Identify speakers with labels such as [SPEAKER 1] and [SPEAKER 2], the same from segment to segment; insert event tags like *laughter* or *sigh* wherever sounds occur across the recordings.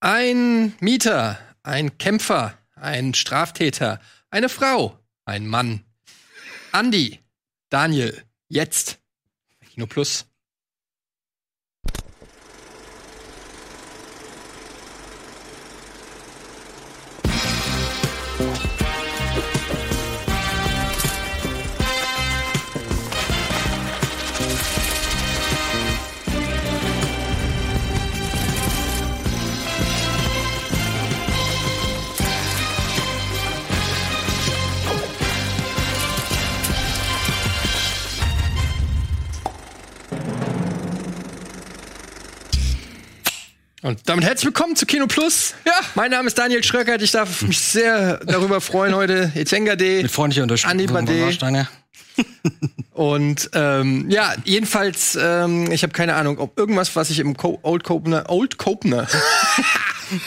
[SPEAKER 1] Ein Mieter, ein Kämpfer, ein Straftäter, eine Frau, ein Mann. Andi, Daniel, jetzt. Kino Plus. Und damit herzlich willkommen zu Kino Plus.
[SPEAKER 2] Ja.
[SPEAKER 1] Mein Name ist Daniel Schröckert. Ich darf mich sehr darüber freuen heute. Etzenga D.
[SPEAKER 2] Mit freundlicher
[SPEAKER 1] Andi
[SPEAKER 2] Unterstützung von
[SPEAKER 1] Bade.
[SPEAKER 2] Warsteiner.
[SPEAKER 1] Und ähm, ja, jedenfalls, ähm, ich habe keine Ahnung, ob irgendwas, was ich im Co Old Copener, Old Copener,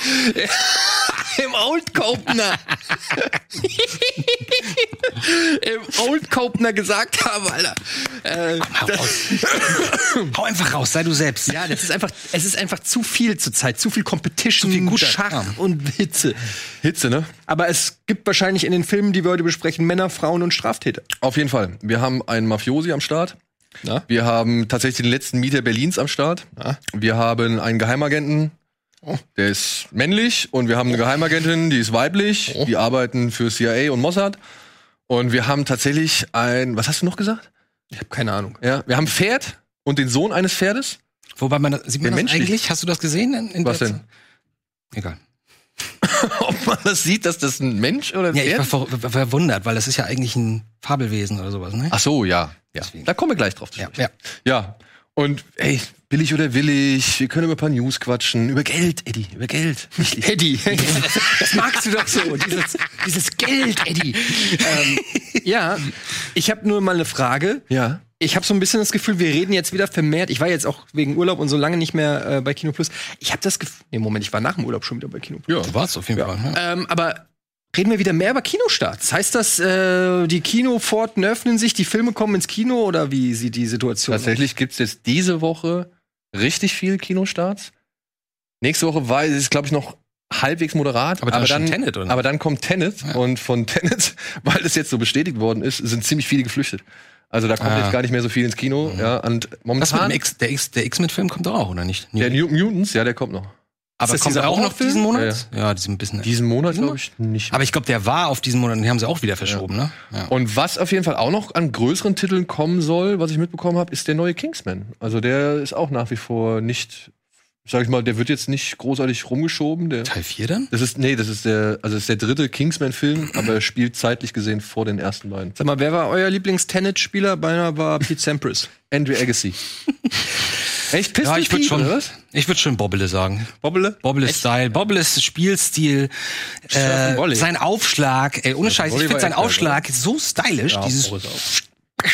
[SPEAKER 1] *laughs* im Old Copener, *laughs* im Old Copener gesagt habe, Alter. Äh,
[SPEAKER 2] Hau raus. Hau einfach raus, sei du selbst.
[SPEAKER 1] ja, das ist einfach, es ist einfach zu viel zurzeit, zu viel Competition,
[SPEAKER 2] Zu viel guter
[SPEAKER 1] Schach
[SPEAKER 2] Kram.
[SPEAKER 1] und Hitze, Hitze, ne? Aber es gibt wahrscheinlich in den Filmen, die wir heute besprechen, Männer, Frauen und Straftäter.
[SPEAKER 3] Auf jeden Fall. Wir haben einen Mafiosi am Start.
[SPEAKER 1] Na?
[SPEAKER 3] Wir haben tatsächlich den letzten Mieter Berlins am Start. Wir haben einen Geheimagenten. Der ist männlich und wir haben eine Geheimagentin, die ist weiblich. Die arbeiten für CIA und Mossad. Und wir haben tatsächlich ein, was hast du noch gesagt?
[SPEAKER 1] Ich habe keine Ahnung.
[SPEAKER 3] Ja, wir haben Pferd und den Sohn eines Pferdes.
[SPEAKER 2] Wobei man das- sieht man
[SPEAKER 3] Wer
[SPEAKER 2] das
[SPEAKER 3] menschlich?
[SPEAKER 2] eigentlich? Hast du das gesehen? In, in
[SPEAKER 3] Was
[SPEAKER 2] der-
[SPEAKER 3] *laughs* denn?
[SPEAKER 2] Egal.
[SPEAKER 3] Ob man das sieht, dass das ein Mensch oder ein
[SPEAKER 2] Ja, ich war
[SPEAKER 3] Pferd?
[SPEAKER 2] ver ver verwundert, weil das ist ja eigentlich ein Fabelwesen oder sowas, ne?
[SPEAKER 3] Ach so, ja. ja.
[SPEAKER 2] Deswegen.
[SPEAKER 3] Da kommen wir gleich drauf zu
[SPEAKER 2] Ja,
[SPEAKER 3] sprechen.
[SPEAKER 2] ja.
[SPEAKER 3] Ah, Ja, und ey, billig oder willig, wir können über ein paar News quatschen. Über Geld, Eddie, über Geld.
[SPEAKER 1] Eddie. *laughs* Das magst du doch so, dieses, dieses Geld, Eddie. ähm, ja, ich habe nur mal eine Frage.
[SPEAKER 3] Ja.
[SPEAKER 1] Ich habe so ein bisschen das Gefühl, wir reden jetzt wieder vermehrt. Ich war jetzt auch wegen Urlaub und so lange nicht mehr äh, bei Kino Plus. Ich habe das Gefühl, nee, Moment, ich war nach dem Urlaub schon wieder bei Kino Plus.
[SPEAKER 2] Du warst auf jeden Fall. Ne?
[SPEAKER 1] Ähm, aber reden wir wieder mehr über Kinostarts? Heißt das, äh, die Kinopforten öffnen sich, die Filme kommen ins Kino oder wie sieht die Situation aus?
[SPEAKER 3] Tatsächlich gibt's jetzt diese Woche richtig viel Kinostarts. Nächste Woche war, ist glaube ich noch halbwegs moderat,
[SPEAKER 2] Aber dann ist schon Tenet, oder?
[SPEAKER 3] aber dann kommt Tenet und von Tenet, *laughs* weil das jetzt so bestätigt worden ist, sind ziemlich viele geflüchtet. Also da kommt
[SPEAKER 2] Ah.
[SPEAKER 3] jetzt gar nicht mehr so viel ins Kino, ja, und
[SPEAKER 2] Das mit
[SPEAKER 3] momentan
[SPEAKER 2] dem X, der X, der X-Men-Film kommt doch auch, oder nicht?
[SPEAKER 3] der
[SPEAKER 2] Nee.
[SPEAKER 3] New Mutants, ja, der kommt noch.
[SPEAKER 2] aber
[SPEAKER 1] das
[SPEAKER 2] kommt
[SPEAKER 1] dieser
[SPEAKER 2] er auch noch
[SPEAKER 1] Horrorfilm?
[SPEAKER 2] diesen Monat? Ja, die sind ein bisschen.
[SPEAKER 3] Diesen Monat glaube ich nicht.
[SPEAKER 2] aber ich glaube, der war auf diesen Monat, den haben sie auch wieder verschoben, ne? Ja.
[SPEAKER 3] Und was auf jeden Fall auch noch an größeren Titeln kommen soll, was ich mitbekommen habe, ist der neue Kingsman. Also der ist auch nach wie vor nicht, sag ich mal, der wird jetzt nicht großartig rumgeschoben. Der
[SPEAKER 2] Teil 4 dann?
[SPEAKER 3] das ist, nee, das ist der, also das ist der dritte Kingsman-Film, aber er spielt zeitlich gesehen vor den ersten beiden.
[SPEAKER 1] Sag mal, wer war euer Lieblings-Tennis-Spieler? Beinahe war Pete Sampras.
[SPEAKER 3] Andrew Agassi. Echt Pistol
[SPEAKER 2] Ja, ich würde
[SPEAKER 3] Pete,
[SPEAKER 2] schon,
[SPEAKER 3] oder was?
[SPEAKER 2] ich würde schon Bobbele sagen.
[SPEAKER 3] Bobbele?
[SPEAKER 2] Bobbles Style, Bobbles Spielstil,
[SPEAKER 1] Surfen
[SPEAKER 2] äh,
[SPEAKER 1] Volley.
[SPEAKER 2] sein Aufschlag, ey, ohne Scheiß, ich
[SPEAKER 3] Volley
[SPEAKER 2] finde
[SPEAKER 3] war
[SPEAKER 2] seinen
[SPEAKER 3] echt geil,
[SPEAKER 2] Aufschlag so stylisch, dieses
[SPEAKER 1] Boris auch.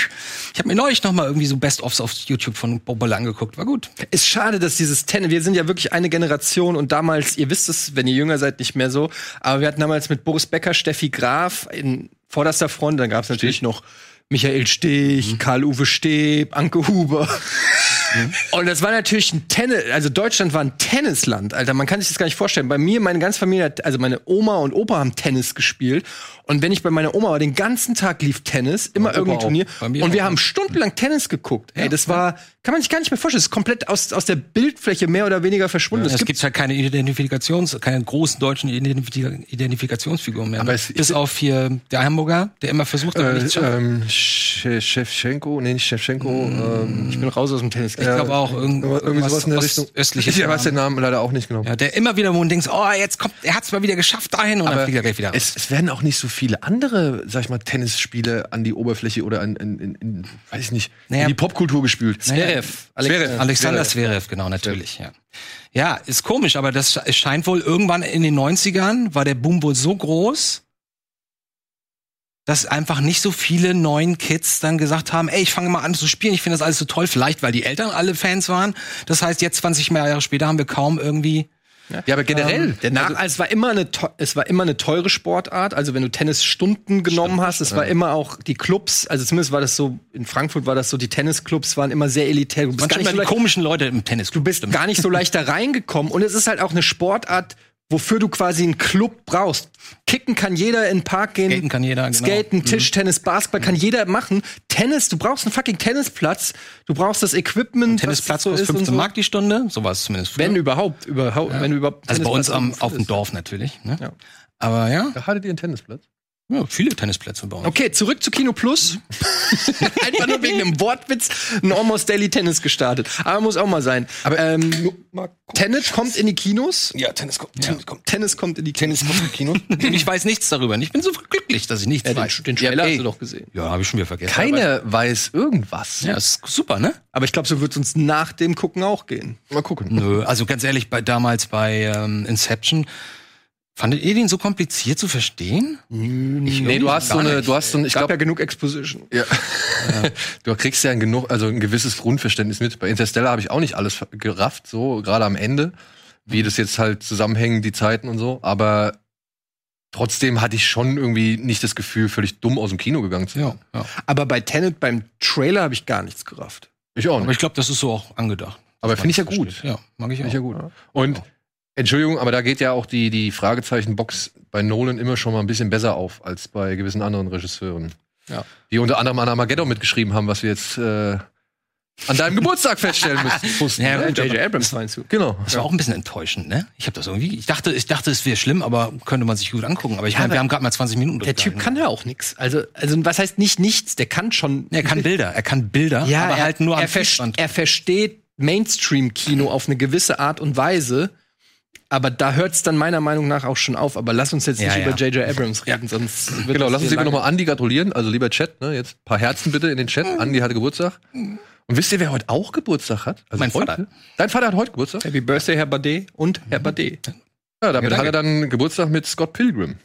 [SPEAKER 2] Ich habe mir neulich noch mal irgendwie so Best-ofs auf YouTube von Bobble angeguckt, war gut.
[SPEAKER 1] Ist schade, dass dieses Tennis, wir sind ja wirklich eine Generation und damals, ihr wisst es, wenn ihr jünger seid, nicht mehr so, aber wir hatten damals mit Boris Becker, Steffi Graf in vorderster Front, dann gab es natürlich noch Michael Stich,
[SPEAKER 2] Mhm.
[SPEAKER 1] Karl-Uwe Steb, Anke Huber. *laughs* Und das war natürlich ein Tennis, also Deutschland war ein Tennisland, Alter. Man kann sich das gar nicht vorstellen. Bei mir, meine ganze Familie, hat, also meine Oma und Opa haben Tennis gespielt. Und wenn ich bei meiner Oma war, den ganzen Tag lief Tennis, immer
[SPEAKER 3] Opa
[SPEAKER 1] irgendein
[SPEAKER 3] auch.
[SPEAKER 1] Turnier.
[SPEAKER 2] Bei mir
[SPEAKER 1] Und wir
[SPEAKER 2] auch.
[SPEAKER 1] haben stundenlang Tennis geguckt. Ey, das war, kann man sich gar nicht mehr vorstellen. Das ist komplett aus, aus der Bildfläche mehr oder weniger verschwunden.
[SPEAKER 2] Es gibt halt keine Identifikations, keine großen deutschen Identifi- Identifikationsfiguren mehr.
[SPEAKER 3] Aber
[SPEAKER 2] ne?
[SPEAKER 3] es-
[SPEAKER 2] Bis auf hier der Hamburger, der immer versucht, aber
[SPEAKER 3] Äh,
[SPEAKER 2] nichts schafft.
[SPEAKER 3] ähm, Sch- Schewtschenko? Nee, nicht Schewtschenko.
[SPEAKER 2] Mm.
[SPEAKER 3] Ähm,
[SPEAKER 1] ich bin raus aus dem Tennis.
[SPEAKER 2] Ich glaube auch irgend,
[SPEAKER 3] irgendwie sowas in der
[SPEAKER 2] aus-
[SPEAKER 3] Richtung. *laughs*
[SPEAKER 2] östliches.
[SPEAKER 3] Ich weiß den
[SPEAKER 2] Namen.
[SPEAKER 3] Namen leider auch nicht genau.
[SPEAKER 2] ja, der immer wieder, wo du denkst, oh, jetzt kommt, er hat's mal wieder geschafft dahin und dann
[SPEAKER 3] Aber
[SPEAKER 2] fliegt er gleich wieder raus.
[SPEAKER 3] Es, es werden auch nicht so viele andere, sag ich mal, Tennisspiele an die Oberfläche oder an, in, in, in, weiß ich nicht,
[SPEAKER 2] Naja.
[SPEAKER 3] in die Popkultur gespült.
[SPEAKER 1] Zverev.
[SPEAKER 2] Zverev. Alexander Zverev, genau, natürlich, ja. Ja, ist komisch, aber das sch- es scheint wohl irgendwann in den 90ern war der Boom wohl so groß, dass einfach nicht so viele neuen Kids dann gesagt haben, ey, ich fange mal an zu spielen, ich finde das alles so toll, vielleicht weil die Eltern alle Fans waren. Das heißt, jetzt 20 mehr Jahre später haben wir kaum irgendwie Ähm,
[SPEAKER 3] Ja, aber generell.
[SPEAKER 1] Der Nach also, es, war immer eine teu- es war immer eine teure Sportart. Also wenn du Tennisstunden genommen hast, es war immer auch die Clubs, also zumindest war das so, in Frankfurt war das so, die Tennisclubs waren immer sehr elitär. Du bist, gar
[SPEAKER 2] Manchmal
[SPEAKER 1] nicht so
[SPEAKER 2] die
[SPEAKER 1] leicht,
[SPEAKER 2] komischen Leute im Tennis.
[SPEAKER 1] du bist gar nicht so leicht da reingekommen. Und es ist halt auch eine Sportart, wofür du quasi einen Club brauchst. Kicken kann jeder in den Park gehen.
[SPEAKER 2] Skaten kann jeder, genau. Mhm.
[SPEAKER 1] Skaten, Tischtennis, Basketball kann jeder machen. Tennis, du brauchst einen fucking Tennisplatz. Du brauchst das Equipment.
[SPEAKER 2] Tennisplatz
[SPEAKER 1] was so
[SPEAKER 2] kostet
[SPEAKER 1] ist und
[SPEAKER 2] 15
[SPEAKER 1] so.
[SPEAKER 2] Mark die Stunde, so war es zumindest früher.
[SPEAKER 1] Wenn überhaupt, überhaupt, wenn überhaupt.
[SPEAKER 2] also bei uns
[SPEAKER 1] Tennisplatz
[SPEAKER 2] am,
[SPEAKER 1] dem
[SPEAKER 2] auf
[SPEAKER 1] Fuß
[SPEAKER 2] dem
[SPEAKER 1] ist.
[SPEAKER 2] Dorf natürlich. Ne?
[SPEAKER 1] Ja.
[SPEAKER 2] Aber ja,
[SPEAKER 3] Da hattet ihr einen Tennisplatz.
[SPEAKER 2] ja, viele Tennisplätze bei uns.
[SPEAKER 1] Okay, zurück zu Kino
[SPEAKER 2] *laughs*
[SPEAKER 1] Plus. *laughs* Einfach nur wegen einem Wortwitz ein Almost Daily Tennis gestartet. Aber muss auch mal sein. Aber ähm, Tennis kommt in die Kinos.
[SPEAKER 3] Ja, Tennis kommt. Tennis kommt.
[SPEAKER 1] Tennis kommt in die Kinos.
[SPEAKER 3] Tennis kommt im Kino.
[SPEAKER 2] Ich weiß nichts darüber. Ich bin so glücklich, dass ich nichts weiß.
[SPEAKER 1] Trailer
[SPEAKER 2] ey.
[SPEAKER 1] hast du doch gesehen.
[SPEAKER 2] Ja, habe ich schon wieder vergessen.
[SPEAKER 3] Keiner weiß irgendwas.
[SPEAKER 2] Ja, ist super, ne?
[SPEAKER 1] Aber ich glaube, so wird es uns nach dem Gucken auch gehen.
[SPEAKER 3] Mal gucken.
[SPEAKER 2] Nö, also ganz ehrlich, bei, damals bei ähm, Inception, fandet ihr den so kompliziert zu verstehen?
[SPEAKER 1] Ich
[SPEAKER 3] Nee, du hast so
[SPEAKER 2] Gar
[SPEAKER 3] eine,
[SPEAKER 2] nicht.
[SPEAKER 3] du hast so ein, ich
[SPEAKER 1] gab
[SPEAKER 3] glaube,
[SPEAKER 1] ja genug Exposition.
[SPEAKER 3] ja. *laughs* du kriegst ja ein genug, also ein gewisses Grundverständnis mit. Bei Interstellar habe ich auch nicht alles ver- gerafft, so gerade am Ende, wie das jetzt halt zusammenhängen, die Zeiten und so. Aber trotzdem hatte ich schon irgendwie nicht das Gefühl, völlig dumm aus dem Kino gegangen zu sein.
[SPEAKER 2] Ja, ja.
[SPEAKER 1] Aber bei Tenet beim Trailer habe ich gar nichts gerafft.
[SPEAKER 3] Ich auch
[SPEAKER 2] Aber
[SPEAKER 3] nicht.
[SPEAKER 2] ich glaube, das ist so auch angedacht.
[SPEAKER 3] Aber
[SPEAKER 2] dass
[SPEAKER 3] finde ich ja
[SPEAKER 2] man das
[SPEAKER 3] gut.
[SPEAKER 2] versteht. Ja, mag ich auch.
[SPEAKER 3] Finde ich ja gut. Und Entschuldigung, aber da geht ja auch die, die Fragezeichenbox bei Nolan immer schon mal ein bisschen besser auf als bei gewissen anderen Regisseuren.
[SPEAKER 1] Ja.
[SPEAKER 3] Die unter anderem an Armageddon mitgeschrieben haben, was wir jetzt äh, an deinem Geburtstag feststellen müssen. mussten.
[SPEAKER 2] *laughs* Ja,
[SPEAKER 1] Ja,
[SPEAKER 2] gut,
[SPEAKER 1] J.J. Abrams meinst du?
[SPEAKER 3] Genau.
[SPEAKER 2] Das war auch ein bisschen enttäuschend, ne? Ich habe das irgendwie. Ich dachte, ich dachte, es wäre schlimm, aber könnte man sich gut angucken. Aber ich meine,
[SPEAKER 1] aber
[SPEAKER 2] wir haben gerade mal 20 Minuten.
[SPEAKER 1] Der Typ
[SPEAKER 2] durchgehalten.
[SPEAKER 1] kann ja auch nichts. Also, also was heißt nicht nichts? Der kann schon.
[SPEAKER 2] Er kann Bilder. Er kann Bilder.
[SPEAKER 1] Ja,
[SPEAKER 2] aber
[SPEAKER 1] er,
[SPEAKER 2] halt nur am
[SPEAKER 1] er, vers
[SPEAKER 2] Fließband.
[SPEAKER 1] er versteht Mainstream-Kino auf eine gewisse Art und Weise. Aber da hört es dann meiner Meinung nach auch schon auf. Aber lass uns jetzt
[SPEAKER 2] Ja,
[SPEAKER 1] nicht
[SPEAKER 2] ja.
[SPEAKER 1] über J.J. Abrams reden, sonst wird
[SPEAKER 3] Genau,
[SPEAKER 1] das
[SPEAKER 3] lass uns
[SPEAKER 1] hier
[SPEAKER 3] lieber
[SPEAKER 1] lang.
[SPEAKER 3] nochmal Andi gratulieren. Also lieber Chat, ne, jetzt ein paar Herzen bitte in den Chat. Andi hatte Geburtstag. Und wisst ihr, wer heute auch Geburtstag hat? Also
[SPEAKER 2] Mein
[SPEAKER 3] heute?
[SPEAKER 2] Vater.
[SPEAKER 3] Dein Vater hat heute Geburtstag?
[SPEAKER 1] Happy Birthday, Herr Bade und Herr Bade.
[SPEAKER 3] Ja, damit
[SPEAKER 2] Ja, danke.
[SPEAKER 3] hat er dann Geburtstag mit Scott Pilgrim.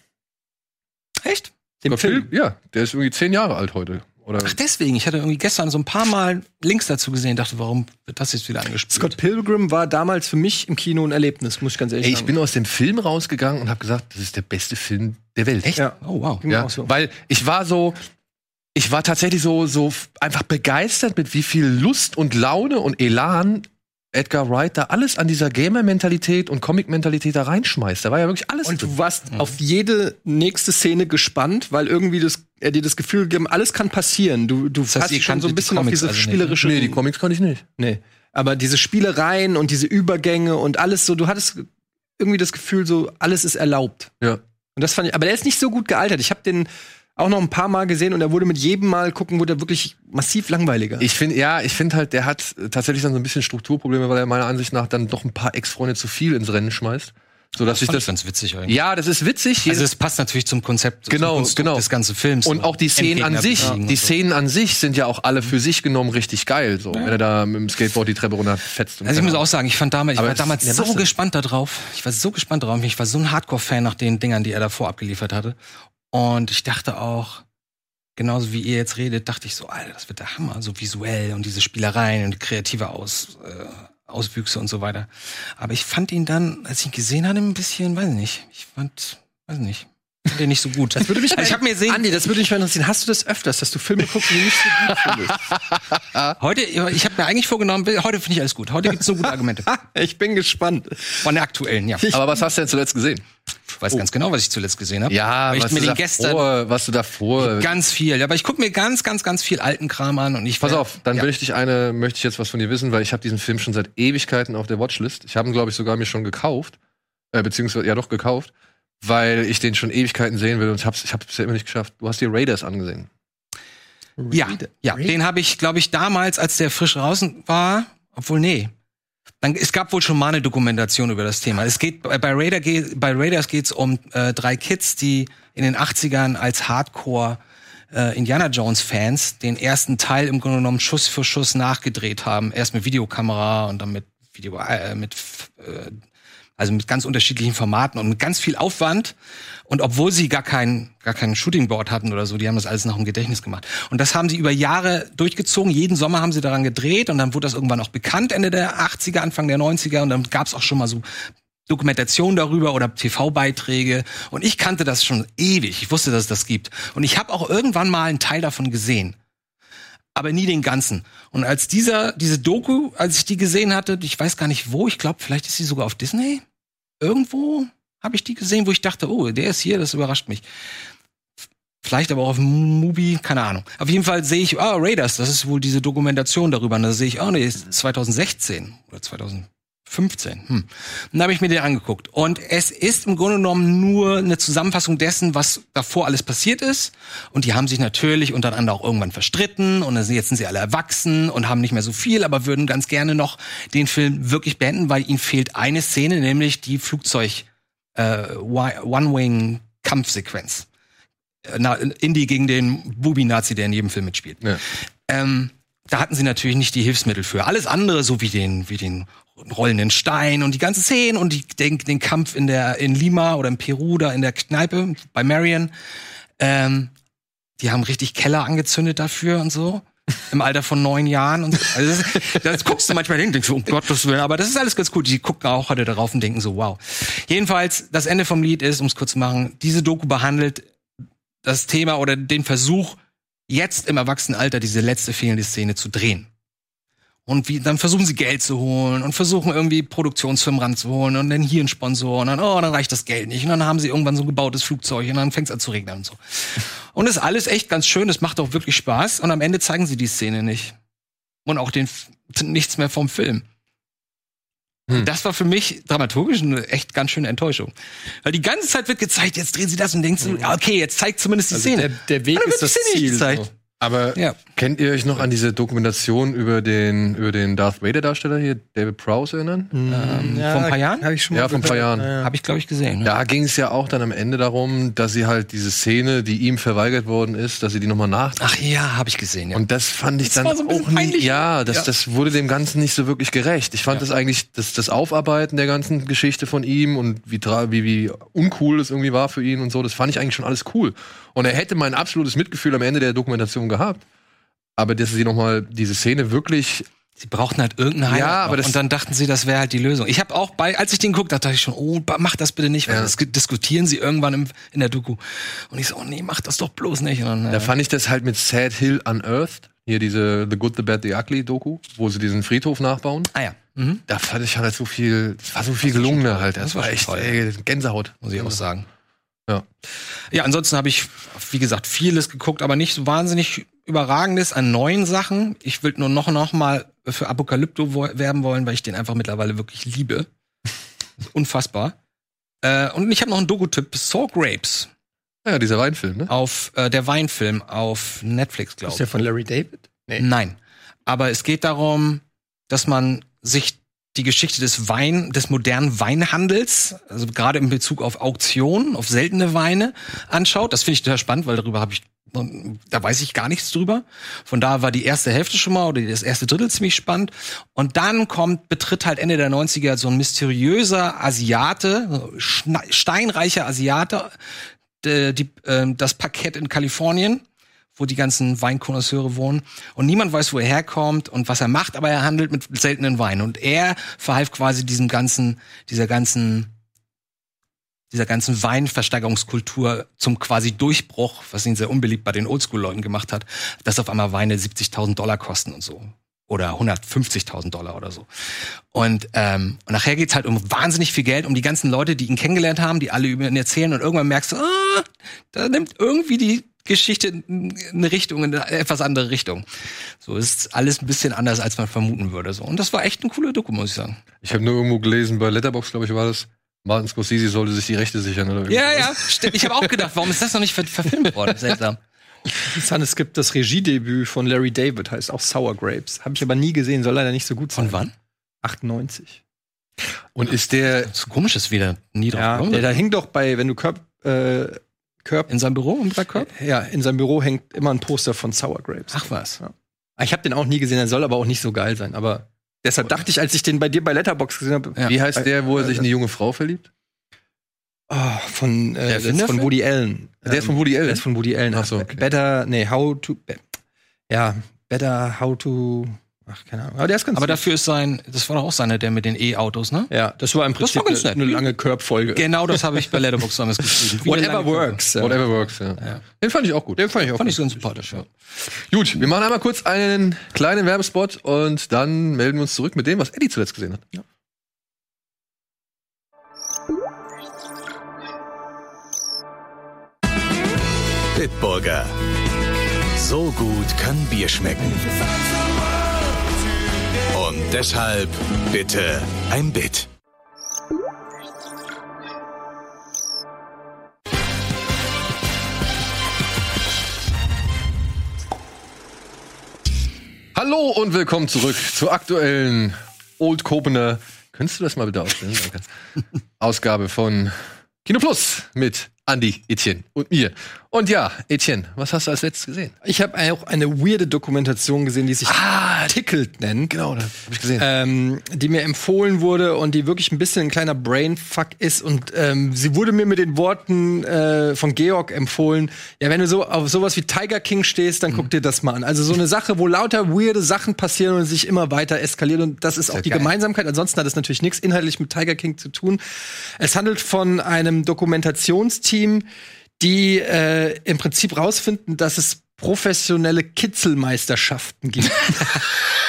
[SPEAKER 2] Echt?
[SPEAKER 1] Dem
[SPEAKER 3] Scott Pil- ja, der ist irgendwie zehn Jahre alt heute. Oder
[SPEAKER 2] Ach, deswegen. Ich hatte irgendwie gestern so ein paar Mal Links dazu gesehen. Dachte, warum wird das jetzt wieder angespielt?
[SPEAKER 1] Scott Pilgrim war damals für mich im Kino ein Erlebnis, muss ich ganz ehrlich
[SPEAKER 3] Ey, ich
[SPEAKER 1] sagen.
[SPEAKER 3] bin aus dem Film rausgegangen und habe gesagt, das ist der beste Film der Welt.
[SPEAKER 2] Echt?
[SPEAKER 1] Ja.
[SPEAKER 2] Oh wow.
[SPEAKER 1] Ging mir
[SPEAKER 3] Ja,
[SPEAKER 1] auch so.
[SPEAKER 3] weil ich war so, ich war tatsächlich so, so f- einfach begeistert mit wie viel Lust und Laune und Elan Edgar Wright da alles an dieser Gamer-Mentalität und Comic-Mentalität da reinschmeißt. Da war ja wirklich alles
[SPEAKER 1] Und
[SPEAKER 3] drin.
[SPEAKER 1] du warst auf jede nächste Szene gespannt, weil irgendwie das, er dir das Gefühl gegeben, alles kann passieren. Du, du
[SPEAKER 2] heißt,
[SPEAKER 1] hast
[SPEAKER 2] ihr
[SPEAKER 1] schon so
[SPEAKER 2] kanntet die
[SPEAKER 1] ein bisschen auf
[SPEAKER 2] Comics
[SPEAKER 1] diese
[SPEAKER 2] also nicht, ne?
[SPEAKER 1] spielerische
[SPEAKER 3] Nee, die Comics konnte ich nicht.
[SPEAKER 1] Nee. Aber diese Spielereien und diese Übergänge und alles so, du hattest irgendwie das Gefühl, so alles ist erlaubt.
[SPEAKER 3] Ja.
[SPEAKER 1] Und das fand ich, aber der ist nicht so gut gealtert. Ich habe den auch noch ein paar Mal gesehen und er wurde mit jedem Mal gucken, wurde er wirklich massiv langweiliger.
[SPEAKER 3] Ich finde, ja, ich finde halt, der hat äh, tatsächlich dann so ein bisschen Strukturprobleme, weil er meiner Ansicht nach dann doch ein paar Ex-Freunde zu viel ins Rennen schmeißt. So dass
[SPEAKER 2] Das
[SPEAKER 3] ich
[SPEAKER 2] fand ich
[SPEAKER 3] das.
[SPEAKER 2] ganz witzig eigentlich.
[SPEAKER 3] Ja, das ist witzig.
[SPEAKER 2] Also es passt natürlich zum Konzept
[SPEAKER 3] Genau,
[SPEAKER 2] zum Konstrukt
[SPEAKER 3] genau.
[SPEAKER 2] des ganzen Films.
[SPEAKER 3] Und auch die Szenen an
[SPEAKER 2] Endgegner
[SPEAKER 3] sich,
[SPEAKER 2] besiegen
[SPEAKER 3] die
[SPEAKER 2] und so.
[SPEAKER 3] Szenen an sich sind ja auch alle für sich genommen richtig geil, so wenn er da mit dem Skateboard die Treppe runterfetzt. und
[SPEAKER 2] Also ich
[SPEAKER 3] keine
[SPEAKER 2] muss auch
[SPEAKER 3] Ahnung.
[SPEAKER 2] sagen, ich fand damals, ich
[SPEAKER 3] Aber
[SPEAKER 2] war
[SPEAKER 3] es ist
[SPEAKER 2] damals
[SPEAKER 3] eine
[SPEAKER 2] so
[SPEAKER 3] Masse.
[SPEAKER 2] gespannt darauf. Ich war so gespannt darauf. Ich war so ein Hardcore-Fan nach den Dingern, die er davor abgeliefert hatte. Und ich dachte auch, genauso wie ihr jetzt redet, dachte ich so, Alter, das wird der Hammer, so visuell und diese Spielereien und kreative Aus, äh, Auswüchse und so weiter. Aber ich fand ihn dann, als ich ihn gesehen hatte, ein bisschen, weiß nicht, ich fand, weiß nicht, fand ihn nicht so gut. Das würde mich also *laughs* ich habe mir sehen,
[SPEAKER 1] Andi, das würde mich mal interessieren. Hast du das öfters, dass du Filme guckst, die du nicht so gut findest?
[SPEAKER 2] heute, ich habe mir eigentlich vorgenommen, heute finde ich alles gut. Heute gibt's nur gute Argumente.
[SPEAKER 1] Ha, ich bin gespannt.
[SPEAKER 2] Von der aktuellen, *laughs* ja.
[SPEAKER 3] Aber was hast du denn zuletzt gesehen?
[SPEAKER 2] Ich weiß ganz genau, was ich zuletzt gesehen habe.
[SPEAKER 3] Oh. Ja,
[SPEAKER 2] weil ich
[SPEAKER 3] was,
[SPEAKER 2] mir
[SPEAKER 3] du
[SPEAKER 2] den
[SPEAKER 3] gestern
[SPEAKER 2] gestern
[SPEAKER 3] davor, was du davor.
[SPEAKER 2] ganz viel, aber ich gucke mir ganz, ganz, ganz viel alten Kram an und ich
[SPEAKER 3] Pass
[SPEAKER 2] werd-
[SPEAKER 3] auf, dann
[SPEAKER 2] ja.
[SPEAKER 3] möchte ich eine, möchte ich jetzt was von dir wissen, weil ich habe diesen Film schon seit Ewigkeiten auf der Watchlist. Ich habe ihn, glaube ich, sogar mir schon gekauft, äh, beziehungsweise ja doch gekauft, weil ich den schon Ewigkeiten sehen will und ich hab's, ich hab's bisher immer nicht geschafft. Du hast dir Raiders angesehen.
[SPEAKER 2] ja, ja, den habe ich, glaube ich, damals, als der frisch draußen war, obwohl nee. Dann, es gab wohl schon mal eine Dokumentation über das Thema. Es geht bei bei Raider geht, bei Raiders geht's um äh, drei Kids, die in den 80ern als Hardcore äh, Indiana Jones Fans den ersten Teil im Grunde genommen Schuss für Schuss nachgedreht haben, erst mit Videokamera und dann mit Video äh, mit äh, also mit ganz unterschiedlichen Formaten und mit ganz viel Aufwand. Und obwohl sie gar kein, gar kein Shootingboard hatten oder so, die haben das alles nach dem Gedächtnis gemacht. Und das haben sie über Jahre durchgezogen. Jeden Sommer haben sie daran gedreht und dann wurde das irgendwann auch bekannt, Ende der 80er, Anfang der 90er. Und dann gab es auch schon mal so Dokumentation darüber oder TV-Beiträge. Und ich kannte das schon ewig. Ich wusste, dass es das gibt. Und ich habe auch irgendwann mal einen Teil davon gesehen. Aber nie den ganzen. Und als dieser, diese Doku, als ich die gesehen hatte, ich weiß gar nicht wo, ich glaube, vielleicht ist sie sogar auf Disney. Irgendwo habe ich die gesehen, wo ich dachte, oh, der ist hier, das überrascht mich. Vielleicht aber auch auf Mubi, keine Ahnung. Auf jeden Fall sehe ich, ah, Raiders, das ist wohl diese Dokumentation darüber. Und da sehe ich, oh nee, ist 2016 oder 2015. Hm. Und da habe ich mir den angeguckt. Und es ist im Grunde genommen nur eine Zusammenfassung dessen, was davor alles passiert ist. Und die haben sich natürlich untereinander auch irgendwann verstritten. Und dann sind- jetzt sind sie alle erwachsen und haben nicht mehr so viel, aber würden ganz gerne noch den Film wirklich beenden, weil ihnen fehlt eine Szene, nämlich die Flugzeug- äh, Wi- One-Wing-Kampfsequenz. Äh, Na, Indy gegen den Bubi-Nazi, der in jedem Film mitspielt.
[SPEAKER 3] Ja.
[SPEAKER 2] Ähm, da hatten sie natürlich nicht die Hilfsmittel für. Alles andere, so wie den, wie den rollenden Stein und die ganzen Szenen und die, den, den Kampf in der, in Lima oder in Peru da in der Kneipe bei Marion. Ähm, die haben richtig Keller angezündet dafür und so. Im Alter von neun Jahren und so. Also das, das guckst du manchmal hin und denkst, so, um Gottes Willen, aber das ist alles ganz gut. Die gucken auch heute darauf und denken so, wow. Jedenfalls, das Ende vom Lied ist, um es kurz zu machen, diese Doku behandelt das Thema oder den Versuch, jetzt im Erwachsenenalter diese letzte fehlende Szene zu drehen. Und wie, dann versuchen sie Geld zu holen und versuchen irgendwie Produktionsfirmen ranzuholen und dann hier einen Sponsor und dann, oh, dann reicht das Geld nicht. Und dann haben sie irgendwann so ein gebautes Flugzeug und dann fängt es an zu regnen und so. Und das ist alles echt ganz schön, das macht auch wirklich Spaß. Und am Ende zeigen sie die Szene nicht. Und auch den F- nichts mehr vom Film.
[SPEAKER 3] Hm.
[SPEAKER 2] Das war für mich dramaturgisch eine echt ganz schöne Enttäuschung. Weil die ganze Zeit wird gezeigt, jetzt drehen sie das und denkst du, ja, okay, jetzt zeigt zumindest die
[SPEAKER 1] Hm. Also
[SPEAKER 2] Szene.
[SPEAKER 1] Der, der Weg
[SPEAKER 2] Aber dann
[SPEAKER 1] ist
[SPEAKER 2] wird
[SPEAKER 1] das
[SPEAKER 2] die Szene nicht
[SPEAKER 1] Ziel.
[SPEAKER 2] gezeigt.
[SPEAKER 1] so.
[SPEAKER 3] Aber
[SPEAKER 2] Ja.
[SPEAKER 3] kennt ihr euch noch an diese Dokumentation über den, über den Darth Vader-Darsteller hier, David Prowse, erinnern?
[SPEAKER 2] Ähm, vor ein paar Jahren?
[SPEAKER 1] Hab ich schon
[SPEAKER 3] Ja, vor ein paar Jahren.
[SPEAKER 1] Ja, ja.
[SPEAKER 2] Habe ich, glaube ich, gesehen. ne?
[SPEAKER 3] Da ging es ja auch dann am Ende darum, dass sie halt diese Szene, die ihm verweigert worden ist, dass sie die nochmal nachdrehen.
[SPEAKER 2] Ach ja, habe ich gesehen, Ah, ja.
[SPEAKER 3] Und das fand ich
[SPEAKER 2] Das
[SPEAKER 3] dann
[SPEAKER 2] war so ein bisschen
[SPEAKER 3] auch nie,
[SPEAKER 2] peinlich.
[SPEAKER 3] ja, das,
[SPEAKER 2] Ja.
[SPEAKER 3] das wurde dem Ganzen nicht so wirklich gerecht. Ich fand das eigentlich, das, das Aufarbeiten der ganzen Geschichte von ihm und wie, tra- wie, wie uncool das irgendwie war für ihn und so, das fand ich eigentlich schon alles cool. Und er hätte mein absolutes Mitgefühl am Ende der Dokumentation gehabt. Aber dass sie nochmal diese Szene wirklich,
[SPEAKER 2] sie brauchten halt irgendeine Heimat.
[SPEAKER 3] Ja, aber
[SPEAKER 2] noch.
[SPEAKER 3] das-
[SPEAKER 2] und dann dachten sie, das wäre halt die Lösung. Ich habe auch bei, als ich den guckte, dachte ich schon, oh, ba- mach das bitte nicht, weil
[SPEAKER 3] Ja.
[SPEAKER 2] das ge- diskutieren sie irgendwann im, in der Doku. Und ich so, oh nee, mach das doch bloß nicht. Und dann,
[SPEAKER 3] da
[SPEAKER 2] äh,
[SPEAKER 3] fand ich das halt mit Sad Hill Unearthed, hier diese The Good, The Bad, The Ugly Doku, wo sie diesen Friedhof nachbauen.
[SPEAKER 2] ah ja, mhm.
[SPEAKER 3] Da fand ich halt so viel, das war so viel gelungener halt. Das,
[SPEAKER 2] Das war
[SPEAKER 3] war
[SPEAKER 2] schon
[SPEAKER 3] echt
[SPEAKER 2] toll.
[SPEAKER 3] ey, Gänsehaut,
[SPEAKER 2] muss ich auch sagen.
[SPEAKER 3] Ja.
[SPEAKER 2] Mhm. Ja, ansonsten habe ich, wie gesagt, vieles geguckt, aber nicht so wahnsinnig überragendes an neuen Sachen. Ich will nur noch, noch mal für Apokalypto wo- werben wollen, weil ich den einfach mittlerweile wirklich *laughs* liebe. Unfassbar. Äh, und ich habe noch einen Doku-Tipp, Saw Grapes.
[SPEAKER 3] Ja, dieser Weinfilm, ne?
[SPEAKER 2] auf äh, der Weinfilm auf Netflix, glaube
[SPEAKER 1] Ist
[SPEAKER 2] ich.
[SPEAKER 1] der von Larry David? Nee.
[SPEAKER 2] Nein, aber es geht darum, dass man sich die Geschichte des Wein, des modernen Weinhandels, also gerade in Bezug auf Auktionen, auf seltene Weine anschaut. Das finde ich total spannend, weil darüber habe ich, da weiß ich gar nichts drüber. Von daher war die erste Hälfte schon mal oder das erste Drittel ziemlich spannend. Und dann kommt, betritt halt Ende der 90er so ein mysteriöser Asiate, so schna- steinreicher Asiate, äh, die, ähm, das Parkett in Kalifornien, wo die ganzen Weinkonnoisseure wohnen. Und niemand weiß, wo er herkommt und was er macht, aber er handelt mit seltenen Weinen. Und er verhalf quasi diesem ganzen, dieser ganzen, dieser ganzen Weinversteigerungskultur zum quasi Durchbruch, was ihn sehr unbeliebt bei den Oldschool-Leuten gemacht hat, dass auf einmal Weine 70.000 Dollar kosten und so. Oder 150.000 Dollar oder so. Und, ähm, und nachher geht's halt um wahnsinnig viel Geld, um die ganzen Leute, die ihn kennengelernt haben, die alle über ihn erzählen und irgendwann merkst du, ah, da nimmt irgendwie die Geschichte eine Richtung, in eine etwas andere Richtung. So ist alles ein bisschen anders, als man vermuten würde. So. Und das war echt eine coole Doku, muss ich sagen.
[SPEAKER 3] Ich habe nur irgendwo gelesen, bei Letterbox, glaube ich, war das. Martin Scorsese sollte sich die Rechte sichern oder irgendwie
[SPEAKER 2] Ja,
[SPEAKER 3] sowas.
[SPEAKER 2] ja, stimmt. Ich habe auch gedacht, warum ist das noch nicht ver verfilmt worden? Seltsam.
[SPEAKER 1] Interessant, es gibt das Regiedebüt von Larry David, heißt auch Sour Grapes. Habe ich aber nie gesehen, soll leider nicht so gut sein.
[SPEAKER 2] Von wann?
[SPEAKER 1] 98.
[SPEAKER 3] Und ist der,
[SPEAKER 2] So komisch ist wieder nie drauf
[SPEAKER 1] Ja,
[SPEAKER 2] gekommen.
[SPEAKER 1] der, da hing doch bei, wenn du Körb, äh, Körb,
[SPEAKER 2] in seinem Büro im Körb?
[SPEAKER 1] ja, in seinem Büro hängt immer ein Poster von Sour Grapes. Ah,
[SPEAKER 2] Ach was.
[SPEAKER 1] Ich habe den auch nie gesehen, der soll aber auch nicht so geil sein. Aber deshalb dachte ich, als ich den bei dir bei Letterbox gesehen habe,
[SPEAKER 2] Ja.
[SPEAKER 3] wie heißt der, wo er sich in
[SPEAKER 1] äh,
[SPEAKER 3] eine junge Frau verliebt?
[SPEAKER 1] oh, von,
[SPEAKER 2] Der
[SPEAKER 1] äh, das
[SPEAKER 2] Erfinder
[SPEAKER 1] ist von
[SPEAKER 2] von-
[SPEAKER 1] Woody Allen. Ähm,
[SPEAKER 3] Der ist von Woody
[SPEAKER 1] Allen.
[SPEAKER 3] Allen.
[SPEAKER 1] Der ist von Woody Allen.
[SPEAKER 3] Ach so, okay.
[SPEAKER 1] Better, nee, how to, be, ja, better how to, ah, Ach, keine Ahnung. Aber der ist ganz
[SPEAKER 2] Aber
[SPEAKER 1] nett.
[SPEAKER 2] dafür ist sein, das war doch auch seiner, der mit den E-Autos, ne?
[SPEAKER 1] Ja, das war im
[SPEAKER 2] Das
[SPEAKER 1] Prinzip
[SPEAKER 2] war ganz
[SPEAKER 1] eine,
[SPEAKER 2] nett.
[SPEAKER 1] eine lange Curb-Folge.
[SPEAKER 2] Genau das habe ich bei Letterboxd damals geschrieben. Viele
[SPEAKER 1] Whatever
[SPEAKER 2] lange-
[SPEAKER 1] works. ja.
[SPEAKER 4] Whatever works, ja. Den fand ich auch gut. Den fand ich auch
[SPEAKER 2] Fand ich ganz sympathisch, ja.
[SPEAKER 4] Gut, wir machen einmal kurz einen kleinen Werbespot und dann melden wir uns zurück mit dem, was Eddie zuletzt gesehen hat.
[SPEAKER 5] Bitburger. So gut kann Bier schmecken. Und deshalb bitte ein Bit.
[SPEAKER 4] Hallo und willkommen zurück zur aktuellen Old Copener. Könntest du das mal bitte ausstellen? Danke. Ausgabe von Kino Plus mit Andy, Etienne und mir. Und ja, Etienne, was hast du als letztes gesehen?
[SPEAKER 1] Ich habe auch eine weirde Dokumentation gesehen, die sich Tickled nennt. Ah. Genau, das
[SPEAKER 4] Hab ich gesehen.
[SPEAKER 1] ähm, die mir empfohlen wurde und die wirklich ein bisschen ein kleiner Brainfuck ist. Und ähm, sie wurde mir mit den Worten äh, von Georg empfohlen: Ja, wenn du so auf sowas wie Tiger King stehst, dann
[SPEAKER 4] Mhm.
[SPEAKER 1] guck dir das mal an. Also so eine Sache, wo lauter weirde Sachen passieren und sich immer weiter eskalieren. Und das ist auch die
[SPEAKER 4] geil.
[SPEAKER 1] Gemeinsamkeit. Ansonsten hat es natürlich nichts inhaltlich mit Tiger King zu tun. Es handelt von einem Dokumentationsteam, die äh, im Prinzip rausfinden, dass es professionelle Kitzelmeisterschaften gibt.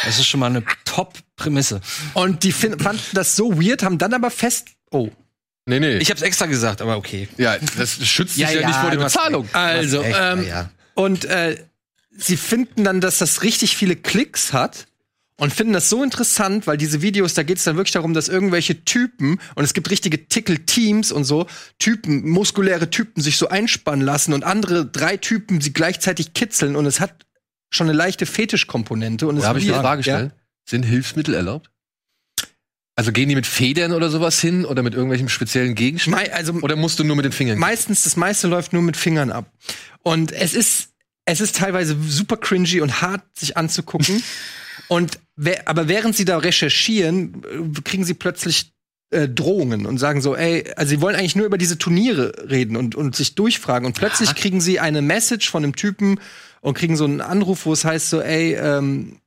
[SPEAKER 2] Das ist schon mal eine Top-Prämisse.
[SPEAKER 1] Und die fin- fanden das so weird, haben dann aber fest. Oh.
[SPEAKER 4] nee, nee.
[SPEAKER 2] Ich hab's extra gesagt, aber okay.
[SPEAKER 4] ja, das schützt dich
[SPEAKER 2] Ja,
[SPEAKER 4] ja,
[SPEAKER 2] ja,
[SPEAKER 4] nicht vor der
[SPEAKER 2] du hast
[SPEAKER 4] Bezahlung.
[SPEAKER 1] Also,
[SPEAKER 2] echt,
[SPEAKER 1] ähm,
[SPEAKER 2] ja, ja.
[SPEAKER 1] und äh, sie finden dann, dass das richtig viele Klicks hat. Und finden das so interessant, weil diese Videos, da geht es dann wirklich darum, dass irgendwelche Typen, und es gibt richtige Tickle-Teams und so, Typen, muskuläre Typen sich so einspannen lassen und andere drei Typen sie gleichzeitig kitzeln und es hat schon eine leichte Fetischkomponente. Und es
[SPEAKER 4] Da habe ich
[SPEAKER 1] wird-
[SPEAKER 4] eine Frage
[SPEAKER 1] Ja.
[SPEAKER 4] gestellt. Sind Hilfsmittel erlaubt? Also gehen die mit Federn oder sowas hin oder mit irgendwelchem speziellen Gegenstand?
[SPEAKER 1] Mei- also
[SPEAKER 4] Oder musst du nur mit den Fingern?
[SPEAKER 1] meistens, das meiste läuft nur mit Fingern ab. Und es ist, es ist teilweise super cringy und hart, sich anzugucken. und wer- aber während sie da recherchieren, äh, kriegen sie plötzlich äh, Drohungen und sagen so, ey, also sie wollen eigentlich nur über diese Turniere reden und, und sich durchfragen. Und plötzlich kriegen sie eine Message von einem Typen und kriegen so einen Anruf, wo es heißt so, ey, ähm,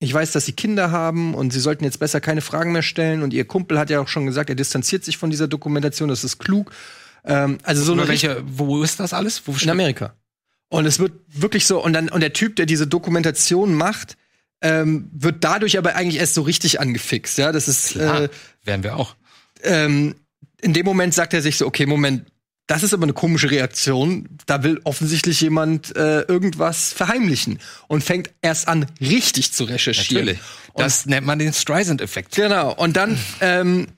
[SPEAKER 1] ich weiß, dass sie Kinder haben und sie sollten jetzt besser keine Fragen mehr stellen. Und ihr Kumpel hat ja auch schon gesagt, er distanziert sich von dieser Dokumentation, das ist klug. Ähm, also so
[SPEAKER 2] Oder
[SPEAKER 1] eine richt-
[SPEAKER 2] welche, wo ist das alles? Wo
[SPEAKER 1] in Amerika. Und es wird wirklich so, und dann, und der Typ, der diese Dokumentation macht, ähm, wird dadurch aber eigentlich erst so richtig angefixt, ja. Das ist
[SPEAKER 2] Ah,
[SPEAKER 1] äh,
[SPEAKER 2] wären wir auch.
[SPEAKER 1] ähm, in dem Moment sagt er sich so, okay, Moment, das ist aber eine komische Reaktion. Da will offensichtlich jemand äh, irgendwas verheimlichen und fängt erst an, richtig zu recherchieren.
[SPEAKER 2] Natürlich.
[SPEAKER 1] Und
[SPEAKER 2] Das nennt man den Streisand-Effekt.
[SPEAKER 1] Genau, und dann ähm,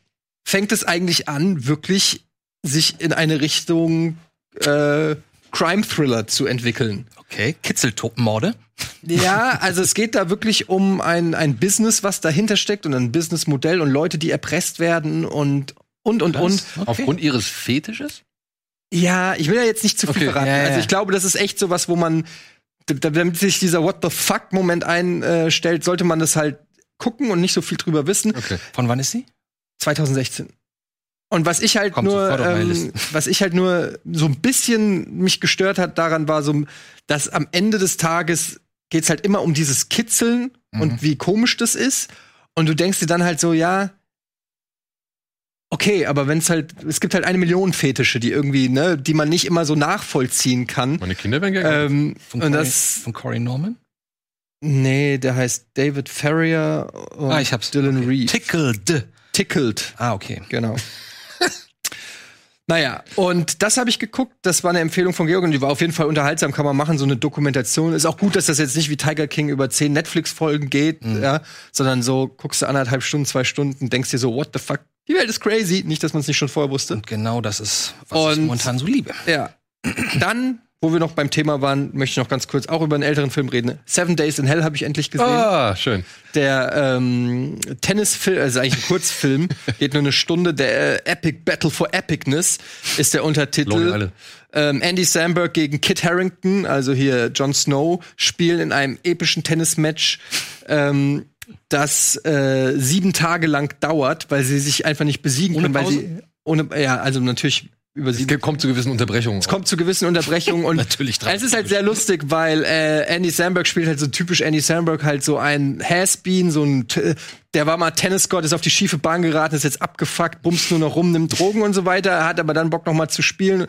[SPEAKER 1] fängt es eigentlich an, wirklich sich in eine Richtung äh, Crime-Thriller zu entwickeln.
[SPEAKER 2] Okay, Kitzeltuppenmorde.
[SPEAKER 1] Ja, also es geht da wirklich um ein, ein Business, was dahinter steckt und ein Businessmodell und Leute, die erpresst werden und und und und.
[SPEAKER 2] okay.
[SPEAKER 4] Aufgrund ihres Fetisches?
[SPEAKER 1] Ja, ich will ja jetzt nicht zu viel
[SPEAKER 4] Okay.
[SPEAKER 1] verraten.
[SPEAKER 2] Ja, ja, ja.
[SPEAKER 1] Also ich glaube, das ist echt sowas, wo man, d- d- damit sich dieser What the fuck Moment einstellt, sollte man das halt gucken und nicht so viel drüber wissen.
[SPEAKER 4] Okay.
[SPEAKER 2] Von wann ist sie?
[SPEAKER 1] 2016. Und was ich halt
[SPEAKER 2] Kommt
[SPEAKER 1] nur,
[SPEAKER 2] sofort auf meine
[SPEAKER 1] ähm,
[SPEAKER 2] Liste.
[SPEAKER 1] was ich halt nur so ein bisschen mich gestört hat daran war so, dass am Ende des Tages geht's halt immer um dieses Kitzeln
[SPEAKER 2] Mhm.
[SPEAKER 1] und wie komisch das ist. Und du denkst dir dann halt so, ja, okay, aber wenn's halt, es gibt halt eine Million Fetische, die irgendwie, ne, die man nicht immer so nachvollziehen kann.
[SPEAKER 4] Meine Kinder werden gerne.
[SPEAKER 1] Ähm,
[SPEAKER 2] genau. Von
[SPEAKER 1] und
[SPEAKER 2] Cory-
[SPEAKER 1] das,
[SPEAKER 2] von Cory Norman?
[SPEAKER 1] nee, der heißt David Ferrier und
[SPEAKER 2] Ah, ich hab's.
[SPEAKER 1] Dylan Reed.
[SPEAKER 2] Tickled.
[SPEAKER 1] Tickled.
[SPEAKER 2] Ah, okay.
[SPEAKER 1] Genau. naja, und das habe ich geguckt. Das war eine Empfehlung von Georg und die war auf jeden Fall unterhaltsam. Kann man machen, so eine Dokumentation. Ist auch gut, dass das jetzt nicht wie Tiger King über zehn Netflix-Folgen geht, ja, sondern so guckst du anderthalb Stunden, zwei Stunden, denkst dir so, what the fuck? Die Welt ist crazy. Nicht, dass man es nicht schon vorher wusste.
[SPEAKER 2] Und genau das ist, was ich
[SPEAKER 1] Und-
[SPEAKER 2] momentan so liebe.
[SPEAKER 1] Ja. Dann, wo wir noch beim Thema waren, möchte ich noch ganz kurz auch über einen älteren Film reden. Seven Days in Hell habe ich endlich gesehen.
[SPEAKER 4] ah, schön.
[SPEAKER 1] Der ähm, Tennisfilm, also eigentlich ein Kurzfilm, geht nur eine Stunde. Der äh, Epic Battle for Epicness ist der
[SPEAKER 4] Lohnen
[SPEAKER 1] Untertitel.
[SPEAKER 4] alle.
[SPEAKER 1] Ähm, Andy Samberg gegen Kit Harrington, also hier Jon Snow, spielen in einem epischen Tennismatch, ähm, das äh, sieben Tage lang dauert, weil sie sich einfach nicht besiegen
[SPEAKER 2] Ohne
[SPEAKER 1] können, weil
[SPEAKER 2] Pause?
[SPEAKER 1] sie ohne, ja, also natürlich über
[SPEAKER 3] Es
[SPEAKER 1] sie
[SPEAKER 3] gibt- kommt zu gewissen Unterbrechungen.
[SPEAKER 1] es kommt zu gewissen Unterbrechungen und
[SPEAKER 2] Natürlich dran.
[SPEAKER 1] es ist halt sehr lustig, weil äh, Andy Samberg spielt halt so typisch Andy Samberg halt so ein Has-Been, so ein T- der war mal Tennisgott, ist auf die schiefe Bahn geraten, ist jetzt abgefuckt, bumst nur noch rum, nimmt Drogen und so weiter, hat aber dann Bock noch mal zu spielen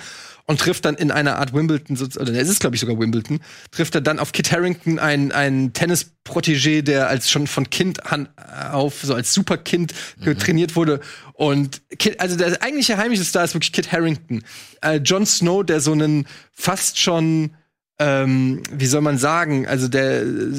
[SPEAKER 1] und trifft dann in einer Art Wimbledon, sozusagen- oder es ist glaube ich sogar Wimbledon, trifft er dann auf Kit Harrington, einen, einen Tennisprotégé, der als schon von Kind an äh, auf, so als Superkind trainiert wurde. Und Kit, also der eigentliche heimische Star ist wirklich Kit Harrington. Äh, Jon Snow, der so einen fast schon ähm, wie soll man sagen, also der äh,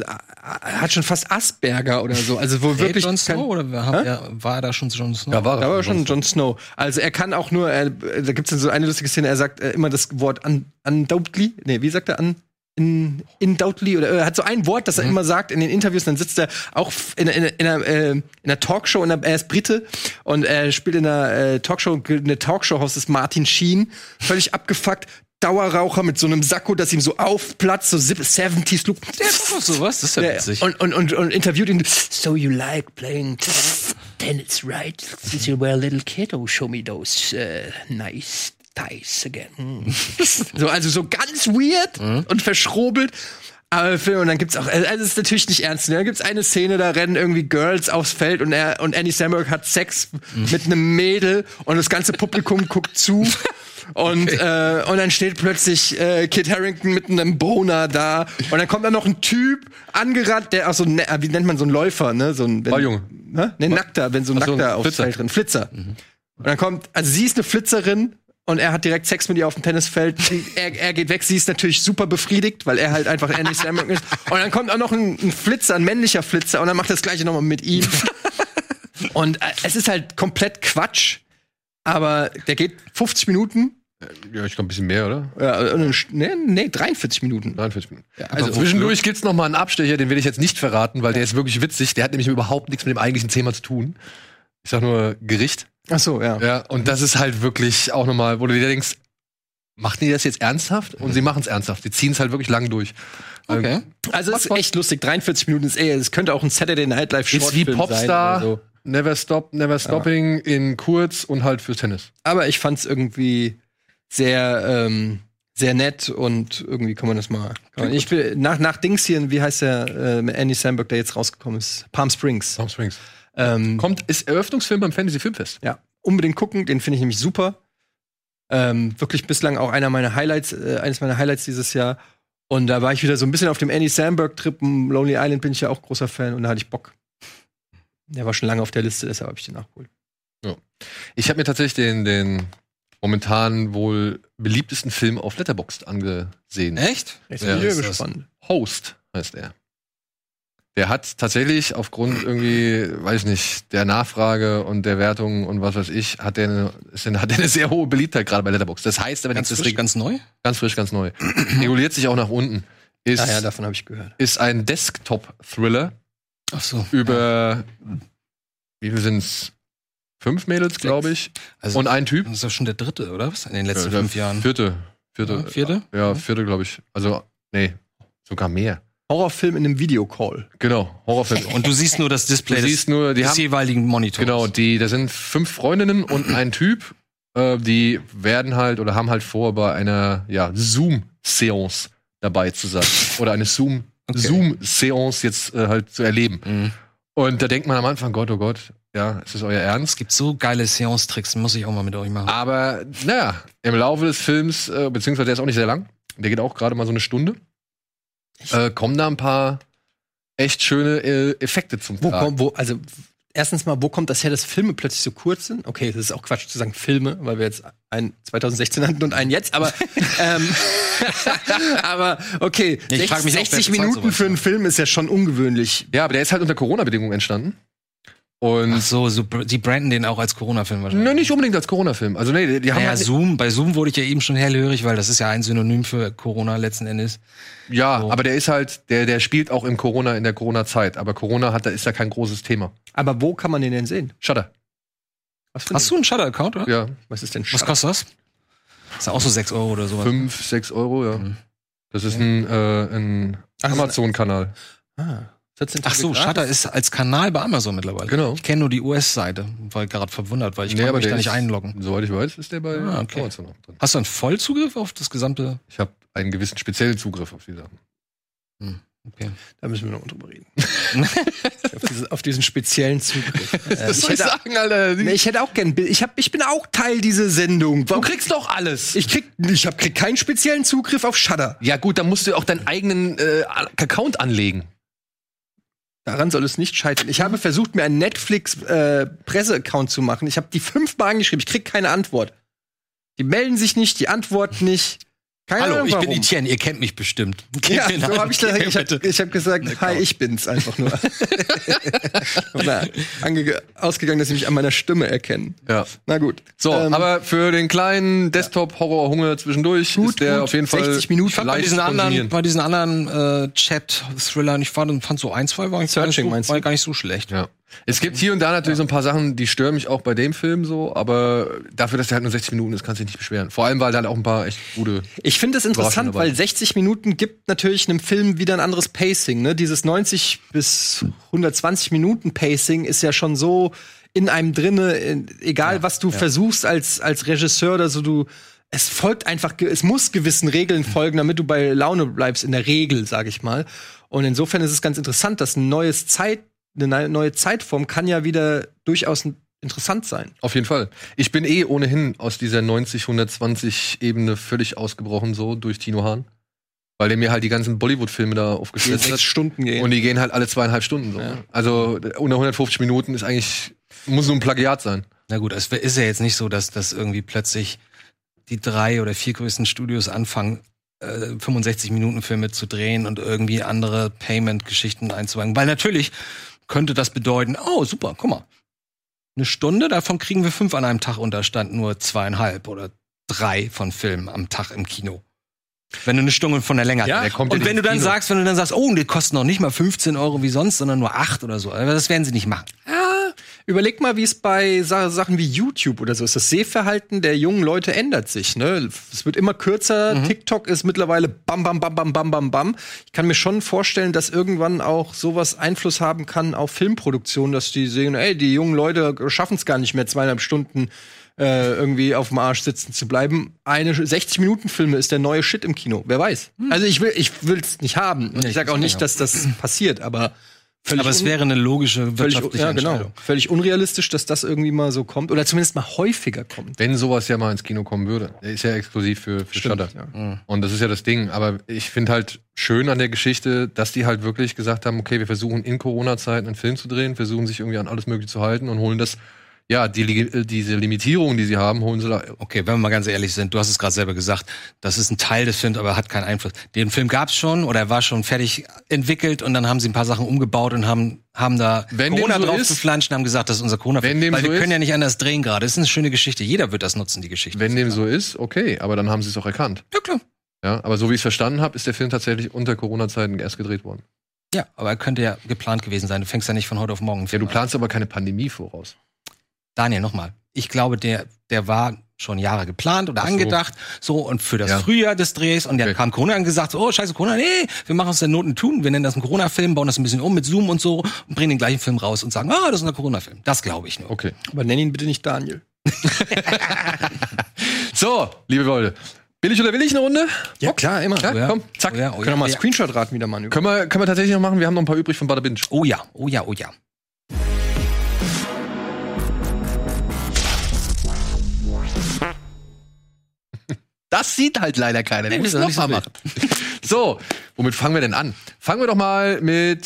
[SPEAKER 1] hat schon fast Asperger oder so. Also wo wirklich
[SPEAKER 2] Jon
[SPEAKER 1] kein-
[SPEAKER 2] Snow oder wir haben, ja, war da schon Jon Snow?
[SPEAKER 3] Da war
[SPEAKER 1] da
[SPEAKER 3] er.
[SPEAKER 1] war schon Jon Snow. Also er kann auch nur, er, da gibt es so eine lustige Szene, er sagt äh, immer das Wort un- undoubtedly, nee, wie sagt er an? In, undoubtedly oder er hat so ein Wort, das er immer sagt in den Interviews, dann sitzt er auch f- in, in, in, einer, äh, in einer Talkshow, in einer, er ist Brite und er spielt in einer äh, Talkshow, eine Talkshow Host ist Martin Sheen, völlig abgefuckt, Dauerraucher mit so einem Sakko, das ihm so aufplatzt, so 70s Look.
[SPEAKER 2] der ist doch sowas, das ist ja,
[SPEAKER 1] Ja,
[SPEAKER 2] witzig.
[SPEAKER 1] Und, und, und, und interviewt ihn.
[SPEAKER 6] So you like
[SPEAKER 1] *laughs*
[SPEAKER 6] playing tennis, right? Since you were a little kid, oh, show me those uh, nice thighs again.
[SPEAKER 1] *laughs* So, also so ganz weird und verschrobelt. Aber Film, und dann gibt's auch, also es ist natürlich nicht ernst. ne? Dann gibt's eine Szene, da rennen irgendwie Girls aufs Feld und er und Andy Samberg hat Sex mit einem Mädel und das ganze Publikum guckt zu. Und, äh, und dann steht plötzlich äh, Kit Harrington mit einem Boner da. Und dann kommt dann noch ein Typ angerannt, der auch so, ein- äh, wie nennt man so einen Läufer, ne? So ein, wenn,
[SPEAKER 3] Balljunge.
[SPEAKER 1] Ne, nee, nackter, wenn so ein
[SPEAKER 3] Oh, Ach so, ein
[SPEAKER 1] nackter aufs
[SPEAKER 3] Flitzer. Mhm.
[SPEAKER 1] Feld rennt. Flitzer. Und dann kommt, also sie ist eine Flitzerin und er hat direkt Sex mit ihr auf dem Tennisfeld. Sie- er, er geht weg, sie ist natürlich super befriedigt, weil er halt einfach Andy Samberg ist. Und dann kommt auch noch ein, ein Flitzer, ein männlicher Flitzer und dann macht das gleiche nochmal mit
[SPEAKER 3] *laughs*
[SPEAKER 1] ihm. und äh, es ist halt komplett Quatsch, aber der geht 50 Minuten.
[SPEAKER 3] Ja, ich glaube, ein bisschen mehr, oder?
[SPEAKER 1] Ja, äh, nee, nee, 43 Minuten.
[SPEAKER 3] 43 Minuten.
[SPEAKER 1] also-
[SPEAKER 3] also zwischendurch gibt's noch mal einen Abstecher, den will ich jetzt nicht verraten, weil der ist wirklich witzig. Der hat nämlich überhaupt nichts mit dem eigentlichen Thema zu tun. Ich sag nur Gericht.
[SPEAKER 1] Ach so, ja.
[SPEAKER 3] Ja, und das ist halt wirklich auch noch mal, wo du dir denkst, machen die das jetzt ernsthaft? Und sie machen's ernsthaft. Sie ziehen's halt wirklich lang durch.
[SPEAKER 2] okay.
[SPEAKER 1] Also es ist echt lustig. 43 Minuten ist eh, es könnte auch ein Saturday Night Live
[SPEAKER 3] Ist wie
[SPEAKER 1] Shortfilm sein
[SPEAKER 3] Popstar,
[SPEAKER 1] oder so.
[SPEAKER 3] Never Stop, Never Stopping in kurz und halt für Tennis.
[SPEAKER 1] Aber ich fand's irgendwie sehr, ähm, sehr nett und irgendwie kann man das mal. Kann man, ich bin nach, nach Dings hier, wie heißt der äh, Andy Samberg, der jetzt rausgekommen ist? Palm Springs.
[SPEAKER 3] Tom Springs.
[SPEAKER 2] Hm.
[SPEAKER 1] Ähm,
[SPEAKER 3] Kommt, ist Eröffnungsfilm beim Fantasy Filmfest.
[SPEAKER 1] ja, unbedingt gucken, den finde ich nämlich super. Ähm, wirklich bislang auch einer meiner Highlights, äh, eines meiner Highlights dieses Jahr. Und da war ich wieder so ein bisschen auf dem Andy Samberg-Trip. Im Lonely Island bin ich ja auch großer Fan und da hatte ich Bock. Der war schon lange auf der Liste, deshalb habe ich den nachgeholt.
[SPEAKER 3] Ich habe mir tatsächlich den, den momentan wohl beliebtesten Film auf Letterboxd angesehen.
[SPEAKER 2] Echt?
[SPEAKER 1] Jetzt
[SPEAKER 3] Ja,
[SPEAKER 1] ich
[SPEAKER 3] ist das- Host heißt er. Der hat tatsächlich aufgrund irgendwie, weiß nicht, der Nachfrage und der Wertung und was weiß ich, hat der eine, ist eine, hat der eine sehr hohe Beliebtheit gerade bei Letterboxd. Das heißt aber,
[SPEAKER 2] Ganz,
[SPEAKER 3] ganz, das
[SPEAKER 2] frisch,
[SPEAKER 3] frisch,
[SPEAKER 2] ganz neu?
[SPEAKER 3] ganz frisch, ganz neu. Reguliert sich auch nach unten. Ist,
[SPEAKER 1] Ah ja, davon habe ich gehört.
[SPEAKER 3] ist ein Desktop-Thriller
[SPEAKER 2] Ach so.
[SPEAKER 3] über, wie viel sind's? Fünf Mädels, glaube ich.
[SPEAKER 2] Also,
[SPEAKER 3] Und ein Typ.
[SPEAKER 2] das ist doch schon der dritte, oder was? In den letzten
[SPEAKER 3] Äh,
[SPEAKER 2] fünf Jahren.
[SPEAKER 3] Vierte. Vierte.
[SPEAKER 2] Ja, vierte?
[SPEAKER 3] Ja, vierte, glaube ich. Also, nee, sogar mehr.
[SPEAKER 1] Horrorfilm in einem Videocall.
[SPEAKER 3] Genau, Horrorfilm.
[SPEAKER 2] Und du siehst nur das Display
[SPEAKER 3] Du siehst nur, die
[SPEAKER 2] des
[SPEAKER 3] haben
[SPEAKER 2] jeweiligen Monitors.
[SPEAKER 3] genau, die, da sind fünf Freundinnen und ein Typ, äh, die werden halt oder haben halt vor, bei einer ja, Zoom-Seance dabei zu sein oder eine Zoom
[SPEAKER 2] Okay.
[SPEAKER 3] Zoom-Seance jetzt äh, halt zu erleben.
[SPEAKER 2] Mhm.
[SPEAKER 3] Und da denkt man am Anfang, Gott, oh Gott, ja, ist das euer
[SPEAKER 2] Es
[SPEAKER 3] Ernst?
[SPEAKER 2] gibt so geile Seance-Tricks, muss ich auch mal mit euch machen.
[SPEAKER 3] Aber naja, im Laufe des Films, äh, beziehungsweise der ist auch nicht sehr lang, der geht auch gerade mal so eine Stunde, äh, kommen da ein paar echt schöne äh, Effekte zum
[SPEAKER 1] Wo,
[SPEAKER 3] Tragen.
[SPEAKER 1] kommt- wo, also, erstens mal, wo kommt das her, dass Filme plötzlich so kurz sind? Okay, das ist auch Quatsch zu sagen Filme, weil wir jetzt einen 2016 hatten und einen jetzt,
[SPEAKER 2] *laughs*
[SPEAKER 1] aber, ähm, *laughs* aber okay,
[SPEAKER 2] Ich frag mich auch, wer
[SPEAKER 1] 60
[SPEAKER 2] bezahlt
[SPEAKER 1] Minuten
[SPEAKER 2] sowas?
[SPEAKER 1] für einen Film ist ja schon ungewöhnlich.
[SPEAKER 3] Ja, aber der ist halt unter Corona-Bedingungen entstanden. Und
[SPEAKER 2] Ach so, so, br- die branden den auch als Corona-Film wahrscheinlich.
[SPEAKER 3] Nö, nicht unbedingt als Corona-Film. Also nee, die, die haben
[SPEAKER 2] Naja,
[SPEAKER 3] halt,
[SPEAKER 2] Zoom, bei Zoom wurde ich ja eben schon hellhörig, weil das ist ja ein Synonym für Corona letzten Endes.
[SPEAKER 3] ja, aber der ist halt, der, der spielt auch im Corona in der Corona-Zeit. Aber Corona hat, da ist ja kein großes Thema.
[SPEAKER 1] Aber wo kann man den denn sehen?
[SPEAKER 3] Shutter.
[SPEAKER 1] Was, für ein-
[SPEAKER 2] Hast du einen Shutter-Account, oder?
[SPEAKER 3] Genau. Ja,
[SPEAKER 1] was ist denn
[SPEAKER 2] Was
[SPEAKER 1] Shutter?
[SPEAKER 2] kostet das? Ist ja auch so 6 Euro oder sowas.
[SPEAKER 3] fünf, sechs Euro, ja.
[SPEAKER 2] Mhm.
[SPEAKER 3] Das ist ein, äh, ein
[SPEAKER 1] Ach,
[SPEAKER 3] Amazon-Kanal.
[SPEAKER 1] Ah, 14
[SPEAKER 2] Ach so,
[SPEAKER 1] gratis.
[SPEAKER 2] Shutter ist als Kanal bei Amazon mittlerweile.
[SPEAKER 3] Genau.
[SPEAKER 2] Ich kenne nur die US-Seite, war gerade verwundert, weil ich kann mich da nicht
[SPEAKER 3] ist,
[SPEAKER 2] einloggen.
[SPEAKER 3] Soweit ich weiß, ist der bei
[SPEAKER 2] Ah, okay.
[SPEAKER 3] Amazon auch drin.
[SPEAKER 2] Hast du einen Vollzugriff auf das gesamte?
[SPEAKER 3] Ich habe einen gewissen speziellen Zugriff auf die Sachen.
[SPEAKER 2] Okay.
[SPEAKER 1] Da müssen wir noch mal drüber
[SPEAKER 2] *laughs*
[SPEAKER 1] reden. auf, diese, auf diesen speziellen
[SPEAKER 2] *laughs*
[SPEAKER 1] Zugriff. Äh, ich, hätte,
[SPEAKER 3] sagen, Alter?
[SPEAKER 1] nee, ich hätte auch gern. Ich, hab, ich bin auch Teil dieser Sendung.
[SPEAKER 3] Du
[SPEAKER 1] Warum
[SPEAKER 3] kriegst doch alles.
[SPEAKER 1] Ich krieg, ich hab, krieg keinen speziellen Zugriff auf Shudder.
[SPEAKER 3] Ja gut, dann musst du auch deinen eigenen äh, Account anlegen.
[SPEAKER 1] Daran soll es nicht scheitern. Ich habe versucht, mir einen Netflix-Presseaccount zu machen. Ich habe die fünfmal angeschrieben. Ich krieg keine Antwort. Die melden sich nicht, die antworten nicht. Keine
[SPEAKER 2] Hallo,
[SPEAKER 1] Ahnung,
[SPEAKER 2] ich bin
[SPEAKER 1] warum.
[SPEAKER 2] Etienne, ihr kennt mich bestimmt.
[SPEAKER 1] Ja,
[SPEAKER 2] Gebt mir
[SPEAKER 1] so
[SPEAKER 2] einen-
[SPEAKER 1] habe ich, das-
[SPEAKER 2] gebt mir
[SPEAKER 1] ich, hab,
[SPEAKER 2] bitte.
[SPEAKER 1] ich hab gesagt, hi, ich bin's einfach
[SPEAKER 2] *laughs*
[SPEAKER 1] nur. Na, ange- ausgegangen, dass sie mich an meiner Stimme erkennen.
[SPEAKER 3] Ja.
[SPEAKER 1] Na gut.
[SPEAKER 3] So,
[SPEAKER 1] Ähm,
[SPEAKER 3] aber für den kleinen Desktop-Horror-Hunger zwischendurch ist der
[SPEAKER 1] gut,
[SPEAKER 3] auf jeden Fall
[SPEAKER 1] 60 Minuten.
[SPEAKER 2] Ich fand bei diesen anderen,
[SPEAKER 3] konsumieren.
[SPEAKER 2] bei diesen anderen äh, Chat-Thrillern, ich fand, fand so ein, zwei waren gar nicht,
[SPEAKER 1] Searching, meinst
[SPEAKER 2] so,
[SPEAKER 1] du?
[SPEAKER 2] war gar nicht so schlecht.
[SPEAKER 3] Ja. Es gibt hier und da natürlich so ein paar Sachen, die stören mich auch bei dem Film so, aber dafür, dass der halt nur 60 Minuten ist, kannst du dich nicht beschweren. Vor allem, weil da halt auch ein paar echt gute.
[SPEAKER 1] Ich finde es interessant,
[SPEAKER 3] Überraschend, aber-
[SPEAKER 1] weil 60 Minuten gibt natürlich einem Film wieder ein anderes Pacing. Ne? Dieses 90 bis 120 Minuten Pacing ist ja schon so in einem drinne, in, egal was du versuchst als, als Regisseur oder so, du, es folgt einfach, ge- es muss gewissen Regeln folgen, damit du bei Laune bleibst, in der Regel, sag ich mal. Und insofern ist es ganz interessant, dass ein neues Zeit, eine ne- neue Zeitform kann ja wieder durchaus n- interessant sein.
[SPEAKER 3] Auf jeden Fall. Ich bin eh ohnehin aus dieser 90-120-Ebene völlig ausgebrochen, so durch Tino Hahn. Weil der mir halt die ganzen Bollywood-Filme da aufgestellt hat.
[SPEAKER 1] Also Stunden gehen.
[SPEAKER 3] Und die gehen halt alle zweieinhalb Stunden so. ne? Also unter 150 Minuten ist eigentlich, muss so ein Plagiat sein.
[SPEAKER 2] Na gut, es ist ja jetzt nicht so, dass das irgendwie plötzlich die drei oder vier größten Studios anfangen, äh, 65 Minuten Filme zu drehen und irgendwie andere Payment-Geschichten einzubauen. Weil natürlich könnte das bedeuten, oh super, guck mal, eine Stunde, davon kriegen wir fünf an einem Tag unter, stand nur zweieinhalb oder drei von Filmen am Tag im Kino. Wenn du eine Stunde von der Länge hast.
[SPEAKER 3] Ja, der kommt
[SPEAKER 2] und
[SPEAKER 3] in
[SPEAKER 2] wenn du
[SPEAKER 3] den
[SPEAKER 2] dann
[SPEAKER 3] Kino.
[SPEAKER 2] sagst, wenn du dann sagst, oh, die kosten noch nicht mal 15 Euro wie sonst, sondern nur acht oder so, aber das werden sie nicht machen.
[SPEAKER 1] Überleg mal, wie es bei Sa Sachen wie YouTube oder so ist. Das Sehverhalten der jungen Leute ändert sich. Ne? Es wird immer kürzer. TikTok ist mittlerweile bam, bam, bam, bam, bam, bam, bam. Ich kann mir schon vorstellen, dass irgendwann auch sowas Einfluss haben kann auf Filmproduktion, dass die sehen, ey, die jungen Leute schaffen es gar nicht mehr, zweieinhalb Stunden äh, irgendwie auf dem Arsch sitzen zu bleiben. Eine 60-Minuten-Filme ist der neue Shit im Kino. Wer weiß. Also ich will ich will's nicht haben. Und ich sag auch nicht, dass das passiert, aber völlig
[SPEAKER 2] aber es
[SPEAKER 1] un-
[SPEAKER 2] wäre eine logische
[SPEAKER 1] völlig,
[SPEAKER 2] wirtschaftliche
[SPEAKER 1] ja, genau,
[SPEAKER 2] Entscheidung.
[SPEAKER 1] völlig unrealistisch, dass das irgendwie mal so kommt oder zumindest mal häufiger kommt.
[SPEAKER 3] Wenn sowas ja mal ins Kino kommen würde. Der ist ja exklusiv für, für Shutter.
[SPEAKER 1] ja.
[SPEAKER 3] Und das ist ja das Ding. Aber ich finde halt schön an der Geschichte, dass die halt wirklich gesagt haben, okay, wir versuchen in Corona-Zeiten einen Film zu drehen, versuchen sich irgendwie an alles Mögliche zu halten und holen das, ja, die, Li- äh, diese Limitierungen, die sie haben, holen sie da.
[SPEAKER 2] Okay, wenn wir mal ganz ehrlich sind, du hast es gerade selber gesagt, das ist ein Teil des Films, aber hat keinen Einfluss. Den Film gab es schon oder er war schon fertig entwickelt und dann haben sie ein paar Sachen umgebaut und haben, haben da
[SPEAKER 3] Wenn dem
[SPEAKER 2] Corona
[SPEAKER 3] so
[SPEAKER 2] drauf
[SPEAKER 3] ist-
[SPEAKER 2] geflanscht und haben gesagt, das ist unser Corona-Film.
[SPEAKER 3] Wenn dem
[SPEAKER 2] Weil
[SPEAKER 3] so
[SPEAKER 2] wir können
[SPEAKER 3] ist-
[SPEAKER 2] ja nicht anders drehen gerade. Das ist eine schöne Geschichte. Jeder wird das nutzen, die Geschichte.
[SPEAKER 3] Wenn dem so ist, okay, aber dann haben sie es auch erkannt.
[SPEAKER 2] ja, klar.
[SPEAKER 3] Ja, aber so wie ich es verstanden habe, ist der Film tatsächlich unter Corona-Zeiten erst gedreht worden.
[SPEAKER 2] Ja, aber er könnte ja geplant gewesen sein. Du fängst ja nicht von heute auf morgen. einen
[SPEAKER 3] Ja,
[SPEAKER 2] Film
[SPEAKER 3] du
[SPEAKER 2] an.
[SPEAKER 3] planst aber keine Pandemie voraus.
[SPEAKER 2] Daniel, nochmal. Ich glaube, der, der war schon Jahre geplant oder
[SPEAKER 3] Ach so.
[SPEAKER 2] angedacht, so und für das
[SPEAKER 3] Ja.
[SPEAKER 2] Frühjahr des Drehs und dann
[SPEAKER 3] Okay.
[SPEAKER 2] kam Corona und gesagt, so, oh scheiße Corona, nee, wir machen uns der Noten tun, wir nennen das einen Corona-Film, bauen das ein bisschen um mit Zoom und so und bringen den gleichen Film raus und sagen, ah, das ist ein Corona-Film. Das glaube ich nur.
[SPEAKER 3] Okay.
[SPEAKER 1] Aber nenn ihn bitte nicht Daniel.
[SPEAKER 3] So, liebe Leute. Billig oder will ich eine Runde?
[SPEAKER 1] Ja, klar, immer.
[SPEAKER 3] Ja,
[SPEAKER 2] Oh ja.
[SPEAKER 3] komm, zack.
[SPEAKER 2] Oh ja, oh
[SPEAKER 1] Können wir
[SPEAKER 2] ja,
[SPEAKER 1] mal
[SPEAKER 2] oh ja.
[SPEAKER 1] Screenshot-Raten wieder mal über.
[SPEAKER 3] Können wir, können wir tatsächlich noch machen? Wir haben noch ein paar übrig von Bada Binge.
[SPEAKER 2] Oh ja, oh ja, oh ja.
[SPEAKER 3] Das sieht halt leider keiner. Wir müssen
[SPEAKER 2] das
[SPEAKER 3] noch mal machen. *laughs* So, womit fangen wir denn an? Fangen wir doch mal mit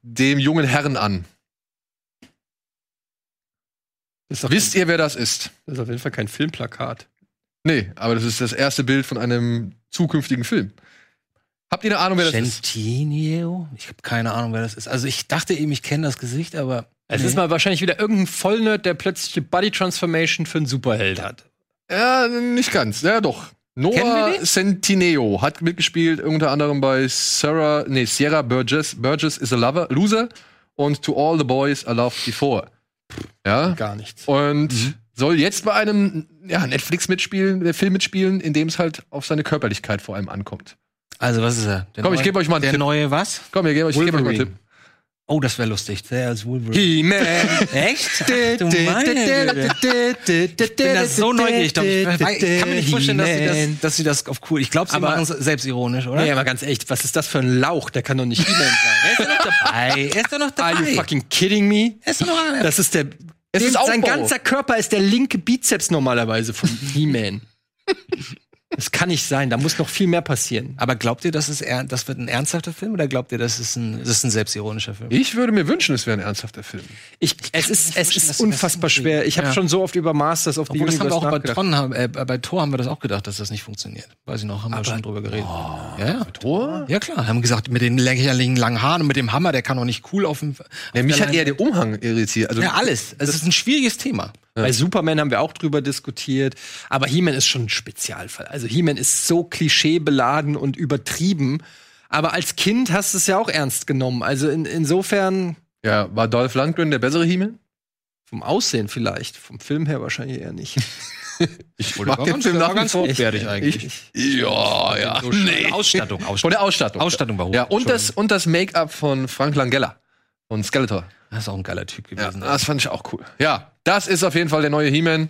[SPEAKER 3] dem jungen Herrn an.
[SPEAKER 1] Das ist, auf,
[SPEAKER 3] Wisst ihr, wer das ist?
[SPEAKER 1] das ist auf jeden Fall kein Filmplakat.
[SPEAKER 3] Nee, aber das ist das erste Bild von einem zukünftigen Film. Habt ihr eine Ahnung, wer das ist?
[SPEAKER 2] Centineo? Ich habe keine Ahnung, wer das ist. Also ich dachte eben, ich kenne das Gesicht, aber
[SPEAKER 1] Es ist mal wahrscheinlich wieder irgendein Vollnerd, der plötzlich eine Body-Transformation für einen Superheld hat.
[SPEAKER 3] Ja, nicht ganz. Ja, doch. Noah Centineo hat mitgespielt, unter anderem bei Sarah, nee, Sierra Burgess. Burgess is a lover, loser und To All the Boys I Loved Before. Ja,
[SPEAKER 1] Gar nichts.
[SPEAKER 3] Und soll jetzt bei einem ja, Netflix mitspielen, äh, Film mitspielen, in dem es halt auf seine Körperlichkeit vor allem ankommt.
[SPEAKER 2] also was ist er? Der
[SPEAKER 3] Komm, ich
[SPEAKER 2] neue-
[SPEAKER 3] geb euch mal einen
[SPEAKER 2] Der
[SPEAKER 3] Tipp.
[SPEAKER 2] neue was?
[SPEAKER 3] Komm, wir geben euch, ich geb euch mal einen
[SPEAKER 1] Wolverine.
[SPEAKER 3] Tipp.
[SPEAKER 2] Oh, das wäre lustig. Der als
[SPEAKER 3] *laughs*
[SPEAKER 2] Wolverine.
[SPEAKER 1] He-Man.
[SPEAKER 2] Echt? Ach, du meine Güte.
[SPEAKER 3] *laughs*
[SPEAKER 1] Ich
[SPEAKER 2] bin da so neugierig. Ich, glaub, ich, ich kann mir nicht vorstellen, dass sie
[SPEAKER 1] He-Man.
[SPEAKER 2] das, dass sie das auf cool. Ich glaube, sie
[SPEAKER 1] Aber-
[SPEAKER 2] machen es selbstironisch, oder?
[SPEAKER 1] Nee, aber ganz echt, was ist das für ein Lauch? Der kann doch nicht He-Man
[SPEAKER 2] *laughs*
[SPEAKER 1] sein.
[SPEAKER 2] Er ist doch noch dabei. Er ist doch noch dabei.
[SPEAKER 1] Are you fucking kidding me?
[SPEAKER 2] Er ist doch noch dabei.
[SPEAKER 1] Das ist der. Es
[SPEAKER 7] ist
[SPEAKER 1] ist sein
[SPEAKER 7] Aufbau.
[SPEAKER 1] ganzer Körper ist der linke Bizeps normalerweise von He-Man. das kann nicht sein, da muss noch viel mehr passieren.
[SPEAKER 2] Aber glaubt ihr, das, ist er, das wird ein ernsthafter Film oder glaubt ihr, das ist ein, das ist ein selbstironischer Film?
[SPEAKER 3] Ich würde mir wünschen, es wäre ein ernsthafter Film.
[SPEAKER 1] Ich, es ist, es
[SPEAKER 2] vorstellen, dass
[SPEAKER 1] ist
[SPEAKER 2] wir das
[SPEAKER 1] unfassbar
[SPEAKER 2] hinkriegen.
[SPEAKER 1] schwer. Ich habe
[SPEAKER 2] Ja.
[SPEAKER 1] schon so oft über Masters auf die
[SPEAKER 2] Obwohl, das haben wir auch
[SPEAKER 1] Universe nachgedacht.
[SPEAKER 2] bei, Tron, haben- äh, bei Thor haben wir das auch gedacht, dass das nicht funktioniert. Weiß ich noch, haben wir schon drüber geredet. ja, ja.
[SPEAKER 3] Tor?
[SPEAKER 2] ja, klar. Haben gesagt, mit den lächerlichen langen Haaren und mit dem Hammer, der kann doch nicht cool auf dem.
[SPEAKER 3] Ja, mich hat
[SPEAKER 2] er
[SPEAKER 3] eher der Umhang irritiert. Also,
[SPEAKER 2] Ja, alles. Es ist ein schwieriges Thema.
[SPEAKER 1] Bei Superman haben wir auch drüber diskutiert. Aber He-Man ist schon ein Spezialfall. Also He-Man ist so klischeebeladen und übertrieben. Aber als Kind hast du es ja auch ernst genommen. Also in, insofern
[SPEAKER 3] ja, war Dolph Lundgren der bessere He-Man?
[SPEAKER 1] vom Aussehen vielleicht, vom Film her wahrscheinlich eher nicht.
[SPEAKER 3] Ich
[SPEAKER 2] war ganz- war ganz hochwertig eigentlich.
[SPEAKER 3] Ich,
[SPEAKER 2] Oh,
[SPEAKER 3] ja, ja. Nee.
[SPEAKER 2] Ausstattung, Ausstattung.
[SPEAKER 3] Von der Ausstattung.
[SPEAKER 2] Ausstattung war hoch.
[SPEAKER 3] Ja, und das, und das Make-up von Frank Langella und Skeletor.
[SPEAKER 2] Das ist auch ein geiler Typ
[SPEAKER 3] Ja,
[SPEAKER 2] gewesen.
[SPEAKER 3] das fand ich auch cool. Ja, das ist auf jeden Fall der neue He-Man.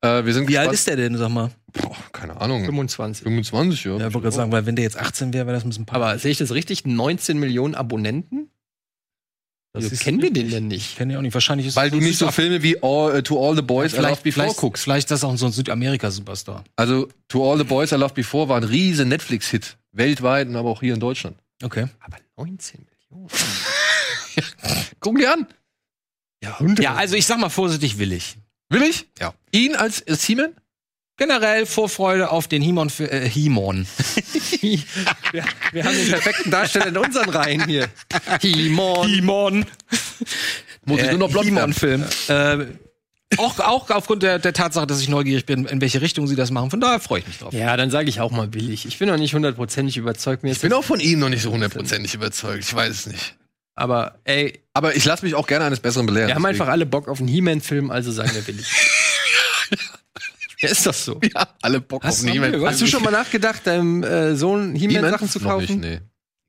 [SPEAKER 3] Äh, wir sind
[SPEAKER 2] Wie alt ist der denn, sag mal?
[SPEAKER 3] Boah, keine Ahnung.
[SPEAKER 1] 25.
[SPEAKER 3] 25, ja.
[SPEAKER 2] Ja, ich wollte gerade sagen, weil wenn der jetzt 18 wäre, wäre das ein bisschen paar.
[SPEAKER 1] Aber sehe ich das richtig? 19 Millionen Abonnenten?
[SPEAKER 2] Das
[SPEAKER 1] Wieso
[SPEAKER 2] ist
[SPEAKER 1] kennen wir den
[SPEAKER 2] richtig.
[SPEAKER 1] denn
[SPEAKER 2] ich
[SPEAKER 1] nicht?
[SPEAKER 2] kenne ja auch nicht. Wahrscheinlich ist
[SPEAKER 3] Weil du nicht so
[SPEAKER 2] Südaf-
[SPEAKER 3] Filme wie all, äh, To All the Boys I Loved
[SPEAKER 2] vielleicht,
[SPEAKER 3] Before
[SPEAKER 2] vielleicht,
[SPEAKER 3] guckst.
[SPEAKER 2] vielleicht ist das auch so ein Südamerika-Superstar.
[SPEAKER 3] Also, To All the Boys I Loved Before war ein riesen Netflix-Hit. Weltweit, und aber auch hier in Deutschland.
[SPEAKER 2] Okay.
[SPEAKER 1] Aber 19 Millionen?
[SPEAKER 3] Gucken dir an.
[SPEAKER 1] Ja, Hunde.
[SPEAKER 2] Ja, also ich sag mal vorsichtig willig.
[SPEAKER 3] Will ich?
[SPEAKER 2] Ja.
[SPEAKER 3] Ihn als, als He-Man?
[SPEAKER 2] Generell Vorfreude auf den Himon für äh, Himon.
[SPEAKER 1] wir, wir haben den perfekten Darsteller in unseren Reihen *laughs* hier. He-Man.
[SPEAKER 2] *laughs* Himon.
[SPEAKER 3] Muss ich
[SPEAKER 2] Äh,
[SPEAKER 3] nur noch blond werden.
[SPEAKER 2] Himon-Film. Äh, auch, auch aufgrund der, der Tatsache, dass ich neugierig bin, in welche Richtung sie das machen. Von daher freue ich mich drauf.
[SPEAKER 1] Ja, dann sage ich auch mal billig. Ich bin noch nicht hundertprozentig überzeugt. Mir
[SPEAKER 3] Ich
[SPEAKER 1] ist
[SPEAKER 3] bin
[SPEAKER 1] das-
[SPEAKER 3] auch von ihm noch nicht so hundertprozentig überzeugt. Ich weiß es nicht.
[SPEAKER 1] aber ey,
[SPEAKER 3] Aber ich lasse mich auch gerne eines Besseren belehren.
[SPEAKER 1] wir haben
[SPEAKER 3] deswegen.
[SPEAKER 1] einfach alle Bock auf einen He-Man-Film, also sagen wir billig. *laughs* ja, ist das so?
[SPEAKER 3] ja, alle Bock
[SPEAKER 2] Hast
[SPEAKER 3] auf
[SPEAKER 2] du-
[SPEAKER 3] He-Man.
[SPEAKER 1] Hast du schon mal nachgedacht, deinem äh, Sohn
[SPEAKER 3] He-Man?
[SPEAKER 1] He-Man-Sachen zu
[SPEAKER 3] Noch
[SPEAKER 1] kaufen?
[SPEAKER 3] nicht, nee.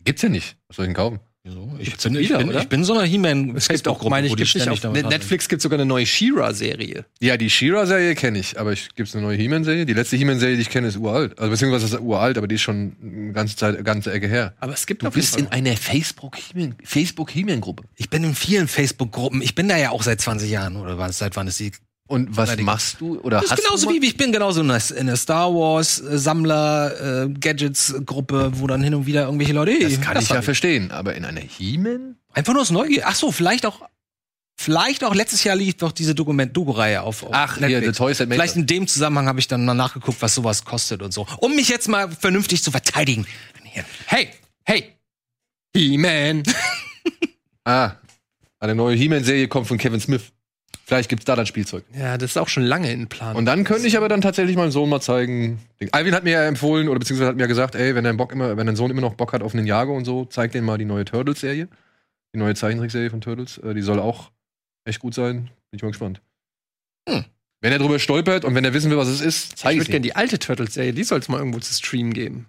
[SPEAKER 3] Gibt's ja nicht. Was soll ich denn kaufen?
[SPEAKER 2] Wieso? Ich,
[SPEAKER 1] Gibt's
[SPEAKER 2] bin,
[SPEAKER 1] doch
[SPEAKER 2] ich,
[SPEAKER 1] wieder,
[SPEAKER 2] bin,
[SPEAKER 1] oder?
[SPEAKER 2] ich bin so eine
[SPEAKER 1] Es gibt auch,
[SPEAKER 2] He-Man-Facebook-Gruppe,
[SPEAKER 1] meine
[SPEAKER 2] wo
[SPEAKER 1] ich,
[SPEAKER 2] die
[SPEAKER 1] gibt's nicht
[SPEAKER 2] ständig
[SPEAKER 1] auf
[SPEAKER 2] damit Netflix.
[SPEAKER 1] Netflix gibt sogar eine neue She-Ra-Serie.
[SPEAKER 3] Ja, die She-Ra-Serie kenne ich, aber ich gibt's eine neue He-Man-Serie. Die letzte He-Man-Serie, die ich kenne, ist uralt. Also beziehungsweise ist uralt, aber die ist schon eine ganze Zeit, eine ganze Ecke her.
[SPEAKER 1] Aber es gibt
[SPEAKER 3] Du
[SPEAKER 1] auf jeden
[SPEAKER 3] bist
[SPEAKER 1] Fall
[SPEAKER 3] in einer Facebook-He-Man-Gruppe. Facebook
[SPEAKER 2] Ich bin in vielen Facebook-Gruppen. Ich bin da ja auch seit 20 Jahren oder was, seit wann ist die
[SPEAKER 3] Und was
[SPEAKER 2] Leider-
[SPEAKER 3] machst du? Oder
[SPEAKER 2] Das
[SPEAKER 3] hast
[SPEAKER 2] ist genauso
[SPEAKER 3] du
[SPEAKER 2] wie ich bin genauso in der- in der Star Wars äh, Sammler äh, Gadgets Gruppe, wo dann hin und wieder irgendwelche Leute. hey,
[SPEAKER 3] Das kann ich ja
[SPEAKER 2] hab
[SPEAKER 3] verstehen, aber in einer He-Man?
[SPEAKER 2] Einfach nur aus Neugier. Ach so, vielleicht auch, vielleicht auch letztes Jahr lief doch diese Dokument Doku Reihe auf. auf
[SPEAKER 3] hier, The
[SPEAKER 2] Netflix.
[SPEAKER 3] Toys That Made
[SPEAKER 2] Vielleicht
[SPEAKER 3] Us.
[SPEAKER 2] in dem Zusammenhang habe ich dann mal nachgeguckt, was sowas kostet und so, um mich jetzt mal vernünftig zu verteidigen.
[SPEAKER 1] Hey, hey, He-Man.
[SPEAKER 3] Ah, eine neue He-Man-Serie kommt von Kevin Smith. Vielleicht gibt's da dann Spielzeug.
[SPEAKER 1] Ja, das ist auch schon lange in Planung.
[SPEAKER 3] Und dann könnte ich aber dann tatsächlich meinem Sohn mal zeigen. Alvin hat mir ja empfohlen oder beziehungsweise hat mir gesagt, ey, wenn dein Bock immer, wenn dein Sohn immer noch Bock hat auf Ninjago und so, zeig den mal die neue Turtles-Serie. Die neue Zeichentrickserie von Turtles. Äh, die soll auch echt gut sein. Bin ich mal gespannt.
[SPEAKER 2] Hm.
[SPEAKER 3] Wenn er drüber stolpert und wenn er wissen will, was es ist,
[SPEAKER 1] ich
[SPEAKER 3] zeig
[SPEAKER 1] würde
[SPEAKER 3] ich ihm.
[SPEAKER 1] gerne die alte Turtles-Serie, die soll es mal irgendwo zu streamen geben.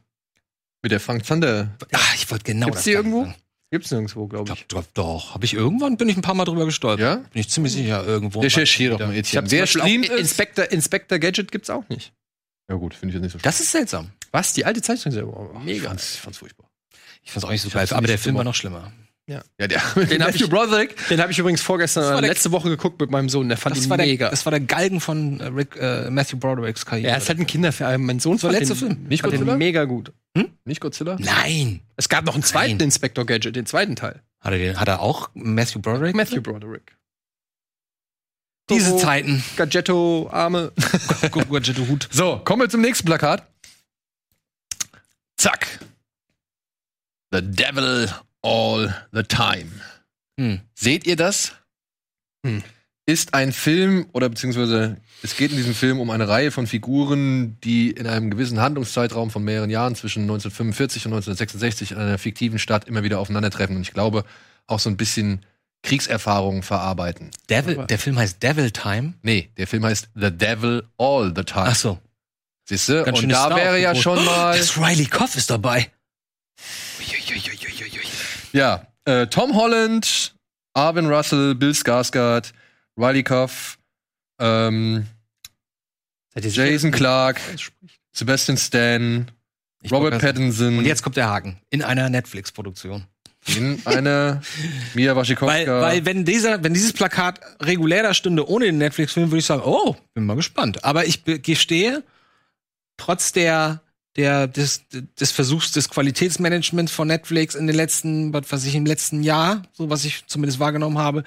[SPEAKER 3] Mit der Frank Zander.
[SPEAKER 2] Ah, ich wollte genau
[SPEAKER 1] Gibt's
[SPEAKER 2] das
[SPEAKER 1] die
[SPEAKER 2] sagen.
[SPEAKER 1] irgendwo? Gibt's nirgendwo, glaube ich.
[SPEAKER 2] Doch, doch, doch. Habe ich irgendwann bin ich ein paar Mal drüber gestolpert.
[SPEAKER 3] Ja?
[SPEAKER 2] Bin ich ziemlich sicher irgendwo.
[SPEAKER 3] Recherchiere doch mal,
[SPEAKER 1] Ich
[SPEAKER 3] Etienne.
[SPEAKER 1] habe zum
[SPEAKER 3] Wer
[SPEAKER 1] Beispiel auch
[SPEAKER 3] streamt es?
[SPEAKER 1] Inspector, Inspector Gadget gibt's auch nicht.
[SPEAKER 3] Ja gut, finde ich jetzt nicht so schlimm.
[SPEAKER 2] Das ist seltsam.
[SPEAKER 1] Was? Die alte Zeichenserie? Oh, mega.
[SPEAKER 3] Fand's, fand's furchtbar.
[SPEAKER 2] Ich fand's auch nicht so
[SPEAKER 3] Ich
[SPEAKER 2] geil,
[SPEAKER 3] hab's
[SPEAKER 2] aber
[SPEAKER 3] nicht
[SPEAKER 2] der Film war
[SPEAKER 3] gemacht.
[SPEAKER 2] noch schlimmer.
[SPEAKER 3] Ja, der *laughs*
[SPEAKER 1] Den hab ich-
[SPEAKER 3] Broderick.
[SPEAKER 1] Den habe ich übrigens vorgestern
[SPEAKER 2] war
[SPEAKER 1] oder
[SPEAKER 2] der-
[SPEAKER 1] letzte Woche geguckt mit meinem Sohn. Der fand
[SPEAKER 2] Das
[SPEAKER 1] ihn
[SPEAKER 2] war, der,
[SPEAKER 1] mega.
[SPEAKER 2] das war der Galgen von äh, Rick, äh, Matthew Brodericks Karriere.
[SPEAKER 1] ja, es ist halt ein Kinderfilm. Mein Sohn fand
[SPEAKER 2] war der
[SPEAKER 1] den,
[SPEAKER 2] letzte Film.
[SPEAKER 1] Nicht fand
[SPEAKER 3] Godzilla?
[SPEAKER 1] den mega gut.
[SPEAKER 3] Nicht Godzilla?
[SPEAKER 2] Nein!
[SPEAKER 1] Es gab noch einen zweiten
[SPEAKER 2] Nein.
[SPEAKER 1] Inspector Gadget, den zweiten Teil.
[SPEAKER 2] Hat er, den, hat er auch Matthew Broderick?
[SPEAKER 1] Matthew Broderick.
[SPEAKER 2] Diese
[SPEAKER 1] Turbo,
[SPEAKER 2] Zeiten.
[SPEAKER 1] Gadgetto, *laughs* Arme.
[SPEAKER 2] Gadget Hut.
[SPEAKER 3] So, kommen wir zum nächsten Plakat. Zack. The Devil All the Time.
[SPEAKER 2] Hm.
[SPEAKER 3] Seht ihr das?
[SPEAKER 1] Hm.
[SPEAKER 3] Ist ein Film oder beziehungsweise es geht in diesem Film um eine Reihe von Figuren, die in einem gewissen Handlungszeitraum von mehreren Jahren zwischen 1945 und 1966 in einer fiktiven Stadt immer wieder aufeinandertreffen und ich glaube auch so ein bisschen Kriegserfahrungen verarbeiten.
[SPEAKER 2] Devil, der Film heißt Devil Time.
[SPEAKER 3] Nee, der Film heißt The Devil All the Time.
[SPEAKER 2] Ach so.
[SPEAKER 3] Siehst du?
[SPEAKER 2] Ganz
[SPEAKER 3] Und
[SPEAKER 2] schönes
[SPEAKER 3] da
[SPEAKER 2] Star
[SPEAKER 3] wäre ja
[SPEAKER 2] aufgeboten.
[SPEAKER 3] schon
[SPEAKER 2] *laughs*
[SPEAKER 3] mal.
[SPEAKER 2] Das Riley Koff ist dabei.
[SPEAKER 3] Ja, äh, Tom Holland, Arvin Russell, Bill Skarsgård, Riley Cuff, ähm,
[SPEAKER 1] Seid ihr sicher,
[SPEAKER 3] Jason
[SPEAKER 1] dass-
[SPEAKER 3] Clark,
[SPEAKER 1] dass- spricht?
[SPEAKER 3] Sebastian Stan,
[SPEAKER 2] Ich
[SPEAKER 3] Robert
[SPEAKER 2] glaub, das-
[SPEAKER 3] Pattinson
[SPEAKER 2] Und jetzt kommt der Haken. In einer Netflix-Produktion.
[SPEAKER 3] in einer Mia
[SPEAKER 2] *laughs* Weil,
[SPEAKER 3] Wasikowska.
[SPEAKER 2] weil wenn, dieser, wenn dieses Plakat regulär da stünde ohne den Netflix-Film, würde ich sagen, oh, bin mal gespannt. Aber ich be- gestehe, trotz der, der, des, des Versuchs des Qualitätsmanagements von Netflix in den letzten, was weiß ich, im letzten Jahr, so was ich zumindest wahrgenommen habe,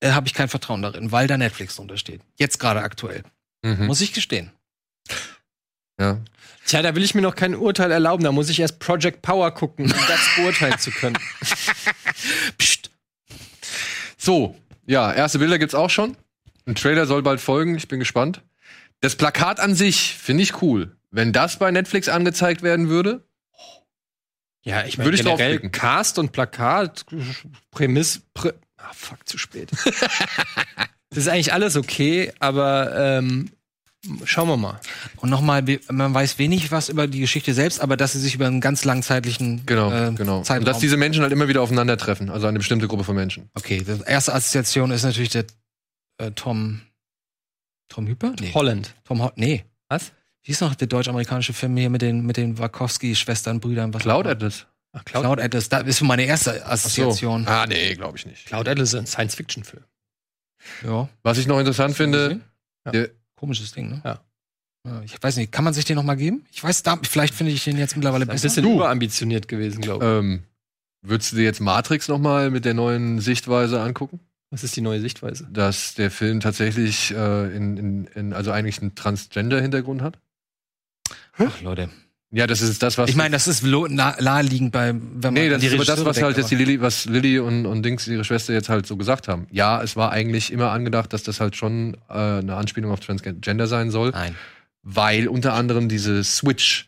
[SPEAKER 2] äh, habe ich kein Vertrauen darin, weil da Netflix drunter steht. Jetzt gerade aktuell.
[SPEAKER 3] mhm.
[SPEAKER 2] Muss ich gestehen.
[SPEAKER 3] ja.
[SPEAKER 1] Tja, da will ich mir noch kein Urteil erlauben. Da muss ich erst Project Power gucken, um *laughs* das beurteilen zu können.
[SPEAKER 2] Psst.
[SPEAKER 3] So, ja, erste Bilder gibt's auch schon. Ein Trailer soll bald folgen, ich bin gespannt. Das Plakat an sich finde ich cool. Wenn das bei Netflix angezeigt werden würde,
[SPEAKER 1] Ja, ich meine
[SPEAKER 3] Würde ich
[SPEAKER 1] generell
[SPEAKER 3] draufklicken.
[SPEAKER 1] Cast und Plakat, Prämiss, Prä ah, fuck, zu *laughs* spät. das ist eigentlich alles okay, aber ähm, schauen wir mal.
[SPEAKER 2] Und nochmal, man weiß wenig was über die Geschichte selbst, aber dass sie sich über einen ganz langen zeitlichen
[SPEAKER 3] genau,
[SPEAKER 2] äh,
[SPEAKER 3] genau. Und
[SPEAKER 2] Zeitraum
[SPEAKER 3] dass diese Menschen halt immer wieder aufeinandertreffen, also eine bestimmte Gruppe von Menschen.
[SPEAKER 2] Okay, die erste Assoziation ist natürlich der äh, Tom. Tom Hüper? Nee.
[SPEAKER 1] Holland.
[SPEAKER 2] Tom Ho Nee.
[SPEAKER 1] Was?
[SPEAKER 2] Wie ist noch der deutsch-amerikanische Film hier mit den, mit den Wachowski-Schwestern, Brüdern? Was
[SPEAKER 3] Cloud
[SPEAKER 2] auch immer?
[SPEAKER 3] Atlas?
[SPEAKER 1] Ach, Cloud,
[SPEAKER 2] Cloud Atlas. Das ist meine erste Assoziation.
[SPEAKER 3] Ah, nee, glaube ich nicht.
[SPEAKER 1] Cloud Atlas ist ein Science-Fiction-Film.
[SPEAKER 2] Ja.
[SPEAKER 3] Was ich noch interessant finde,
[SPEAKER 2] Gesehen?
[SPEAKER 1] Ja.
[SPEAKER 3] der,
[SPEAKER 2] Komisches Ding, ne?
[SPEAKER 1] Ja.
[SPEAKER 2] Ja, Ich weiß nicht, kann man sich den noch mal geben? Ich weiß, da, vielleicht finde ich den jetzt mittlerweile
[SPEAKER 1] Ein
[SPEAKER 2] besser.
[SPEAKER 1] bisschen
[SPEAKER 3] Du.
[SPEAKER 1] überambitioniert gewesen,
[SPEAKER 2] Oh.
[SPEAKER 1] glaube ich.
[SPEAKER 3] ähm, würdest du dir jetzt Matrix nochmal mit der neuen Sichtweise angucken?
[SPEAKER 1] Was ist die neue Sichtweise?
[SPEAKER 3] Dass der Film tatsächlich äh, in, in, in, also eigentlich einen Transgender-Hintergrund hat?
[SPEAKER 2] Ach, Leute.
[SPEAKER 3] Ja, das ist das, was
[SPEAKER 2] Ich meine, das ist lo- nah- naheliegend bei, wenn man
[SPEAKER 3] Nee,
[SPEAKER 2] an
[SPEAKER 3] das ist aber das,
[SPEAKER 2] Regisseure
[SPEAKER 3] was
[SPEAKER 2] denkt,
[SPEAKER 3] halt jetzt die
[SPEAKER 2] aber-
[SPEAKER 3] Lilly, was Lilly und, und Dings, ihre Schwester, jetzt halt so gesagt haben. Ja, es war eigentlich immer angedacht, dass das halt schon äh, eine Anspielung auf Transgender sein soll,
[SPEAKER 2] Nein.
[SPEAKER 3] weil unter anderem diese Switch,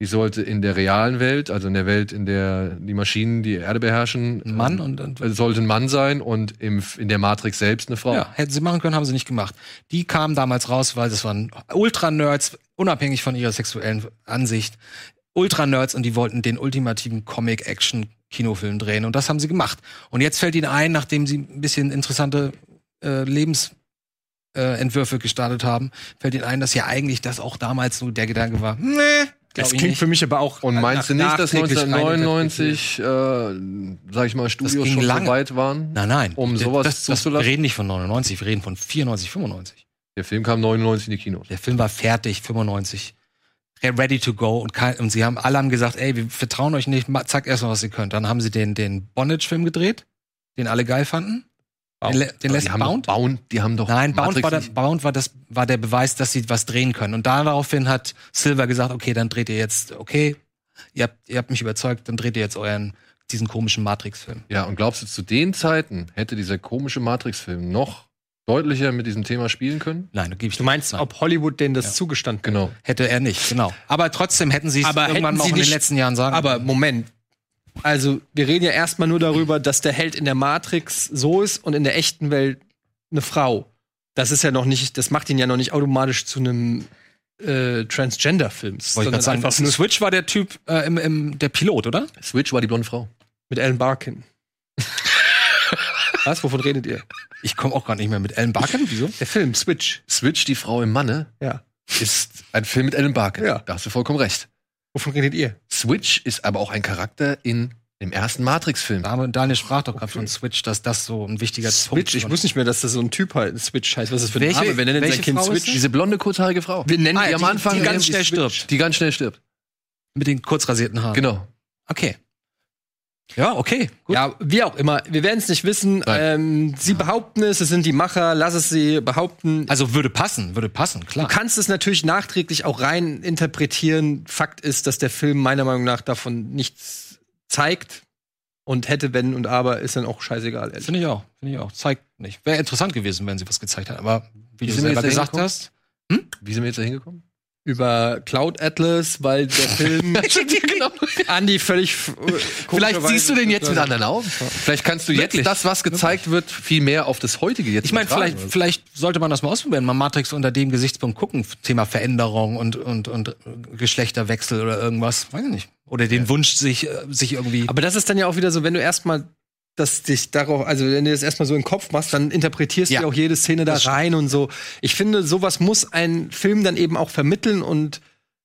[SPEAKER 3] die sollte in der realen Welt, also in der Welt, in der die Maschinen die Erde beherrschen,
[SPEAKER 2] Ein Mann
[SPEAKER 3] äh,
[SPEAKER 2] und, und
[SPEAKER 3] äh, sollte ein Mann sein und im, F- in der Matrix selbst eine Frau.
[SPEAKER 2] Ja, hätten sie machen können, haben sie nicht gemacht. Die kamen damals raus, weil das waren Ultra-Nerds, unabhängig von ihrer sexuellen Ansicht. Ultra-Nerds und die wollten den ultimativen Comic-Action-Kinofilm drehen und das haben sie gemacht. Und jetzt fällt ihnen ein, nachdem sie ein bisschen interessante äh, Lebensentwürfe äh, Entwürfe gestartet haben, fällt ihnen ein, dass ja eigentlich das auch damals nur der Gedanke war. Nee, glaub ich nicht.
[SPEAKER 1] mich aber auch.
[SPEAKER 3] Und meinst du
[SPEAKER 1] Also nach-
[SPEAKER 3] nicht, dass
[SPEAKER 1] nachträglich
[SPEAKER 3] 1999, äh, sag ich mal, Studios
[SPEAKER 2] ging
[SPEAKER 3] schon
[SPEAKER 2] lange.
[SPEAKER 3] so weit waren?
[SPEAKER 2] Nein, nein.
[SPEAKER 3] Um sowas
[SPEAKER 2] das, das, Wir
[SPEAKER 3] zuzulassen?
[SPEAKER 2] reden nicht von 99, wir reden von 94, 95.
[SPEAKER 3] Der Film kam 99 in die Kinos.
[SPEAKER 2] Der Film war fertig, 95. re- Ready to go. Und, kein, und sie haben alle haben gesagt, ey, wir vertrauen euch nicht, ma- zack, erstmal, was ihr könnt. Dann haben sie den, den Bondage-Film gedreht, den alle geil fanden.
[SPEAKER 1] Bound.
[SPEAKER 2] Den, le- den
[SPEAKER 3] die
[SPEAKER 2] lässt
[SPEAKER 3] haben
[SPEAKER 2] Bound.
[SPEAKER 3] Doch Bound. Die haben doch
[SPEAKER 2] Nein, Bound,
[SPEAKER 3] Matrix
[SPEAKER 2] war, der,
[SPEAKER 3] nicht-
[SPEAKER 2] Bound war, das, war der Beweis, dass sie was drehen können. Und daraufhin hat Silver gesagt, okay, dann dreht ihr jetzt, okay, ihr habt, ihr habt mich überzeugt, dann dreht ihr jetzt euren, diesen komischen Matrix-Film.
[SPEAKER 3] Ja, und glaubst du, zu den Zeiten hätte dieser komische Matrix-Film noch deutlicher mit diesem Thema spielen können?
[SPEAKER 2] Nein, da gebe ich
[SPEAKER 1] Du meinst,
[SPEAKER 2] Nein.
[SPEAKER 1] ob Hollywood denen das zugestanden hat?
[SPEAKER 3] Genau.
[SPEAKER 2] Hätte er nicht, genau. Aber trotzdem hätten sie es
[SPEAKER 1] Aber hätten
[SPEAKER 2] irgendwann mal auch
[SPEAKER 1] sie
[SPEAKER 2] in den
[SPEAKER 1] nicht-
[SPEAKER 2] letzten Jahren sagen
[SPEAKER 1] Aber Moment. Also, wir reden ja erstmal nur darüber, dass der Held in der Matrix so ist und in der echten Welt eine Frau. Das ist ja noch nicht, das macht ihn ja noch nicht automatisch zu einem äh, Transgender-Film,
[SPEAKER 2] Wollte ich
[SPEAKER 1] sondern
[SPEAKER 2] gerade sagen,
[SPEAKER 1] einfach nur
[SPEAKER 2] Switch war der Typ, äh, im, im, der Pilot, oder?
[SPEAKER 3] Switch war die blonde Frau.
[SPEAKER 1] mit Alan
[SPEAKER 2] *laughs*
[SPEAKER 1] Barkin. Was? Wovon redet ihr?
[SPEAKER 2] Ich komme auch gar nicht mehr mit Alan Barkin, wieso?
[SPEAKER 1] Der Film Switch.
[SPEAKER 3] Switch, die Frau im Manne,
[SPEAKER 1] Ja.
[SPEAKER 3] ist ein Film mit Ellen Barkin.
[SPEAKER 1] Ja.
[SPEAKER 3] Da hast du vollkommen recht.
[SPEAKER 1] Wovon redet ihr?
[SPEAKER 3] Switch ist aber auch ein Charakter in dem ersten Matrix-Film.
[SPEAKER 1] Ah,
[SPEAKER 2] Da haben, Daniel sprach doch gerade von Switch, dass das so ein wichtiger Punkt
[SPEAKER 1] Switch. Ich
[SPEAKER 2] war.
[SPEAKER 1] wusste nicht mehr, dass das so ein Typ halt Switch heißt. Was ist das für ein
[SPEAKER 2] Welche-
[SPEAKER 1] Name? Wir nennen
[SPEAKER 2] welche
[SPEAKER 1] sein Kind
[SPEAKER 2] Frau ist
[SPEAKER 1] Switch.
[SPEAKER 3] Diese blonde, kurzhaarige Frau.
[SPEAKER 1] Wir nennen
[SPEAKER 2] Ah,
[SPEAKER 1] die
[SPEAKER 2] die-
[SPEAKER 1] am Anfang.
[SPEAKER 2] die ganz
[SPEAKER 1] nennen
[SPEAKER 2] schnell
[SPEAKER 1] sie Switch.
[SPEAKER 2] stirbt.
[SPEAKER 3] Die ganz schnell stirbt.
[SPEAKER 2] mit den kurzrasierten Haaren.
[SPEAKER 3] Genau.
[SPEAKER 2] Okay. Ja, okay. Gut.
[SPEAKER 1] Ja, wie auch immer. Wir werden es nicht wissen. Ähm, sie behaupten es, es sind die Macher, lass es sie behaupten.
[SPEAKER 2] Also würde passen, würde passen, klar.
[SPEAKER 1] Du kannst es natürlich nachträglich auch rein interpretieren. Fakt ist, dass der Film meiner Meinung nach davon nichts zeigt. Und hätte, wenn und aber, ist dann auch scheißegal. Ehrlich.
[SPEAKER 2] Finde ich auch, finde ich auch. Zeigt nicht. Wäre interessant gewesen, wenn sie was gezeigt hätten. Aber wie du
[SPEAKER 3] sind wir
[SPEAKER 2] selber
[SPEAKER 3] jetzt da
[SPEAKER 2] gesagt hast, *laughs*
[SPEAKER 3] Wie sind wir jetzt
[SPEAKER 1] *laughs*
[SPEAKER 3] da hingekommen?
[SPEAKER 1] Über Cloud Atlas, weil der
[SPEAKER 3] *laughs*
[SPEAKER 1] Film
[SPEAKER 3] genau.
[SPEAKER 1] Andy völlig. f-
[SPEAKER 3] Vielleicht
[SPEAKER 1] komischerweise-
[SPEAKER 3] siehst du den jetzt mit anderen Augen. Vielleicht kannst du jetzt
[SPEAKER 2] Wirklich?
[SPEAKER 3] das, was gezeigt wird, viel mehr auf das heutige jetzt
[SPEAKER 2] ich meine,
[SPEAKER 3] übertragen.
[SPEAKER 2] vielleicht, vielleicht sollte man das mal ausprobieren, mal Matrix unter dem Gesichtspunkt gucken, Thema Veränderung und, und, und äh, Geschlechterwechsel oder irgendwas, weiß ich nicht. Oder den Wunsch, sich, äh, sich irgendwie
[SPEAKER 1] Aber das ist dann ja auch wieder so, wenn du erstmal dass dich darauf, also wenn du das erstmal so in den Kopf machst, dann interpretierst
[SPEAKER 2] Ja.
[SPEAKER 1] du ja auch jede Szene da
[SPEAKER 2] Das stimmt.
[SPEAKER 1] rein und so. Ich finde, sowas muss ein Film dann eben auch vermitteln und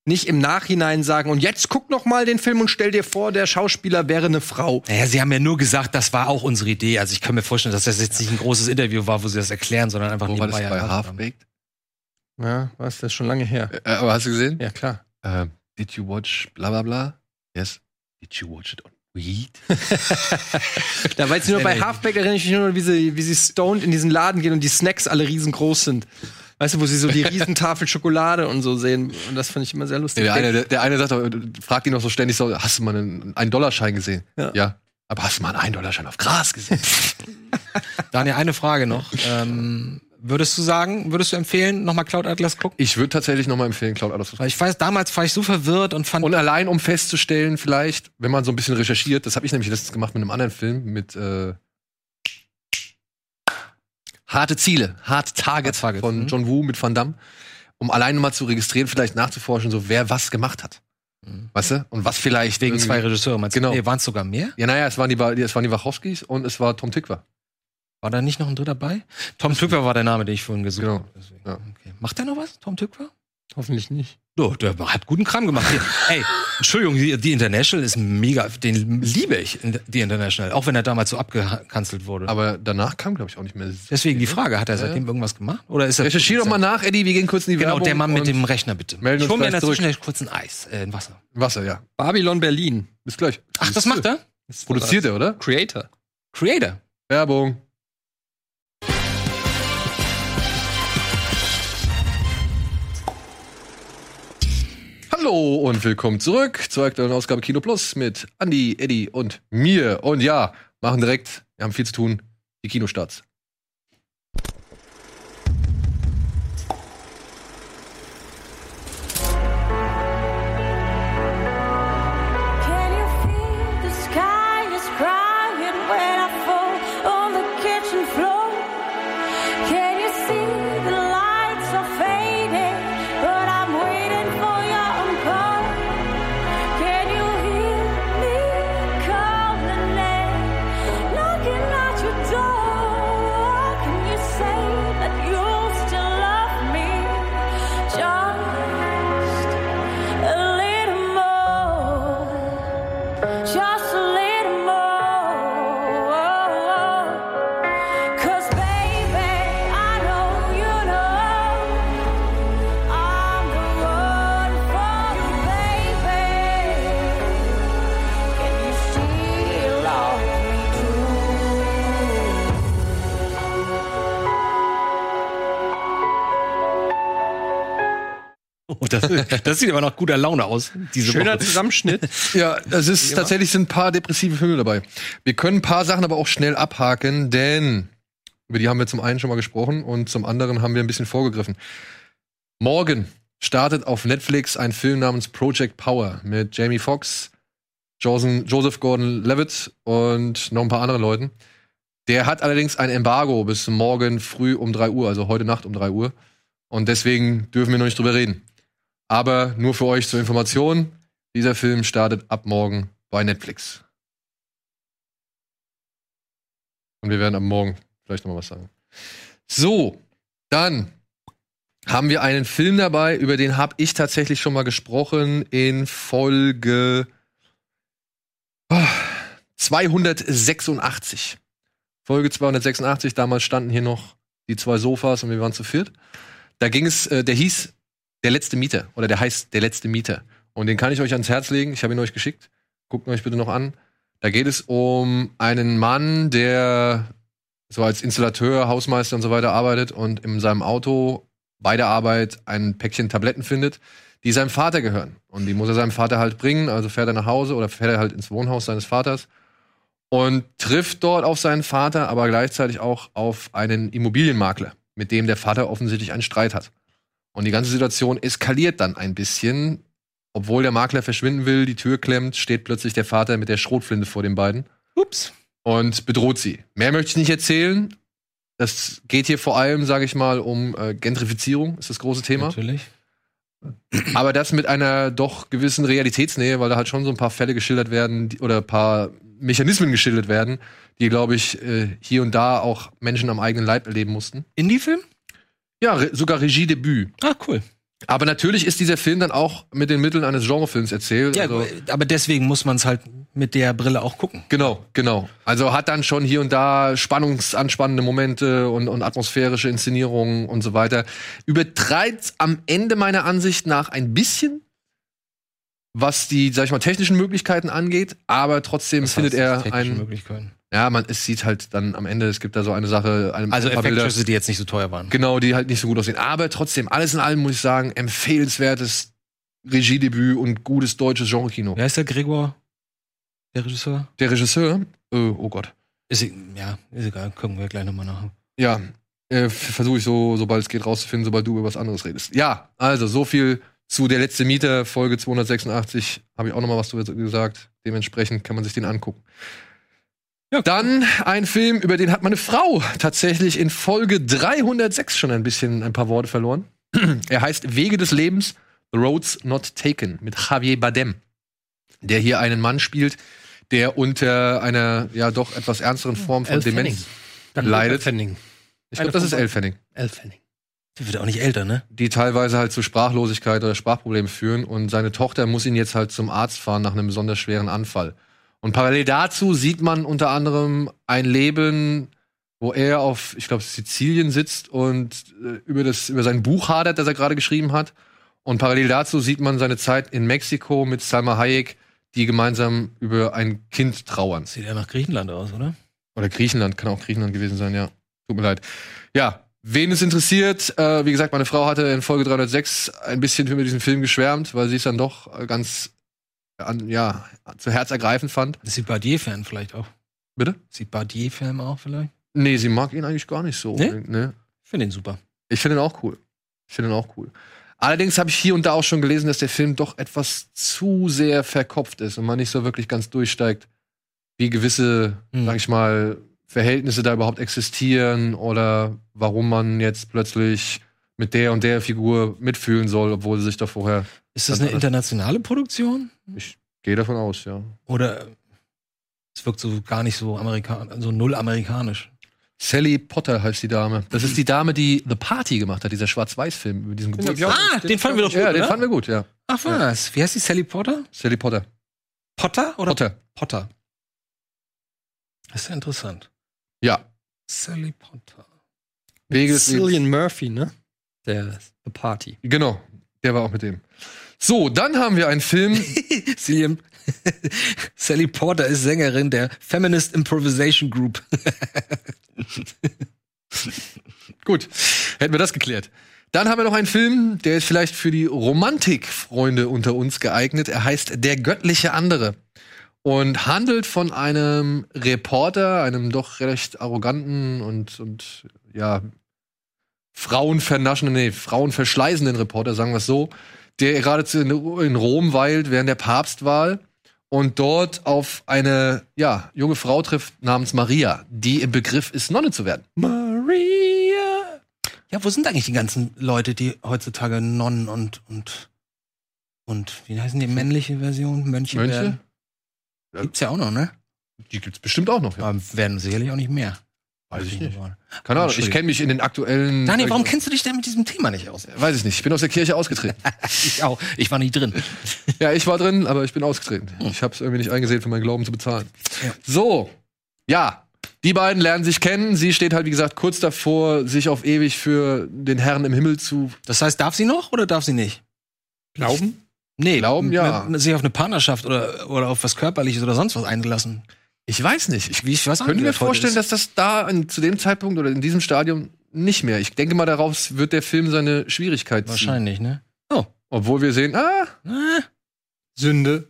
[SPEAKER 1] nicht im Nachhinein sagen, und jetzt guck noch mal den Film und stell dir vor, der Schauspieler wäre eine Frau.
[SPEAKER 2] Naja, sie haben ja nur gesagt, das war auch unsere Idee. Also ich kann mir vorstellen, dass das jetzt nicht ein großes Interview war, wo sie das erklären, sondern einfach
[SPEAKER 3] Wo war das
[SPEAKER 2] nebenbei
[SPEAKER 3] bei
[SPEAKER 2] erraten haben.
[SPEAKER 3] Half-Baked?
[SPEAKER 1] Ja, was, das ist schon lange her.
[SPEAKER 3] Äh, aber hast du gesehen?
[SPEAKER 1] Ja, klar.
[SPEAKER 3] Ähm, did you watch bla bla bla? Yes. Did you watch it on weed?
[SPEAKER 1] Da weiß ich nur, bei
[SPEAKER 2] Sehr
[SPEAKER 1] Halfback erinnere ich mich nur, wie sie, wie sie stoned in diesen Laden gehen und die Snacks alle riesengroß sind. Weißt du, wo sie *laughs* so die Riesentafel Schokolade und so sehen. Und das fand ich immer sehr lustig.
[SPEAKER 3] Nee, der, eine, der, der eine sagt, doch, äh, fragt ihn doch so ständig so, hast du mal einen, einen Dollarschein gesehen?
[SPEAKER 1] Ja.
[SPEAKER 3] Aber hast du mal einen Dollarschein auf Gras gesehen?
[SPEAKER 2] Daniel, eine Frage noch. ähm, würdest du sagen, würdest du empfehlen, nochmal Cloud Atlas gucken?
[SPEAKER 3] ich würde tatsächlich nochmal empfehlen, Cloud Atlas.
[SPEAKER 2] Weil ich weiß, damals war ich so verwirrt und fand.
[SPEAKER 3] Und allein um festzustellen, vielleicht, wenn man so ein bisschen recherchiert, das habe ich nämlich letztens gemacht mit einem anderen Film, mit äh, Harte Ziele, Hard Target,
[SPEAKER 2] Hard Target,
[SPEAKER 3] von
[SPEAKER 2] mhm.
[SPEAKER 3] John Woo mit Van Damme, um allein mal zu registrieren, vielleicht nachzuforschen, so wer was gemacht hat.
[SPEAKER 2] Mhm.
[SPEAKER 3] Weißt du? Und was vielleicht
[SPEAKER 2] wegen
[SPEAKER 3] irgendwie-
[SPEAKER 2] zwei Regisseure, meinst du?
[SPEAKER 3] Genau.
[SPEAKER 2] Nee, waren es sogar mehr?
[SPEAKER 3] Ja, naja, es waren die, Wa- es waren die Wachowskis und es war Tom Tykwer.
[SPEAKER 2] War da nicht noch ein dritter bei? Tom Tückwer war der Name, den ich vorhin gesucht
[SPEAKER 3] Genau.
[SPEAKER 2] habe. deswegen.
[SPEAKER 3] Ja.
[SPEAKER 2] Okay. Macht der noch was, Tom Tückwer?
[SPEAKER 1] Hoffentlich nicht.
[SPEAKER 2] Ja, der hat guten Kram gemacht. Hier, Ey, Entschuldigung, die, die International ist mega, den liebe ich, die International, auch wenn er damals so abgekanzelt wurde.
[SPEAKER 3] Aber danach kam, glaube ich, auch nicht mehr.
[SPEAKER 2] Deswegen die Frage, hat er seitdem irgendwas gemacht? Oder ist er
[SPEAKER 3] Recherchier doch mal nach, Eddie, wir gehen kurz in die
[SPEAKER 2] Genau,
[SPEAKER 3] Werbung.
[SPEAKER 2] der Mann mit
[SPEAKER 3] und-
[SPEAKER 2] dem Rechner, bitte.
[SPEAKER 3] melden
[SPEAKER 2] ich
[SPEAKER 3] uns
[SPEAKER 2] hol mir in
[SPEAKER 3] gleich
[SPEAKER 2] der Zwischenzeit kurz ein Eis, äh, ein Wasser.
[SPEAKER 3] Wasser, ja.
[SPEAKER 1] Babylon Berlin.
[SPEAKER 3] Bis gleich.
[SPEAKER 2] Ach, das macht er?
[SPEAKER 3] Produziert er, oder?
[SPEAKER 1] Creator.
[SPEAKER 3] *laughs*
[SPEAKER 2] Creator.
[SPEAKER 3] Werbung. Hallo und willkommen zurück zur aktuellen Ausgabe Kino Plus mit Andy, Eddie und mir. Und ja, machen direkt, wir haben viel zu tun, die Kinostarts.
[SPEAKER 8] Can you feel the sky is crying when I fall on the kitchen floor? Can you see the lights are fading, but I'm waiting for your call? Can you hear me calling name, knocking at your door? Can you say that you'll still love me, just? A little more, just a little more. 'Cause baby, I know you know I'm the one for you, baby. Can you still love me too?
[SPEAKER 2] Oh, das, das sieht aber nach guter Laune aus. Diese
[SPEAKER 1] Schöner
[SPEAKER 2] Woche.
[SPEAKER 1] Zusammenschnitt.
[SPEAKER 3] Ja, es ist tatsächlich sind ein paar depressive Filme dabei. Wir können ein paar Sachen aber auch schnell abhaken, denn über die haben wir zum einen schon mal gesprochen und zum anderen haben wir ein bisschen vorgegriffen. Morgen startet auf Netflix ein Film namens Project Power mit Jamie Foxx, Josen- Joseph Gordon-Levitt und noch ein paar anderen Leuten. Der hat allerdings ein Embargo bis morgen früh um 3 Uhr, also heute Nacht um 3 Uhr. Und deswegen dürfen wir noch nicht drüber reden. Aber nur für euch zur Information, dieser Film startet ab morgen bei Netflix. Und wir werden ab morgen vielleicht nochmal was sagen. So, dann haben wir einen Film dabei, über den habe ich tatsächlich schon mal gesprochen in Folge ah, 286. Folge 286, damals standen hier noch die zwei Sofas und wir waren zu viert. Da ging es, äh, der hieß Der letzte Mieter oder der heißt Der letzte Mieter. Und den kann ich euch ans Herz legen. Ich habe ihn euch geschickt. Guckt ihn euch bitte noch an. Da geht es um einen Mann, der so als Installateur, Hausmeister und so weiter arbeitet und in seinem Auto bei der Arbeit ein Päckchen Tabletten findet, die seinem Vater gehören. Und die muss er seinem Vater halt bringen. Also fährt er nach Hause oder fährt er halt ins Wohnhaus seines Vaters und trifft dort auf seinen Vater, aber gleichzeitig auch auf einen Immobilienmakler, mit dem der Vater offensichtlich einen Streit hat. Und die ganze Situation eskaliert dann ein bisschen, obwohl der Makler verschwinden will, die Tür klemmt, steht plötzlich der Vater mit der Schrotflinte vor den beiden
[SPEAKER 2] Ups.
[SPEAKER 3] und bedroht sie. Mehr möchte ich nicht erzählen. Das geht hier vor allem, sage ich mal, um äh, Gentrifizierung, ist das große Thema.
[SPEAKER 2] Natürlich.
[SPEAKER 3] Aber das mit einer doch gewissen Realitätsnähe, weil da halt schon so ein paar Fälle geschildert werden die, oder ein paar Mechanismen geschildert werden, die, glaube ich, äh, hier und da auch Menschen am eigenen Leib erleben mussten.
[SPEAKER 2] Indie-Film?
[SPEAKER 3] Ja, re sogar Regiedebüt.
[SPEAKER 2] Ah, cool.
[SPEAKER 3] Aber natürlich ist dieser Film dann auch mit den Mitteln eines Genrefilms erzählt.
[SPEAKER 2] Ja, äh,
[SPEAKER 3] also,
[SPEAKER 2] aber deswegen muss man es halt mit der Brille auch gucken.
[SPEAKER 3] genau, genau. Also hat dann schon hier und da spannungsanspannende Momente und, und atmosphärische Inszenierungen und so weiter. Übertreibt am Ende meiner Ansicht nach ein bisschen, was die, sag ich mal, technischen Möglichkeiten angeht, aber trotzdem findet er ein.
[SPEAKER 2] Möglichkeiten.
[SPEAKER 3] Ja, man, es sieht halt dann am Ende, es gibt da so eine Sache, ein,
[SPEAKER 2] Also
[SPEAKER 3] ein paar Bilder.
[SPEAKER 2] Effektschüsse, die jetzt nicht so teuer waren.
[SPEAKER 3] Genau, die halt nicht so gut aussehen. Aber trotzdem, alles in allem muss ich sagen, empfehlenswertes Regiedebüt und gutes deutsches Genrekino.
[SPEAKER 2] Wer ist der Gregor? Der Regisseur?
[SPEAKER 3] Der Regisseur, äh, oh Gott.
[SPEAKER 2] Ist, e- ja, ist egal, gucken wir gleich nochmal nach.
[SPEAKER 3] Ja, äh, versuche ich so, sobald es geht, rauszufinden, sobald du über was anderes redest. Ja, also so viel zu der letzte Mieter, Folge 286. Habe ich auch nochmal was zu gesagt. Dementsprechend kann man sich den angucken. Dann ein Film, über den hat meine Frau tatsächlich in Folge 306 schon ein bisschen ein paar Worte verloren. *clears throat* er heißt Wege des Lebens, The Roads Not Taken mit Javier Bardem, der hier einen Mann spielt, der unter einer ja doch etwas ernsteren Form von
[SPEAKER 1] Al
[SPEAKER 3] Demenz
[SPEAKER 1] Dann
[SPEAKER 3] leidet.
[SPEAKER 1] Fanning.
[SPEAKER 3] Ich glaube, das ist Elle Fanning.
[SPEAKER 1] Al Fanning.
[SPEAKER 2] Der wird auch nicht älter, ne?
[SPEAKER 3] Die teilweise halt zu Sprachlosigkeit oder Sprachproblemen führen und seine Tochter muss ihn jetzt halt zum Arzt fahren nach einem besonders schweren Anfall. Und parallel dazu sieht man unter anderem ein Leben, wo er auf, ich glaube, Sizilien sitzt und äh, über, das, über sein Buch hadert, das er gerade geschrieben hat. Und parallel dazu sieht man seine Zeit in Mexiko mit Salma Hayek, die gemeinsam über ein Kind trauern.
[SPEAKER 2] Sieht eher nach Griechenland aus, oder?
[SPEAKER 3] Oder Griechenland, kann auch Griechenland gewesen sein, ja. Tut mir leid. Ja, wen es interessiert, äh, wie gesagt, meine Frau hatte in Folge 306 ein bisschen über diesen Film geschwärmt, weil sie es dann doch äh, ganz äh, an, ja, zu herzergreifend fand.
[SPEAKER 2] Ist sie Bardier-Fan vielleicht auch?
[SPEAKER 3] Bitte?
[SPEAKER 2] Ist sie Bardier-Fan auch vielleicht?
[SPEAKER 3] Nee, sie mag ihn eigentlich gar nicht so. ne?
[SPEAKER 2] Nee?
[SPEAKER 3] Nee.
[SPEAKER 2] Ich finde ihn super.
[SPEAKER 3] Ich finde ihn auch cool. Ich finde ihn auch cool. Allerdings habe ich hier und da auch schon gelesen, dass der Film doch etwas zu sehr verkopft ist und man nicht so wirklich ganz durchsteigt, wie gewisse,
[SPEAKER 2] Hm.
[SPEAKER 3] sag ich mal, Verhältnisse da überhaupt existieren oder warum man jetzt plötzlich mit der und der Figur mitfühlen soll, obwohl sie sich doch vorher.
[SPEAKER 2] Ist das eine
[SPEAKER 3] Dann alles-
[SPEAKER 2] internationale Produktion?
[SPEAKER 3] Gehe davon aus, ja.
[SPEAKER 2] Oder es wirkt so gar nicht so amerikanisch, so null amerikanisch.
[SPEAKER 3] Sally Potter heißt die Dame. Das ist die Dame, die The Party gemacht hat, dieser Schwarz-Weiß-Film über diesen Geburtstag.
[SPEAKER 2] Ah, den, fanden wir doch gut,
[SPEAKER 3] Ja, den
[SPEAKER 2] oder?
[SPEAKER 3] fanden wir gut, ja.
[SPEAKER 2] Ach was, wie heißt die Sally Potter?
[SPEAKER 3] Sally Potter.
[SPEAKER 2] Potter oder
[SPEAKER 3] Potter.
[SPEAKER 2] Potter? Das ist ja interessant.
[SPEAKER 3] Ja.
[SPEAKER 2] Sally Potter.
[SPEAKER 3] Wege des Lebens.
[SPEAKER 1] Cillian Murphy, ne? Der The Party.
[SPEAKER 3] Genau, der war auch mit dem. So, dann haben wir einen Film.
[SPEAKER 2] Cillian *laughs* Sally Porter ist Sängerin der Feminist Improvisation Group.
[SPEAKER 3] Gut, hätten wir das geklärt. Dann haben wir noch einen Film, der ist vielleicht für die Romantikfreunde unter uns geeignet. Er heißt Der göttliche andere und handelt von einem Reporter, einem doch recht arroganten und, und ja, frauenvernaschenden, nee, frauenverschleißenden Reporter, sagen wir es so, der geradezu in, in Rom weilt während der Papstwahl und dort auf eine ja, junge Frau trifft namens Maria, die im Begriff ist, Nonne zu werden.
[SPEAKER 1] Maria.
[SPEAKER 2] Ja, wo sind eigentlich die ganzen Leute, die heutzutage Nonnen und und und wie heißen die männliche Version? Mönche,
[SPEAKER 3] Mönche?
[SPEAKER 2] werden? Gibt's ja auch noch, ne?
[SPEAKER 3] Die gibt's bestimmt auch noch. Ja.
[SPEAKER 2] Aber werden sicherlich auch nicht mehr.
[SPEAKER 3] Weiß ich nicht.
[SPEAKER 2] Geworden.
[SPEAKER 3] Keine Ahnung, ich
[SPEAKER 2] Ah, Entschuldigung.
[SPEAKER 3] kenne mich in den aktuellen.
[SPEAKER 2] Daniel, warum
[SPEAKER 3] äh,
[SPEAKER 2] kennst du dich denn mit diesem Thema nicht aus?
[SPEAKER 3] Weiß ich nicht, ich bin aus der
[SPEAKER 2] *laughs*
[SPEAKER 3] Kirche ausgetreten.
[SPEAKER 2] Ich auch. Ich war nie drin.
[SPEAKER 3] ja, ich war drin, aber ich bin ausgetreten. Ich habe es irgendwie nicht eingesehen, für meinen Glauben zu bezahlen.
[SPEAKER 2] Ja.
[SPEAKER 3] So, ja, die beiden lernen sich kennen. Sie steht halt, wie gesagt, kurz davor, sich auf ewig für den Herrn im Himmel zu.
[SPEAKER 2] Das heißt, darf sie noch oder darf sie nicht?
[SPEAKER 1] Glauben?
[SPEAKER 2] Nee,
[SPEAKER 3] Glauben, ja.
[SPEAKER 2] m- Sich auf eine Partnerschaft oder, oder auf was Körperliches oder sonst was eingelassen.
[SPEAKER 3] Ich weiß nicht. Ich
[SPEAKER 2] Wie ich weiß auch nicht,
[SPEAKER 3] könnte
[SPEAKER 2] wie
[SPEAKER 3] mir
[SPEAKER 2] das heute
[SPEAKER 3] vorstellen,
[SPEAKER 2] ist.
[SPEAKER 3] dass das da an, zu dem Zeitpunkt oder in diesem Stadium nicht mehr. Ich denke mal, daraus wird der Film seine Schwierigkeit ziehen. Oh,
[SPEAKER 2] Wahrscheinlich, ne?
[SPEAKER 3] Obwohl wir sehen, ah,
[SPEAKER 2] Ah,
[SPEAKER 1] Sünde.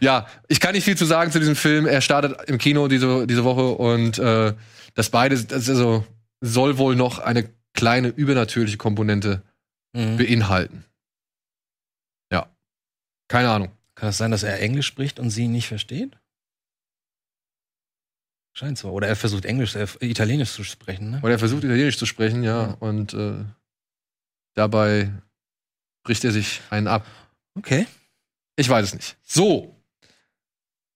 [SPEAKER 3] Ja, ich kann nicht viel zu sagen zu diesem Film. Er startet im Kino diese, diese Woche und äh, das beide das also, soll wohl noch eine kleine übernatürliche Komponente
[SPEAKER 2] mhm.
[SPEAKER 3] beinhalten. Ja. Keine Ahnung.
[SPEAKER 2] Kann es sein, dass er Englisch spricht und sie ihn nicht versteht? Scheint so. Oder er versucht Englisch, äh, Italienisch zu sprechen, ne?
[SPEAKER 3] Weil er versucht, Italienisch zu sprechen, ja. Und äh, Dabei bricht er sich einen ab.
[SPEAKER 2] Okay.
[SPEAKER 3] Ich weiß es nicht. So.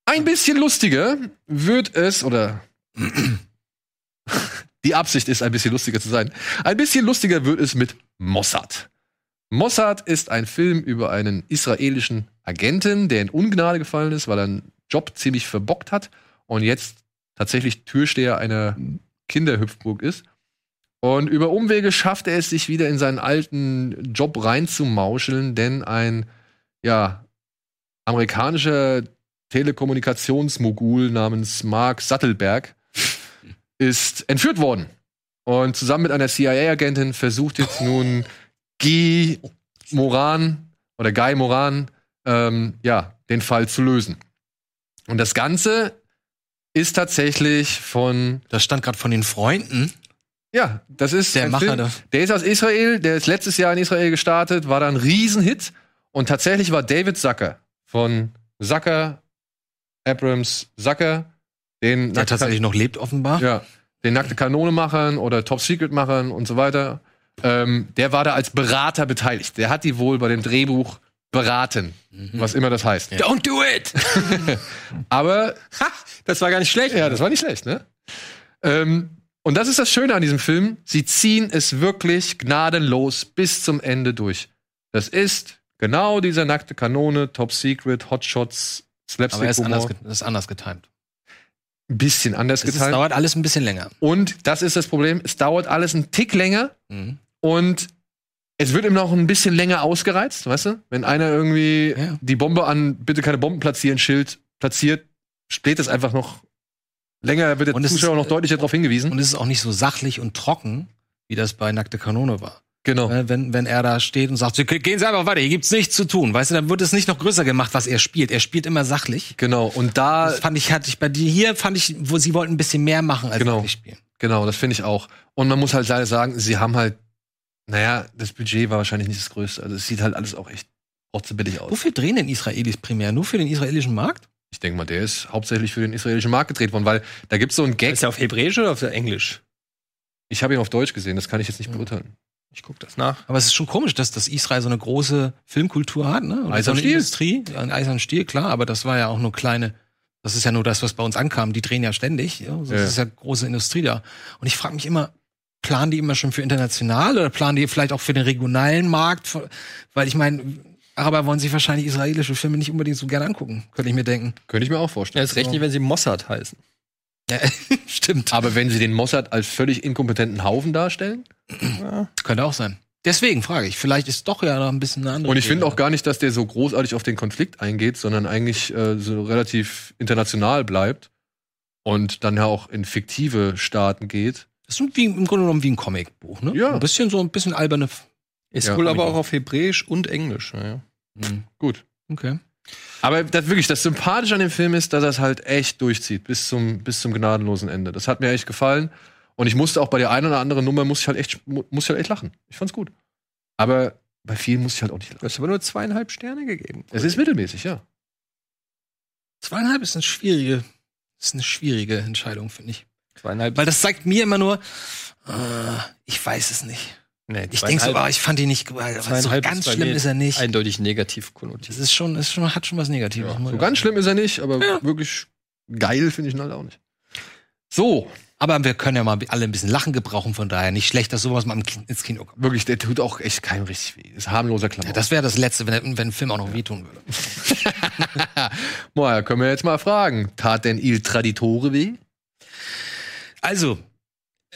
[SPEAKER 3] Ein bisschen lustiger wird es, oder *clears throat* die Absicht ist, ein bisschen lustiger zu sein. Ein bisschen lustiger wird es mit Mossad. Mossad ist ein Film über einen israelischen Agenten, der in Ungnade gefallen ist, weil er einen Job ziemlich verbockt hat und jetzt tatsächlich Türsteher einer Kinderhüpfburg ist. Und über Umwege schafft er es, sich wieder in seinen alten Job reinzumauscheln, denn ein ja, amerikanischer Telekommunikationsmogul namens Mark Sattelberg ist entführt worden. Und zusammen mit einer CIA-Agentin versucht jetzt nun Guy Moran oder Guy Moran ähm, ja, den Fall zu lösen. Und das Ganze ist tatsächlich von
[SPEAKER 2] Das stand gerade von den Freunden.
[SPEAKER 3] ja, das ist
[SPEAKER 2] Der
[SPEAKER 3] ein
[SPEAKER 2] Macher
[SPEAKER 3] Film,
[SPEAKER 2] da.
[SPEAKER 3] Der ist aus Israel, der ist letztes Jahr in Israel gestartet, war da ein Riesenhit. Und tatsächlich war David Zucker von Zucker, Abrams Zucker, den
[SPEAKER 2] Der tatsächlich noch lebt offenbar.
[SPEAKER 3] ja, den nackte Kanone machern oder Top Secret machern und so weiter. Ähm, der war da als Berater beteiligt. Der hat die wohl bei dem Drehbuch beraten,
[SPEAKER 2] Mhm.
[SPEAKER 3] was immer das heißt.
[SPEAKER 1] Don't do it!
[SPEAKER 3] *laughs* Aber
[SPEAKER 1] Das war gar nicht schlecht.
[SPEAKER 3] ja, das war nicht schlecht, ne? Ähm, und das ist das Schöne an diesem Film. Sie ziehen es wirklich gnadenlos bis zum Ende durch. Das ist genau dieser nackte Kanone, Top Secret, Hotshots,
[SPEAKER 2] Aber er ist anders,
[SPEAKER 3] Slapstick-Humor.
[SPEAKER 2] ge- das ist anders getimt.
[SPEAKER 3] Ein bisschen anders
[SPEAKER 2] Es ist-
[SPEAKER 3] geteilt.
[SPEAKER 2] dauert alles ein bisschen länger.
[SPEAKER 3] Und das ist das Problem. Es dauert alles einen Tick länger.
[SPEAKER 2] Mhm.
[SPEAKER 3] Und es wird eben noch ein bisschen länger ausgereizt, weißt du? Wenn einer irgendwie
[SPEAKER 2] Ja.
[SPEAKER 3] die Bombe an bitte keine Bomben platzieren Schild platziert, steht es einfach noch länger, wird der
[SPEAKER 2] Und es
[SPEAKER 3] Zuschauer
[SPEAKER 2] ist,
[SPEAKER 3] noch deutlicher darauf hingewiesen.
[SPEAKER 2] Und es ist auch nicht so sachlich und trocken, wie das bei Nackte Kanone war.
[SPEAKER 3] Genau.
[SPEAKER 2] Ne, Wenn, wenn er da steht und sagt, "Sie- gehen Sie einfach weiter, hier gibt's nichts zu tun. Weißt du, dann wird es nicht noch größer gemacht, was er spielt. Er spielt immer sachlich.
[SPEAKER 3] Genau. Und da
[SPEAKER 2] Das fand ich, hatte ich bei dir hier, fand ich, wo sie wollten ein bisschen mehr machen, als
[SPEAKER 3] Genau.
[SPEAKER 2] sachlich spielen.
[SPEAKER 3] Genau, das finde ich auch. Und man muss halt leider sagen, sie haben halt, naja, das Budget war wahrscheinlich nicht das größte. Also es sieht halt alles auch echt billig aus.
[SPEAKER 2] Wofür drehen denn Israelis primär? Nur für den israelischen Markt?
[SPEAKER 3] Ich denke mal, der ist hauptsächlich für den israelischen Markt gedreht worden, weil da gibt es so einen Gag.
[SPEAKER 1] Ist er auf Hebräisch oder auf Englisch? Hm.
[SPEAKER 3] Ich habe ihn auf Deutsch gesehen, das kann ich jetzt nicht beurteilen.
[SPEAKER 1] Ich guck das nach.
[SPEAKER 2] Aber es ist schon komisch, dass das Israel so eine große Filmkultur hat, ne? Und
[SPEAKER 3] Eis
[SPEAKER 2] so
[SPEAKER 3] am
[SPEAKER 2] eine
[SPEAKER 3] Stiel.
[SPEAKER 2] Industrie, ein Eis am Stiel, klar, aber das war ja auch nur kleine, das ist ja nur das, was bei uns ankam. Die drehen ja ständig. Ja? Also Das
[SPEAKER 3] Ja.
[SPEAKER 2] ist ja große Industrie da. Und ich frage mich immer, planen die immer schon für international oder planen die vielleicht auch für den regionalen Markt? Weil ich meine, Araber wollen sich wahrscheinlich israelische Filme nicht unbedingt so gerne angucken, könnte ich mir
[SPEAKER 3] *laughs*
[SPEAKER 2] denken.
[SPEAKER 3] Könnte ich mir auch vorstellen. Genau.
[SPEAKER 1] Ja, ist recht nicht, wenn sie Mossad heißen.
[SPEAKER 2] Ja, stimmt.
[SPEAKER 3] Aber wenn sie den Mossad als völlig inkompetenten Haufen darstellen.
[SPEAKER 2] Könnte auch sein. Deswegen frage ich, vielleicht ist doch ja noch ein bisschen eine andere.
[SPEAKER 3] Und ich
[SPEAKER 2] Idee.
[SPEAKER 3] finde auch gar nicht, dass der so großartig auf den Konflikt eingeht, sondern eigentlich äh, so relativ international bleibt und dann ja auch in fiktive Staaten geht.
[SPEAKER 2] Das ist wie, im Grunde genommen wie ein Comicbuch, ne?
[SPEAKER 3] Ja.
[SPEAKER 2] Ein bisschen so ein bisschen alberne.
[SPEAKER 1] Ist
[SPEAKER 3] Ja,
[SPEAKER 1] wohl
[SPEAKER 3] hab ich
[SPEAKER 1] aber auch auf Hebräisch und Englisch. Ja, ja.
[SPEAKER 3] Gut.
[SPEAKER 2] Okay.
[SPEAKER 3] Aber das wirklich, das Sympathische an dem Film ist, dass er es halt echt durchzieht bis zum, bis zum gnadenlosen Ende. Das hat mir echt gefallen. Und ich musste auch bei der einen oder anderen Nummer muss ich halt echt, mu- muss ich halt echt lachen. Ich fand's gut. Aber bei vielen muss ich halt auch nicht lachen.
[SPEAKER 1] Du hast aber nur zweieinhalb Sterne gegeben.
[SPEAKER 3] Es ist mittelmäßig, ja.
[SPEAKER 2] Zweieinhalb ist eine schwierige, ist eine schwierige Entscheidung, finde ich.
[SPEAKER 1] Zweieinhalb.
[SPEAKER 2] Weil das zeigt mir immer nur, äh, ich weiß es nicht.
[SPEAKER 1] Nee,
[SPEAKER 2] Ich denke so, ah, ich fand ihn nicht geil. aber So
[SPEAKER 1] zweieinhalb
[SPEAKER 2] ganz
[SPEAKER 1] ist bei
[SPEAKER 2] schlimm
[SPEAKER 1] mir
[SPEAKER 2] ist er nicht.
[SPEAKER 1] eindeutig negativ konnotiert.
[SPEAKER 2] Das ist schon, ist schon, hat schon was Negatives. muss
[SPEAKER 3] So
[SPEAKER 2] ich
[SPEAKER 3] ganz
[SPEAKER 2] sagen.
[SPEAKER 3] schlimm ist er nicht, aber wirklich geil finde ich ihn halt auch nicht. So,
[SPEAKER 2] Aber wir können ja mal alle ein bisschen Lachen gebrauchen, von daher nicht schlecht, dass sowas mal im Ki- ins Kino kommt.
[SPEAKER 3] wirklich, der tut auch echt keinem richtig weh. Ist harmloser Klammer.
[SPEAKER 2] Das wäre das Letzte, wenn, der- wenn ein Film auch noch wehtun würde.
[SPEAKER 3] Moja, können wir jetzt mal fragen. Tat denn Il Traditore weh?
[SPEAKER 2] Also,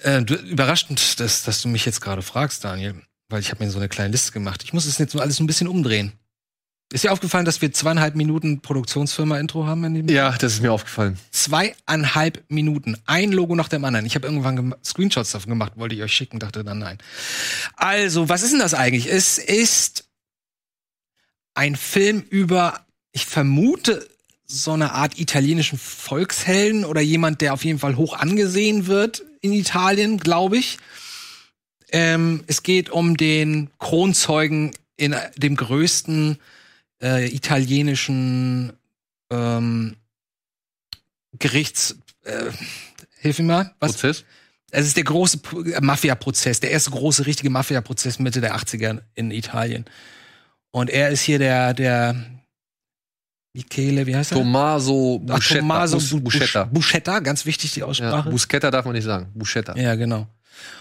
[SPEAKER 2] äh, du, überraschend, dass, dass du mich jetzt gerade fragst, Daniel, weil ich habe mir so eine kleine Liste gemacht. Ich muss es jetzt nur alles ein bisschen umdrehen. Ist dir aufgefallen, dass wir zweieinhalb Minuten Produktionsfirma-Intro haben in dem?
[SPEAKER 3] Ja, das ist mir aufgefallen.
[SPEAKER 2] Zweieinhalb Minuten. Ein Logo nach dem anderen. Ich habe irgendwann gem- Screenshots davon gemacht, wollte ich euch schicken, dachte dann nein. Also, was ist denn das eigentlich? Es ist ein Film über, ich vermute, so eine Art italienischen Volkshelden oder jemand, der auf jeden Fall hoch angesehen wird in Italien, glaube ich. Ähm, es geht um den Kronzeugen in äh, dem größten äh, italienischen ähm, Gerichts. Äh, hilf mir mal. Was?
[SPEAKER 3] Prozess?
[SPEAKER 2] Es ist der große P- äh, Mafia-Prozess, der erste große richtige Mafia-Prozess Mitte der 80er in Italien. Und er ist hier der, der Michele, wie heißt er?
[SPEAKER 3] Tomaso
[SPEAKER 2] Ach,
[SPEAKER 3] Buscetta.
[SPEAKER 2] Tommaso
[SPEAKER 3] Bus-
[SPEAKER 2] Bu-
[SPEAKER 3] Buscetta.
[SPEAKER 2] Buscetta, ganz wichtig die
[SPEAKER 3] Ja,
[SPEAKER 2] Aussprache.
[SPEAKER 3] Buscetta darf man nicht sagen. Buscetta.
[SPEAKER 2] Ja, genau.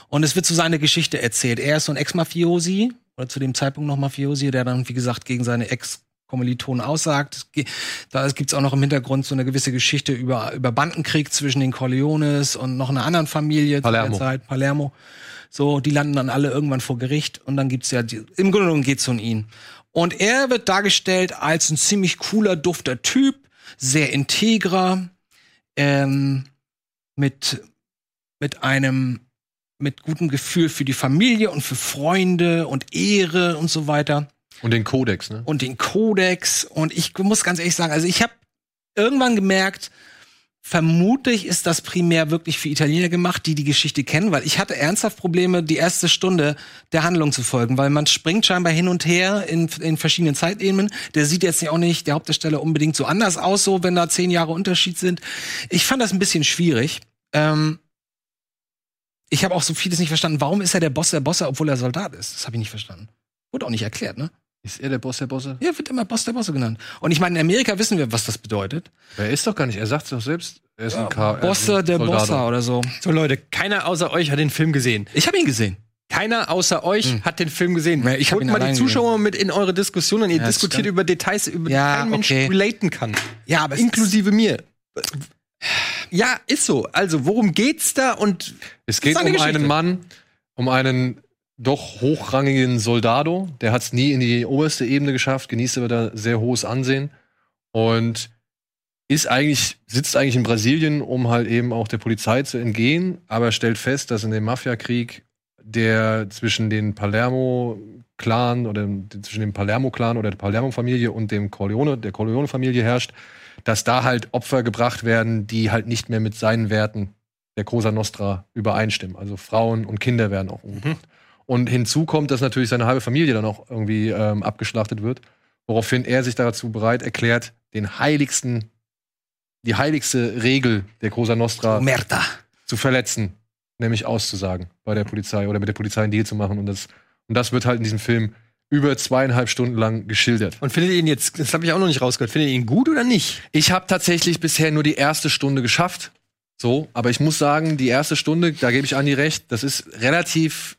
[SPEAKER 2] Und es wird so seine Geschichte erzählt. Er ist so ein Ex-Mafiosi oder zu dem Zeitpunkt noch Mafiosi, der dann, wie gesagt, gegen seine Ex-Kommilitonen aussagt. Es ge- Da gibt's auch noch im Hintergrund so eine gewisse Geschichte über, über Bandenkrieg zwischen den Corleones und noch einer anderen Familie
[SPEAKER 3] Palermo.
[SPEAKER 2] zu der Zeit, Palermo. So, die landen dann alle irgendwann vor Gericht und dann gibt's ja, die, im Grunde genommen geht's um ihn. Und er wird dargestellt als ein ziemlich cooler, dufter Typ, sehr integrer, ähm, mit, mit einem, mit gutem Gefühl für die Familie und für Freunde und Ehre und so weiter
[SPEAKER 3] Und den Kodex, ne?
[SPEAKER 2] und den Kodex. Und ich muss ganz ehrlich sagen, also ich habe irgendwann gemerkt, vermutlich ist das primär wirklich für Italiener gemacht, die die Geschichte kennen, weil ich hatte ernsthaft Probleme, die erste Stunde der Handlung zu folgen, weil man springt scheinbar hin und her in, in verschiedenen Zeitebenen. Der sieht jetzt auch nicht, der Hauptdarsteller unbedingt so anders aus, so wenn da zehn Jahre Unterschied sind. Ich fand das ein bisschen schwierig. Ähm, ich habe auch so vieles nicht verstanden. Warum ist er der Boss der Bosse, obwohl er Soldat ist? Das habe ich nicht verstanden. Wurde auch nicht erklärt, ne?
[SPEAKER 3] Ist er der Boss der Bosse?
[SPEAKER 2] Ja, wird immer Boss der Bosse genannt. Und ich meine, in Amerika wissen wir, was das bedeutet.
[SPEAKER 3] Er ist doch gar nicht. Er sagt es doch selbst. Er ist ein K.
[SPEAKER 2] Bosse der Bosser oder so.
[SPEAKER 1] So, Leute, keiner außer euch hat den Film gesehen.
[SPEAKER 2] Ich habe ihn gesehen.
[SPEAKER 1] Keiner außer euch hat den Film gesehen.
[SPEAKER 2] Ja, ich hab
[SPEAKER 1] Holt
[SPEAKER 2] ihn
[SPEAKER 1] mal die
[SPEAKER 2] allein
[SPEAKER 1] Zuschauer mit in eure Diskussion und ihr
[SPEAKER 2] Ja,
[SPEAKER 1] diskutiert
[SPEAKER 2] stimmt.
[SPEAKER 1] über Details, über die
[SPEAKER 2] Ja,
[SPEAKER 1] kein Mensch
[SPEAKER 2] okay.
[SPEAKER 1] relaten kann.
[SPEAKER 2] Ja, aber
[SPEAKER 1] Inklusive mir. Ja, ist so. Also, worum geht's da und
[SPEAKER 3] Es geht um
[SPEAKER 1] Seine Geschichte.
[SPEAKER 3] einen Mann, um einen doch hochrangigen Soldado. Der hat es nie in die oberste Ebene geschafft, genießt aber da sehr hohes Ansehen und ist eigentlich, sitzt eigentlich in Brasilien, um halt eben auch der Polizei zu entgehen, aber stellt fest, dass in dem Mafiakrieg, der zwischen den Palermo-Clan oder zwischen dem Palermo-Clan oder der Palermo-Familie und dem Corleone, der Corleone-Familie herrscht, dass da halt Opfer gebracht werden, die halt nicht mehr mit seinen Werten der Cosa Nostra übereinstimmen. Also Frauen und Kinder werden auch umgebracht. Und hinzu kommt, dass natürlich seine halbe Familie dann auch irgendwie ähm, abgeschlachtet wird, woraufhin er sich dazu bereit erklärt, den heiligsten, die heiligste Regel der Cosa Nostra
[SPEAKER 2] Merda.
[SPEAKER 3] zu verletzen, nämlich auszusagen bei der Polizei oder mit der Polizei einen Deal zu machen. Und das, und das wird halt in diesem Film über zweieinhalb Stunden lang geschildert.
[SPEAKER 1] Und findet ihr ihn jetzt, das habe ich auch noch nicht rausgehört, findet ihr ihn gut oder nicht?
[SPEAKER 3] Ich habe tatsächlich bisher nur die erste Stunde geschafft. So, aber ich muss sagen, die erste Stunde, da gebe ich Andi recht, das ist relativ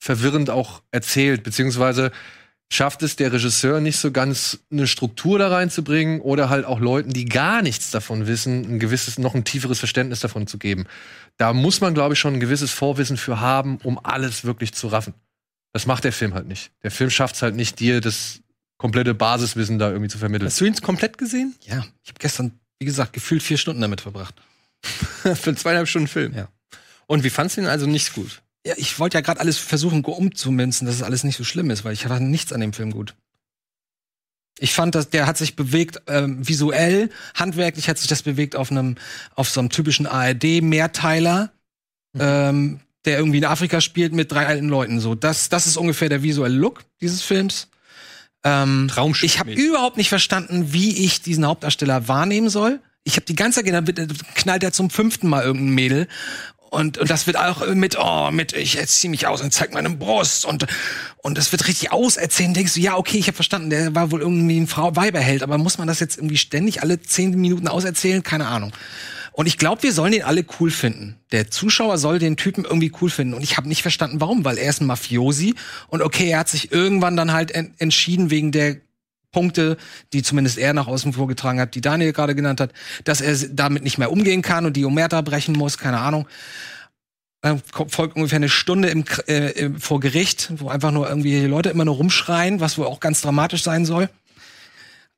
[SPEAKER 3] verwirrend auch erzählt, beziehungsweise schafft es der Regisseur nicht so ganz eine Struktur da reinzubringen oder halt auch Leuten, die gar nichts davon wissen, ein gewisses, noch ein tieferes Verständnis davon zu geben. Da muss man, glaube ich, schon ein gewisses Vorwissen für haben, um alles wirklich zu raffen. Das macht der Film halt nicht. Der Film schafft es halt nicht, dir das komplette Basiswissen da irgendwie zu vermitteln.
[SPEAKER 1] Hast du ihn komplett gesehen?
[SPEAKER 2] Ja, ich habe gestern, wie gesagt, gefühlt vier Stunden damit verbracht.
[SPEAKER 1] Für zweieinhalb Stunden Film.
[SPEAKER 2] Ja.
[SPEAKER 1] Und wie fandst du ihn also nicht gut?
[SPEAKER 2] Ja, ich wollte ja gerade alles versuchen, umzumünzen, dass es alles nicht so schlimm ist, weil ich fand nichts an dem Film gut. Ich fand, dass der hat sich bewegt, ähm, visuell, handwerklich hat sich das bewegt auf einem, auf so einem typischen ARD-Mehrteiler, ähm, der irgendwie in Afrika spielt mit drei alten Leuten. So, das, das ist ungefähr der visuelle Look dieses Films. Ähm,
[SPEAKER 1] Traumschiff.
[SPEAKER 2] ich habe überhaupt nicht verstanden, wie ich diesen Hauptdarsteller wahrnehmen soll. Ich habe die ganze Zeit gedacht, bitte knallt er zum fünften Mal irgendein Mädel. Und, und das wird auch mit, oh, mit, ich jetzt zieh mich aus und zeig meine Brust und, und das wird richtig auserzählt. Und denkst du, ja, okay, ich habe verstanden, der war wohl irgendwie ein Frau Weiberheld, aber muss man das jetzt irgendwie ständig alle zehn Minuten auserzählen? Keine Ahnung. Und ich glaube, wir sollen den alle cool finden. Der Zuschauer soll den Typen irgendwie cool finden. Und ich habe nicht verstanden, warum, weil er ist ein Mafiosi und okay, er hat sich irgendwann dann halt en entschieden wegen der Punkte, die zumindest er nach außen vorgetragen hat, die Daniel gerade genannt hat, dass er s- damit nicht mehr umgehen kann und die Omerta brechen muss, keine Ahnung. Dann ko- folgt ungefähr eine Stunde im, Kr- äh, im- vor Gericht, wo einfach nur irgendwie die Leute immer nur rumschreien, was wohl auch ganz dramatisch sein soll.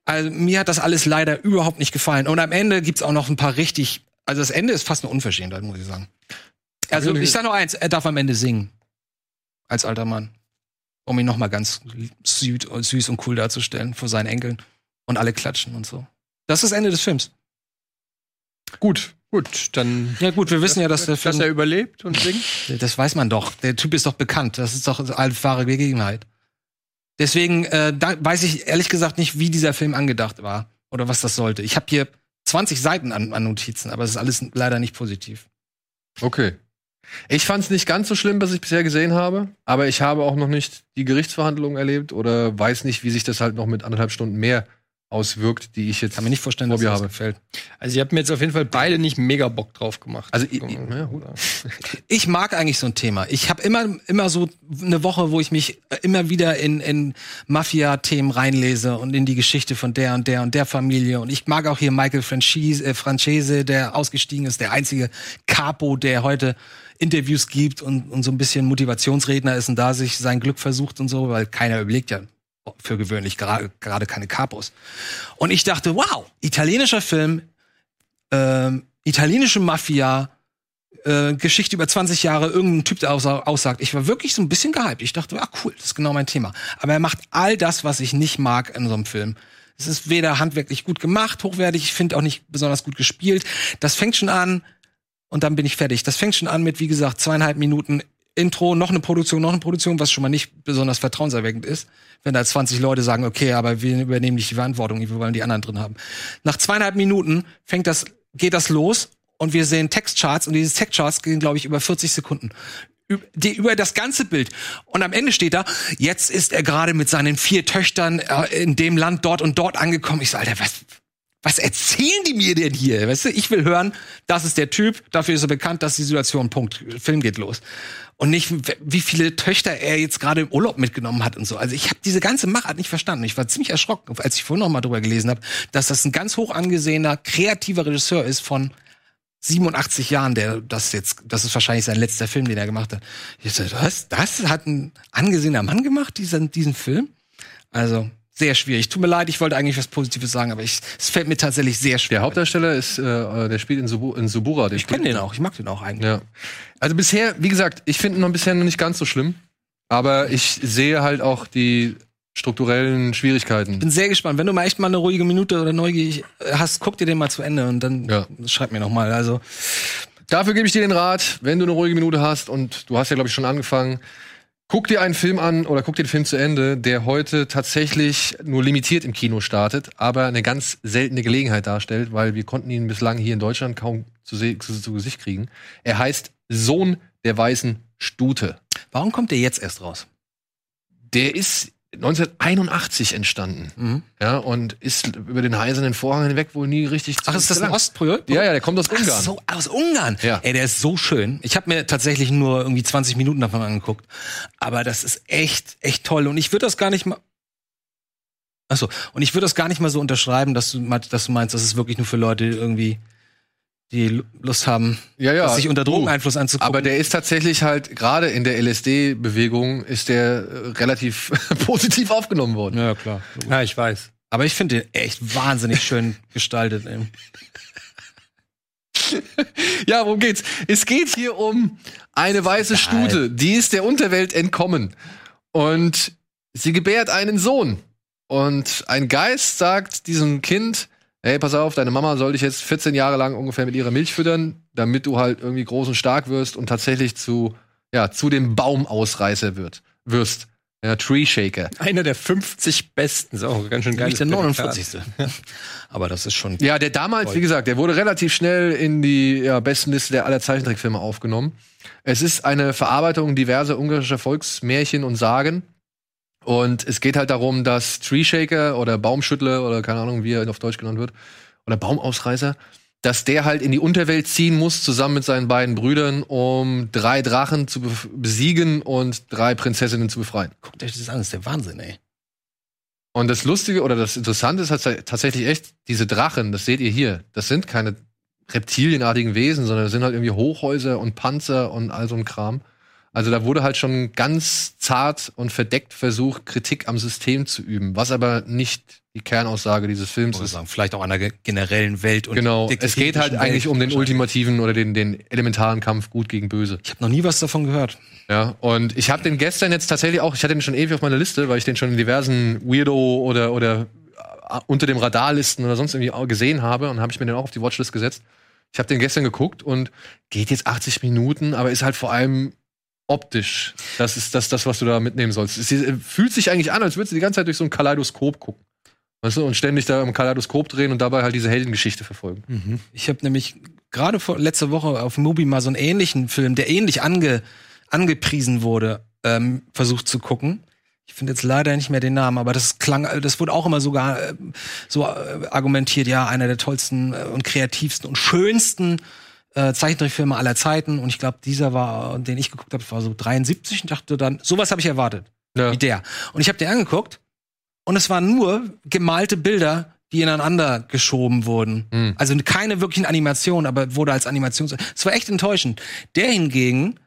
[SPEAKER 2] Also mir hat das alles leider überhaupt nicht gefallen. Und am Ende gibt's auch noch ein paar richtig, also das Ende ist fast eine Unverschämtheit, muss ich sagen. Also ich sag nur eins, er darf am Ende singen. Als alter Mann. Um ihn noch mal ganz süd, süß und cool darzustellen vor seinen Enkeln. Und alle klatschen und so. Das ist das Ende des Films.
[SPEAKER 1] Gut. Gut, dann.
[SPEAKER 2] Ja gut, wir wissen ja, dass der
[SPEAKER 1] Dass er
[SPEAKER 2] Film,
[SPEAKER 1] überlebt und singt.
[SPEAKER 2] das weiß man doch. Der Typ ist doch bekannt. Das ist doch eine wahre Gegebenheit. Deswegen äh, da weiß ich ehrlich gesagt nicht, wie dieser Film angedacht war oder was das sollte. Ich habe hier 20 Seiten an, an Notizen, aber es ist alles leider nicht positiv.
[SPEAKER 3] Okay. Ich fand es nicht ganz so schlimm, was ich bisher gesehen habe, aber ich habe auch noch nicht die Gerichtsverhandlung erlebt oder weiß nicht, wie sich das halt noch mit anderthalb Stunden mehr auswirkt, die ich jetzt.
[SPEAKER 2] Kann mir nicht vorstellen,
[SPEAKER 3] Bobby
[SPEAKER 2] dass das
[SPEAKER 3] habe.
[SPEAKER 2] gefällt.
[SPEAKER 1] Also, ihr habt mir jetzt auf jeden Fall beide nicht mega Bock drauf gemacht.
[SPEAKER 3] Also, i- i- ja, gut.
[SPEAKER 2] *laughs* ich mag eigentlich so ein Thema. Ich habe immer, immer so eine Woche, wo ich mich äh, immer wieder in, in Mafia-Themen reinlese und in die Geschichte von der und der und der Familie. Und ich mag auch hier Michael Franchise, äh, Francese, der ausgestiegen ist, der einzige Capo, der heute Interviews gibt und, und so ein bisschen Motivationsredner ist und da sich sein Glück versucht und so, weil keiner überlegt ja für gewöhnlich gra- gerade keine Capos. Und ich dachte, wow, italienischer Film, ähm, italienische Mafia, äh, Geschichte über 20 Jahre irgendein Typ, der aussa- aussagt. Ich war wirklich so ein bisschen gehypt. Ich dachte, ah cool, das ist genau mein Thema. Aber er macht all das, was ich nicht mag in so einem Film. Es ist weder handwerklich gut gemacht, hochwertig, ich finde auch nicht besonders gut gespielt. Das fängt schon an und dann bin ich fertig. Das fängt schon an mit, wie gesagt, zweieinhalb Minuten Intro, noch eine Produktion, noch eine Produktion, was schon mal nicht besonders vertrauenserweckend ist, wenn da 20 Leute sagen, okay, aber wir übernehmen nicht die Verantwortung, wir wollen die anderen drin haben. Nach zweieinhalb Minuten fängt das, geht das los und wir sehen Textcharts und diese Textcharts gehen, glaube ich, über 40 Sekunden. Üb- Die, über das ganze Bild. Und am Ende steht da, jetzt ist er gerade mit seinen vier Töchtern äh, in dem Land dort und dort angekommen. Ich so, Alter, was, was erzählen die mir denn hier? Weißt du, ich will hören, das ist der Typ, dafür ist er bekannt, das ist die Situation, Punkt. Film geht los. Und nicht, wie viele Töchter er jetzt gerade im Urlaub mitgenommen hat und so. Also ich habe diese ganze Machart nicht verstanden. Ich war ziemlich erschrocken, als ich vorhin noch mal drüber gelesen habe, dass das ein ganz hoch angesehener, kreativer Regisseur ist von 87 Jahren, der das jetzt, das ist wahrscheinlich sein letzter Film, den er gemacht hat. Ich dachte, was? Das hat ein angesehener Mann gemacht, diesen, diesen Film? Also, sehr schwierig. Tut mir leid, ich wollte eigentlich was Positives sagen, aber ich, es fällt mir tatsächlich sehr schwer.
[SPEAKER 3] Der Hauptdarsteller ist, äh, der spielt in, Subu in Subura.
[SPEAKER 2] ich kenne den auch, ich mag den auch eigentlich.
[SPEAKER 3] Ja. Also bisher, wie gesagt, ich finde ihn noch bisher noch nicht ganz so schlimm, aber ich sehe halt auch die strukturellen Schwierigkeiten.
[SPEAKER 2] Bin sehr gespannt. Wenn du mal echt mal eine ruhige Minute oder neugierig hast, guck dir den mal zu Ende und dann
[SPEAKER 3] Ja.
[SPEAKER 2] schreib mir noch mal. Also,
[SPEAKER 3] Dafür gebe ich dir den Rat, wenn du eine ruhige Minute hast und du hast ja, glaube ich, schon angefangen, guck dir einen Film an oder guck dir den Film zu Ende, der heute tatsächlich nur limitiert im Kino startet, aber eine ganz seltene Gelegenheit darstellt, weil wir konnten ihn bislang hier in Deutschland kaum zu, se- zu, zu Gesicht kriegen. Er heißt Sohn der weißen Stute.
[SPEAKER 2] warum kommt der jetzt erst raus?
[SPEAKER 3] Der ist 1981 entstanden. Ja, und ist über den heisernen Vorhang hinweg wohl nie richtig
[SPEAKER 2] Ach, ist das ein
[SPEAKER 3] gelangt.
[SPEAKER 2] Ostprojekt?
[SPEAKER 3] Ja, ja, der kommt aus
[SPEAKER 2] Ach
[SPEAKER 3] Ungarn.
[SPEAKER 2] so, aus Ungarn.
[SPEAKER 3] Ja.
[SPEAKER 2] Ey, der ist so schön. Ich habe mir tatsächlich nur irgendwie 20 Minuten davon angeguckt. Aber das ist echt, echt toll. Und ich würde das gar nicht mal. Achso, und ich würde das gar nicht mal so unterschreiben, dass du, mal- dass du meinst, das ist wirklich nur für Leute irgendwie, die Lu- Lust haben,
[SPEAKER 3] Ja, ja.
[SPEAKER 2] das sich unter
[SPEAKER 3] Du.
[SPEAKER 2] Drogeneinfluss anzugucken.
[SPEAKER 3] Aber der ist tatsächlich halt, gerade in der LSD-Bewegung, ist der äh, relativ *laughs* positiv aufgenommen worden.
[SPEAKER 2] ja, klar.
[SPEAKER 1] ja, ich weiß.
[SPEAKER 2] Aber ich finde den echt wahnsinnig
[SPEAKER 3] *laughs*
[SPEAKER 2] schön gestaltet. Ey.
[SPEAKER 3] Ja, worum geht's? Es geht hier um eine weiße Stute, die ist der Unterwelt entkommen. Und sie gebärt einen Sohn. Und ein Geist sagt diesem Kind, hey, pass auf, deine Mama soll dich jetzt 14 Jahre lang ungefähr mit ihrer Milch füttern, damit du halt irgendwie groß und stark wirst und tatsächlich zu, ja, zu dem Baumausreißer wird, wirst. Ja, Tree Shaker.
[SPEAKER 1] Einer der 50 besten. Ist auch ganz schön geil.
[SPEAKER 2] Nämlich der 49. *laughs* Aber das ist schon.
[SPEAKER 3] Ja, der damals, wie gesagt, der wurde relativ schnell in die ja, besten Liste der aller Zeichentrickfilme aufgenommen. Es ist eine Verarbeitung diverser ungarischer Volksmärchen und Sagen. Und es geht halt darum, dass Tree Shaker oder Baumschüttler oder keine Ahnung, wie er auf Deutsch genannt wird, oder Baumausreißer, dass der halt in die Unterwelt ziehen muss, zusammen mit seinen beiden Brüdern, um drei Drachen zu bef- besiegen und drei Prinzessinnen zu befreien.
[SPEAKER 2] Guckt euch das an, das ist der Wahnsinn, ey.
[SPEAKER 3] Und das Lustige oder das Interessante ist halt tatsächlich echt, diese Drachen, das seht ihr hier, das sind keine reptilienartigen Wesen, sondern das sind halt irgendwie Hochhäuser und Panzer und all so ein Kram. Also da wurde halt schon ganz zart und verdeckt versucht, Kritik am System zu üben, was aber nicht die Kernaussage dieses
[SPEAKER 2] Ich
[SPEAKER 3] Films
[SPEAKER 2] würde
[SPEAKER 3] ist.
[SPEAKER 2] sagen, vielleicht auch an der ge- generellen Welt. Und
[SPEAKER 3] Genau, es geht halt
[SPEAKER 2] Welt.
[SPEAKER 3] eigentlich um den ultimativen oder den, den elementaren Kampf gut gegen böse.
[SPEAKER 2] Ich habe noch nie was davon gehört.
[SPEAKER 3] Ja, und ich habe den gestern jetzt tatsächlich auch, ich hatte den schon ewig auf meiner Liste, weil ich den schon in diversen Weirdo oder oder äh, unter dem Radarlisten oder sonst irgendwie auch gesehen habe und habe ich mir den auch auf die Watchlist gesetzt. Ich habe den gestern geguckt und geht jetzt 80 Minuten, aber ist halt vor allem optisch. äh, Das ist das, das was du da mitnehmen sollst. Es ist- fühlt sich eigentlich an, als würdest du die ganze Zeit durch so ein Kaleidoskop gucken. Weißt du, und ständig da im Kaleidoskop drehen und dabei halt diese Heldengeschichte verfolgen.
[SPEAKER 2] Ich habe nämlich gerade vor- letzte Woche auf Mubi mal so einen ähnlichen Film, der ähnlich ange, angepriesen wurde, ähm, versucht zu gucken. Ich finde jetzt leider nicht mehr den Namen, aber das klang, das wurde auch immer sogar äh, so äh, argumentiert, ja, einer der tollsten äh, und kreativsten und schönsten äh, Zeichentrickfilme aller Zeiten. Und ich glaube, dieser war, den ich geguckt habe, war so 73 und dachte dann, sowas habe ich erwartet.
[SPEAKER 3] Ja.
[SPEAKER 2] Wie der. Und ich habe den angeguckt und es waren nur gemalte Bilder, die ineinander geschoben wurden. Also keine wirklichen Animationen, aber wurde als Animation. Es war echt enttäuschend. Der hingegen,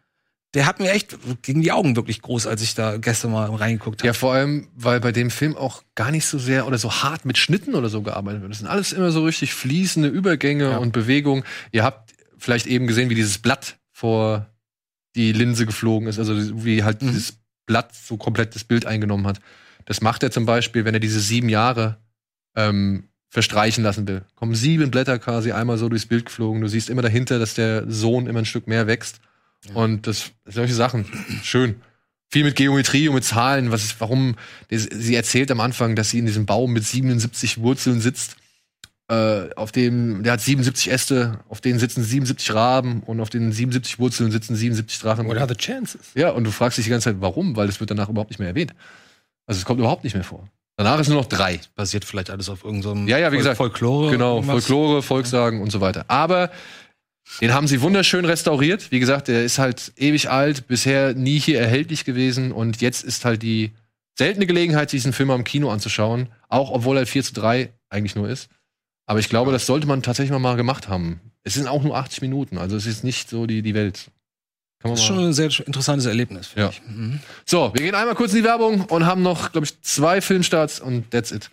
[SPEAKER 2] der hat mir echt gegen die Augen wirklich groß, als ich da gestern mal reingeguckt habe.
[SPEAKER 3] Ja, vor allem, weil bei dem Film auch gar nicht so sehr oder so hart mit Schnitten oder so gearbeitet wird. Das sind alles immer so richtig fließende Übergänge und Bewegungen. Ihr habt vielleicht eben gesehen, wie dieses Blatt vor die Linse geflogen ist, also wie halt dieses Blatt so komplett das Bild eingenommen hat. Das macht er zum Beispiel, wenn er diese sieben Jahre ähm, verstreichen lassen will. Kommen sieben Blätter quasi einmal so durchs Bild geflogen. Du siehst immer dahinter, dass der Sohn immer ein Stück mehr wächst. Und das solche Sachen. Schön. Viel mit Geometrie und mit Zahlen. Was ist, warum? Sie erzählt am Anfang, dass sie in diesem Baum mit 77 Wurzeln sitzt. Äh, auf dem, der hat 77 Äste, auf denen sitzen 77 Raben und auf den 77 Wurzeln sitzen 77 Drachen.
[SPEAKER 1] What are the chances?
[SPEAKER 3] Ja, und du fragst dich die ganze Zeit, warum? Weil es wird danach überhaupt nicht mehr erwähnt. Also es kommt überhaupt nicht mehr vor. Danach ist nur noch drei.
[SPEAKER 2] Basiert vielleicht alles auf irgendeinem
[SPEAKER 3] Ja, ja, wie
[SPEAKER 2] Fol-
[SPEAKER 3] gesagt.
[SPEAKER 2] Folklore.
[SPEAKER 3] Genau,
[SPEAKER 2] irgendwas.
[SPEAKER 3] Folklore, Volkssagen und so weiter. Aber den haben sie wunderschön restauriert. Wie gesagt, der ist halt ewig alt, bisher nie hier erhältlich gewesen und jetzt ist halt die seltene Gelegenheit, sich diesen Film am Kino anzuschauen, auch obwohl er 4 zu 3 eigentlich nur ist. Aber ich glaube, das sollte man tatsächlich mal- mal gemacht haben. Es sind auch nur 80 Minuten, also es ist nicht so die, die Welt. Kann man
[SPEAKER 2] Das ist schon ein sehr interessantes Erlebnis, finde
[SPEAKER 3] Ja.
[SPEAKER 2] ich. Mhm.
[SPEAKER 3] So, wir gehen einmal kurz in die Werbung und haben noch, glaube ich, zwei Filmstarts und that's it.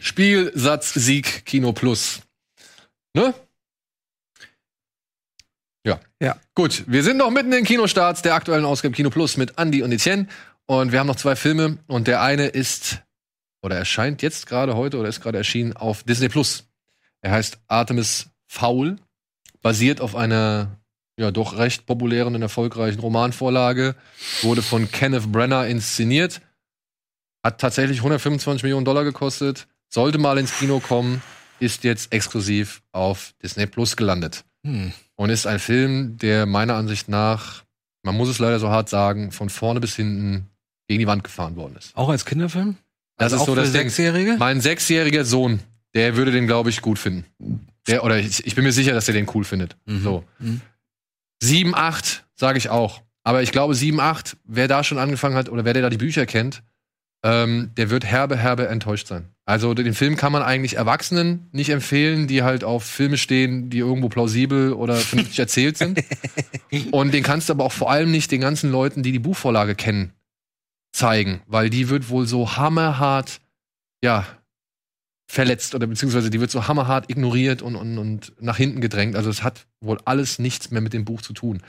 [SPEAKER 3] Spielsatz Sieg Kino Plus. Ne? Ja.
[SPEAKER 1] Ja.
[SPEAKER 3] Gut, wir sind noch mitten in den Kinostarts der aktuellen Ausgabe Kino Plus mit Andy und Etienne und wir haben noch zwei Filme und der eine ist oder erscheint jetzt gerade heute oder ist gerade erschienen auf Disney Plus. Er heißt Artemis Fowl, basiert auf einer ja doch recht populären und erfolgreichen Romanvorlage, wurde von Kenneth Brenner inszeniert, hat tatsächlich 125 Millionen Dollar gekostet, sollte mal ins Kino kommen, ist jetzt exklusiv auf Disney Plus gelandet
[SPEAKER 2] Hm.
[SPEAKER 3] und ist ein Film, der meiner Ansicht nach, man muss es leider so hart sagen, von vorne bis hinten gegen die Wand gefahren worden ist.
[SPEAKER 2] Auch als Kinderfilm?
[SPEAKER 3] Das ist
[SPEAKER 2] Also auch
[SPEAKER 3] so
[SPEAKER 2] für
[SPEAKER 3] das Ding.
[SPEAKER 2] Sechsjährige?
[SPEAKER 3] Mein sechsjähriger Sohn, der würde den, glaube ich, gut finden. Der, oder ich, ich bin mir sicher, dass er den cool findet. So.
[SPEAKER 2] Mhm.
[SPEAKER 3] sieben, acht sage ich auch. Aber ich glaube, sieben, acht, wer da schon angefangen hat oder wer der da die Bücher kennt, ähm, der wird herbe, herbe enttäuscht sein. Also den Film kann man eigentlich Erwachsenen nicht empfehlen, die halt auf Filme stehen, die irgendwo plausibel oder vernünftig erzählt
[SPEAKER 2] *laughs*
[SPEAKER 3] sind. Und den kannst du aber auch vor allem nicht den ganzen Leuten, die die Buchvorlage kennen, zeigen, weil die wird wohl so hammerhart, ja, verletzt oder beziehungsweise die wird so hammerhart ignoriert und, und, und nach hinten gedrängt. Also es hat wohl alles nichts mehr mit dem Buch zu tun.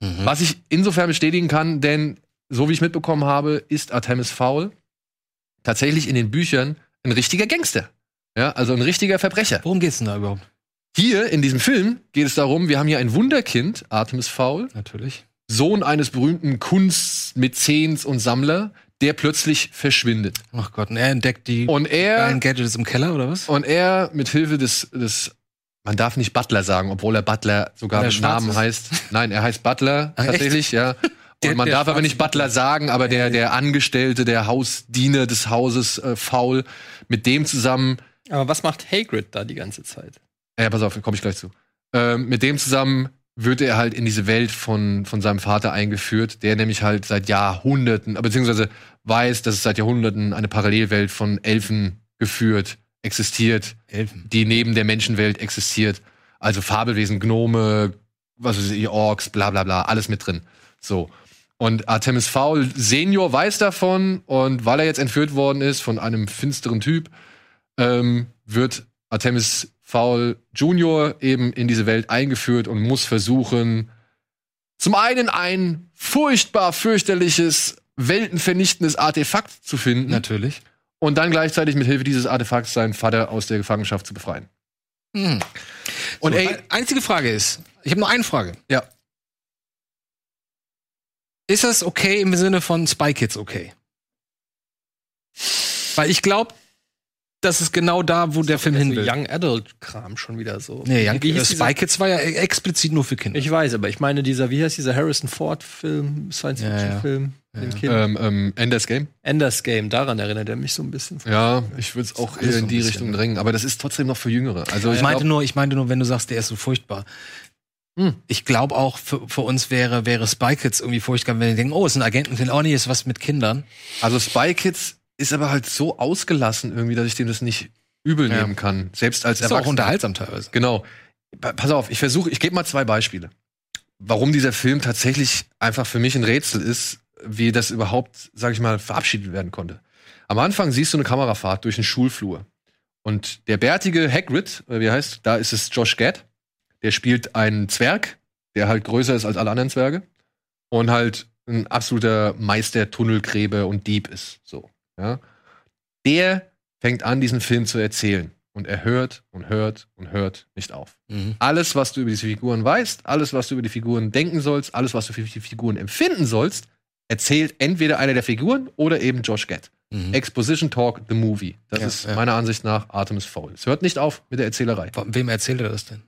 [SPEAKER 3] Was ich insofern bestätigen kann, denn so wie ich mitbekommen habe, ist Artemis Fowl tatsächlich in den Büchern ein richtiger Gangster. Ja, also ein richtiger Verbrecher.
[SPEAKER 2] Worum geht's denn da überhaupt?
[SPEAKER 3] Hier in diesem Film geht es darum, wir haben hier ein Wunderkind, Artemis Fowl,
[SPEAKER 2] Natürlich.
[SPEAKER 3] Sohn eines berühmten Kunstmäzens und Sammler, der plötzlich verschwindet.
[SPEAKER 2] Ach Gott, und er entdeckt die
[SPEAKER 3] Und er
[SPEAKER 2] geilen Gadgets im Keller oder was?
[SPEAKER 3] Und er mit Hilfe des, des man darf nicht Butler sagen, obwohl er Butler sogar
[SPEAKER 2] Weil er
[SPEAKER 3] mit
[SPEAKER 2] schwarz
[SPEAKER 3] Namen
[SPEAKER 2] ist. Ah,
[SPEAKER 3] heißt. Nein, er heißt Butler
[SPEAKER 2] echt? *laughs*
[SPEAKER 3] tatsächlich, ja.
[SPEAKER 2] Der-
[SPEAKER 3] Und man
[SPEAKER 2] der
[SPEAKER 3] darf aber
[SPEAKER 2] schwarze Äh.
[SPEAKER 3] nicht Butler sagen, aber der, der Angestellte, der Hausdiener des Hauses äh, faul, mit dem zusammen,
[SPEAKER 1] Aber was macht Hagrid da die ganze Zeit?
[SPEAKER 3] ja, pass auf, komme ich gleich zu. Ähm, mit dem zusammen wird er halt in diese Welt von, von seinem Vater eingeführt, der nämlich halt seit Jahrhunderten, äh, beziehungsweise weiß, dass es seit Jahrhunderten eine Parallelwelt von Elfen geführt existiert,
[SPEAKER 2] Elfen.
[SPEAKER 3] die neben der Menschenwelt existiert. Also Fabelwesen, Gnome, was weiß ich, Orks, bla bla bla, alles mit drin. So. Und Artemis Fowl Senior weiß davon und weil er jetzt entführt worden ist von einem finsteren Typ, ähm, wird Artemis Fowl Junior eben in diese Welt eingeführt und muss versuchen, zum einen ein furchtbar fürchterliches, weltenvernichtendes Artefakt zu finden
[SPEAKER 2] Natürlich.
[SPEAKER 3] und dann gleichzeitig mit Hilfe dieses Artefakts seinen Vater aus der Gefangenschaft zu befreien.
[SPEAKER 2] Mhm.
[SPEAKER 3] Und
[SPEAKER 2] so,
[SPEAKER 3] ey,
[SPEAKER 2] ein- einzige Frage ist, ich habe nur eine Frage.
[SPEAKER 3] Ja.
[SPEAKER 2] Ist das okay im Sinne von Spy Kids okay? Weil ich glaube, das ist genau da, wo der Film hin will.
[SPEAKER 1] So Also Young Adult Kram schon wieder so.
[SPEAKER 2] nee, Young, äh,
[SPEAKER 1] Wie hieß dieser-
[SPEAKER 2] Spy Kids war ja explizit nur für Kinder.
[SPEAKER 1] Ich weiß, aber ich meine dieser, wie heißt dieser Harrison Ford Film, Science
[SPEAKER 2] Ja, ja.
[SPEAKER 1] Fiction Film, dem Kind.
[SPEAKER 3] Ähm, ähm, Enders Game?
[SPEAKER 1] Ender's Game, daran erinnert er mich so ein bisschen.
[SPEAKER 3] Ja, ich würde es auch
[SPEAKER 2] alles
[SPEAKER 3] eher
[SPEAKER 2] so ein
[SPEAKER 3] in die
[SPEAKER 2] bisschen,
[SPEAKER 3] Richtung drängen, aber das ist trotzdem noch für Jüngere. Also ne? ich
[SPEAKER 2] Ich meinte
[SPEAKER 3] glaube,
[SPEAKER 2] nur, ich meinte nur, wenn du sagst, der ist so furchtbar.
[SPEAKER 3] Hm.
[SPEAKER 2] Ich glaube auch, für, für uns wäre, wäre Spy Kids irgendwie furchtbar, wenn wir denken, oh, ist ein Agentenfilm, oh nee, ist was mit Kindern.
[SPEAKER 3] also Spy Kids ist aber halt so ausgelassen irgendwie, dass ich dem das nicht übel
[SPEAKER 2] Ja.
[SPEAKER 3] nehmen kann. Selbst als
[SPEAKER 2] Ist auch
[SPEAKER 3] Erwachsener.
[SPEAKER 2] unterhaltsam teilweise.
[SPEAKER 3] Genau. Pa- Pass auf, ich versuche, ich gebe mal zwei Beispiele. Warum dieser Film tatsächlich einfach für mich ein Rätsel ist, wie das überhaupt, sag ich mal, verabschiedet werden konnte. Am Anfang siehst du eine Kamerafahrt durch einen Schulflur. Und der bärtige Hagrid, äh, wie er heißt, da ist es Josh Gad, der spielt einen Zwerg, der halt größer ist als alle anderen Zwerge und halt ein absoluter Meister Tunnelgräbe und Dieb ist. So, ja. Der fängt an, diesen Film zu erzählen. Und er hört und hört und hört nicht auf. Alles, was du über diese Figuren weißt, alles, was du über die Figuren denken sollst, alles, was du für die Figuren empfinden sollst, erzählt entweder einer der Figuren oder eben Josh Gad. Exposition Talk, The Movie. Das
[SPEAKER 2] Mhm. Ja,
[SPEAKER 3] ist
[SPEAKER 2] ja.
[SPEAKER 3] meiner Ansicht nach Artemis Fowl. Es hört nicht auf mit der Erzählerei.
[SPEAKER 2] Von Wem erzählt er das denn?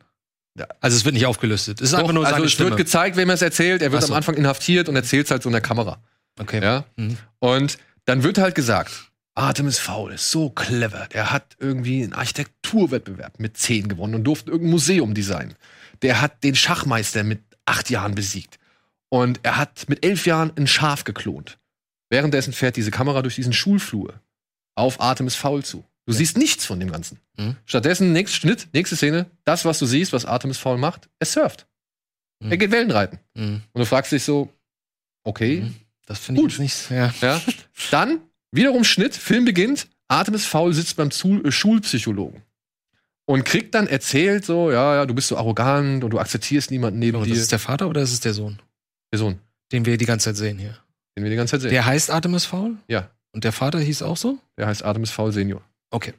[SPEAKER 3] Ja.
[SPEAKER 2] Also es wird nicht aufgelöstet. Es ist einfach nur
[SPEAKER 3] also
[SPEAKER 2] seine
[SPEAKER 3] es
[SPEAKER 2] Stimme.
[SPEAKER 3] wird gezeigt, wem er es erzählt. Er wird
[SPEAKER 2] Ach so.
[SPEAKER 3] am Anfang inhaftiert und erzählt es halt so in der Kamera.
[SPEAKER 2] okay.
[SPEAKER 3] Ja.
[SPEAKER 2] Mhm.
[SPEAKER 3] Und dann wird halt gesagt, Artemis Fowl ist so clever. Der hat irgendwie einen Architekturwettbewerb mit 10 gewonnen und durfte irgendein Museum designen. Der hat den Schachmeister mit 8 Jahren besiegt. Und er hat mit 11 Jahren ein Schaf geklont. Währenddessen fährt diese Kamera durch diesen Schulflur auf Artemis Fowl zu. Du siehst nichts von dem Ganzen.
[SPEAKER 2] Mhm.
[SPEAKER 3] Stattdessen, nächst Schnitt, nächste Szene, das, was du siehst, was Artemis Fowl macht, er surft.
[SPEAKER 2] Mhm.
[SPEAKER 3] Er geht Wellenreiten.
[SPEAKER 2] Mhm.
[SPEAKER 3] Und du fragst dich so, okay,
[SPEAKER 2] Mhm. Das finde ich
[SPEAKER 3] Gut.
[SPEAKER 2] jetzt nicht. Ja.
[SPEAKER 3] ja. Dann wiederum Schnitt, Film beginnt, Artemis Fowl sitzt beim Zu äh, Schulpsychologen und kriegt dann erzählt so, ja, ja, du bist so arrogant und du akzeptierst niemanden neben
[SPEAKER 2] Oh, Das
[SPEAKER 3] dir.
[SPEAKER 2] ist der Vater oder ist es der Sohn,
[SPEAKER 3] der Sohn,
[SPEAKER 2] den wir die ganze Zeit sehen hier?
[SPEAKER 3] den wir die ganze Zeit sehen.
[SPEAKER 2] Der heißt Artemis Fowl?
[SPEAKER 3] Ja.
[SPEAKER 2] Und der Vater hieß auch so?
[SPEAKER 3] Der heißt Artemis Fowl Senior.
[SPEAKER 2] Okay.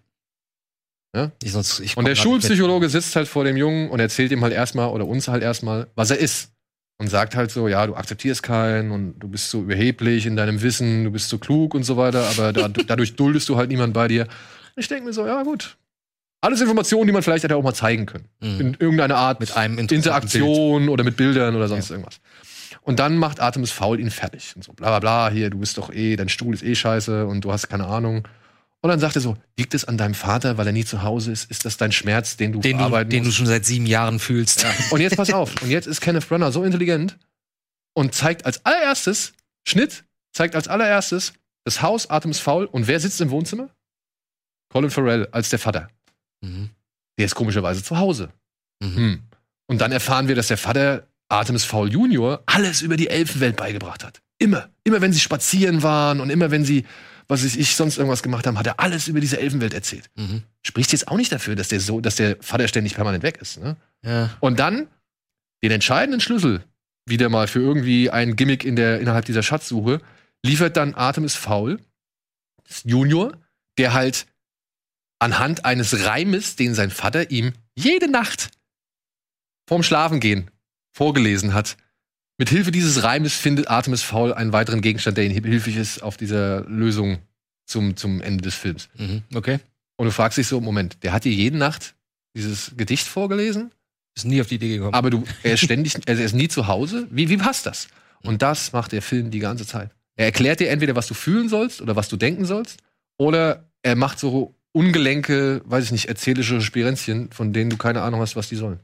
[SPEAKER 3] Ja?
[SPEAKER 2] Ich, sonst, ich komm
[SPEAKER 3] Und der
[SPEAKER 2] grad nicht mit.
[SPEAKER 3] Schulpsychologe sitzt halt vor dem Jungen und erzählt ihm halt erstmal oder uns halt erstmal, was er ist. Und sagt halt so, ja, du akzeptierst keinen und du bist so überheblich in deinem Wissen, du bist so klug und so weiter,
[SPEAKER 2] *laughs*
[SPEAKER 3] aber da, dadurch duldest du halt niemanden bei dir. Ich denke mir so, ja, gut. Alles Informationen, die man vielleicht hätte auch mal zeigen können.
[SPEAKER 2] Mhm.
[SPEAKER 3] in irgendeiner Art
[SPEAKER 2] Mit einem interessanten
[SPEAKER 3] Interaktion oder mit Bildern oder sonst irgendwas. Und dann macht Artemis Fowl ihn fertig und so bla bla bla, hier, du bist doch eh, dein Stuhl ist eh scheiße und du hast keine Ahnung. Und dann sagt er so, liegt es an deinem Vater, weil er nie zu Hause ist? Ist das dein Schmerz, den du
[SPEAKER 2] Den du,
[SPEAKER 3] verarbeiten
[SPEAKER 2] den du
[SPEAKER 3] musst?
[SPEAKER 2] schon seit sieben Jahren fühlst.
[SPEAKER 3] Und jetzt pass auf, und jetzt ist Kenneth Branagh so intelligent und zeigt als allererstes, Schnitt, zeigt als allererstes das Haus Artemis Fowl und wer sitzt im Wohnzimmer? Colin Farrell als der Vater.
[SPEAKER 2] Mhm.
[SPEAKER 3] Der ist komischerweise zu Hause.
[SPEAKER 2] Mhm.
[SPEAKER 3] Hm. Und dann erfahren wir, dass der Vater Artemis Fowl Junior alles über die Elfenwelt beigebracht hat. Immer. Immer wenn sie spazieren waren und immer wenn sie, was weiß ich, sonst irgendwas gemacht haben, hat er alles über diese Elfenwelt erzählt.
[SPEAKER 2] Mhm.
[SPEAKER 3] Spricht jetzt auch nicht dafür, dass der, so, dass der Vater ständig permanent weg ist. Ne?
[SPEAKER 2] Ja.
[SPEAKER 3] Und dann den entscheidenden Schlüssel wieder mal für irgendwie ein Gimmick in der, innerhalb dieser Schatzsuche liefert dann Artemis Fowl, das Junior, der halt anhand eines Reimes, den sein Vater ihm jede Nacht vorm Schlafengehen vorgelesen hat, mit Hilfe dieses Reimes findet Artemis Fowl einen weiteren Gegenstand, der ihm hilfreich ist auf dieser Lösung zum, zum Ende des Films.
[SPEAKER 2] Mhm. Okay.
[SPEAKER 3] Und du fragst dich so, Moment, der hat dir jede Nacht dieses Gedicht vorgelesen?
[SPEAKER 2] Ist nie auf die Idee gekommen.
[SPEAKER 3] Aber du, er ist ständig, *laughs* also er ist nie zu Hause. Wie, wie passt das? Und das macht der Film die ganze Zeit. Er erklärt dir entweder, was du fühlen sollst oder was du denken sollst, oder er macht so ungelenke, weiß ich nicht, erzählische Spirenzchen, von denen du keine Ahnung hast, was die sollen.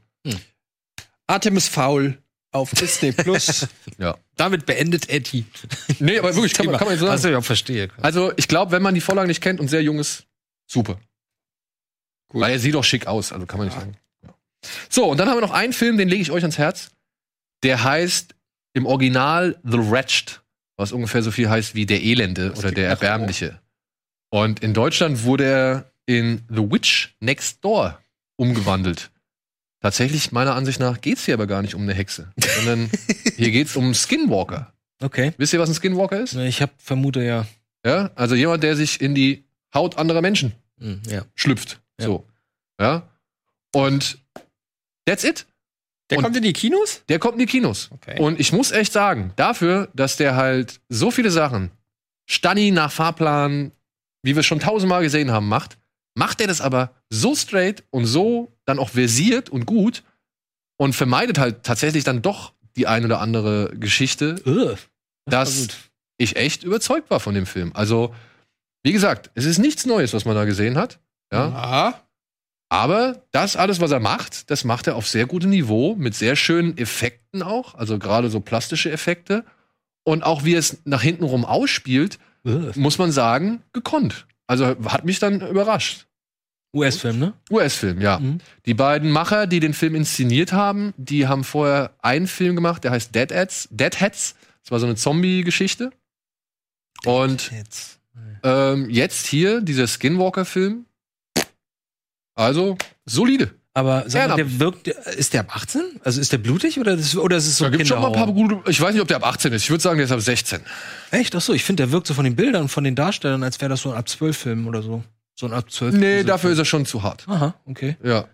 [SPEAKER 1] Artemis Fowl auf Disney Plus.
[SPEAKER 2] damit beendet Eddie.
[SPEAKER 3] Nee, aber wirklich,
[SPEAKER 2] Thema.
[SPEAKER 3] man so
[SPEAKER 2] Was ich auch verstehe.
[SPEAKER 3] Also, ich glaube, wenn man die Vorlage nicht kennt und sehr jung ist, super.
[SPEAKER 1] Gut.
[SPEAKER 3] Weil er sieht doch schick aus, also kann man nicht sagen. Ja. So, und dann haben wir noch einen Film, den lege ich euch ans Herz. Der heißt im Original The Wretched, was ungefähr so viel heißt wie der Elende oder der Erbärmliche. Und in Deutschland wurde er in The Witch Next Door umgewandelt. Tatsächlich, meiner Ansicht nach, geht es hier aber gar nicht um eine Hexe, sondern hier geht es um Skinwalker.
[SPEAKER 2] Okay.
[SPEAKER 3] Wisst ihr, was ein Skinwalker ist?
[SPEAKER 2] Ich hab, vermute ja.
[SPEAKER 3] Ja, also jemand, der sich in die Haut anderer Menschen
[SPEAKER 2] Mhm. Ja.
[SPEAKER 3] schlüpft.
[SPEAKER 2] Ja.
[SPEAKER 3] So. Ja. Und that's it.
[SPEAKER 1] Der
[SPEAKER 3] Und-
[SPEAKER 1] kommt in die Kinos?
[SPEAKER 3] Der kommt in die Kinos.
[SPEAKER 1] Okay.
[SPEAKER 3] Und ich muss echt sagen, dafür, dass der halt so viele Sachen, Stani nach Fahrplan, wie wir es schon tausendmal gesehen haben, macht, macht er das aber so straight und so dann auch versiert und gut und vermeidet halt tatsächlich dann doch die ein oder andere Geschichte, dass ich echt überzeugt war von dem Film. Also, wie gesagt, es ist nichts Neues, was man da gesehen hat. Ja.
[SPEAKER 1] Aha.
[SPEAKER 3] Aber das alles, was er macht, das macht er auf sehr gutem Niveau, mit sehr schönen Effekten auch, also gerade so plastische Effekte. Und auch wie er es nach hinten rum ausspielt, muss man sagen, gekonnt. Also hat mich dann überrascht.
[SPEAKER 2] US-Film, ne?
[SPEAKER 3] US-Film, ja.
[SPEAKER 2] Mhm.
[SPEAKER 3] Die beiden Macher, die den Film inszeniert haben, die haben vorher einen Film gemacht, der heißt Deadheads. Deadheads. Das war so eine Zombie-Geschichte. Und
[SPEAKER 2] Jetzt.
[SPEAKER 3] ähm, jetzt hier dieser Skinwalker-Film. Also solide.
[SPEAKER 2] Aber sag mal,
[SPEAKER 3] Ehrenamt.
[SPEAKER 2] der wirkt, ist der ab 18? Also ist der blutig oder, das, oder ist es so
[SPEAKER 3] Da gibt schon mal ein paar
[SPEAKER 2] Kinderhorror?
[SPEAKER 3] gute. Ich weiß nicht, ob der ab 18 ist. Ich würde sagen, der ist ab 16.
[SPEAKER 2] Echt? Ach so, ich finde, der wirkt so von den Bildern, und von den Darstellern, als wäre das so ein ab 12-Film oder so. So ein ab 12
[SPEAKER 3] Nee, dafür ist er schon zu hart.
[SPEAKER 2] Aha, okay.
[SPEAKER 3] Also, Ja.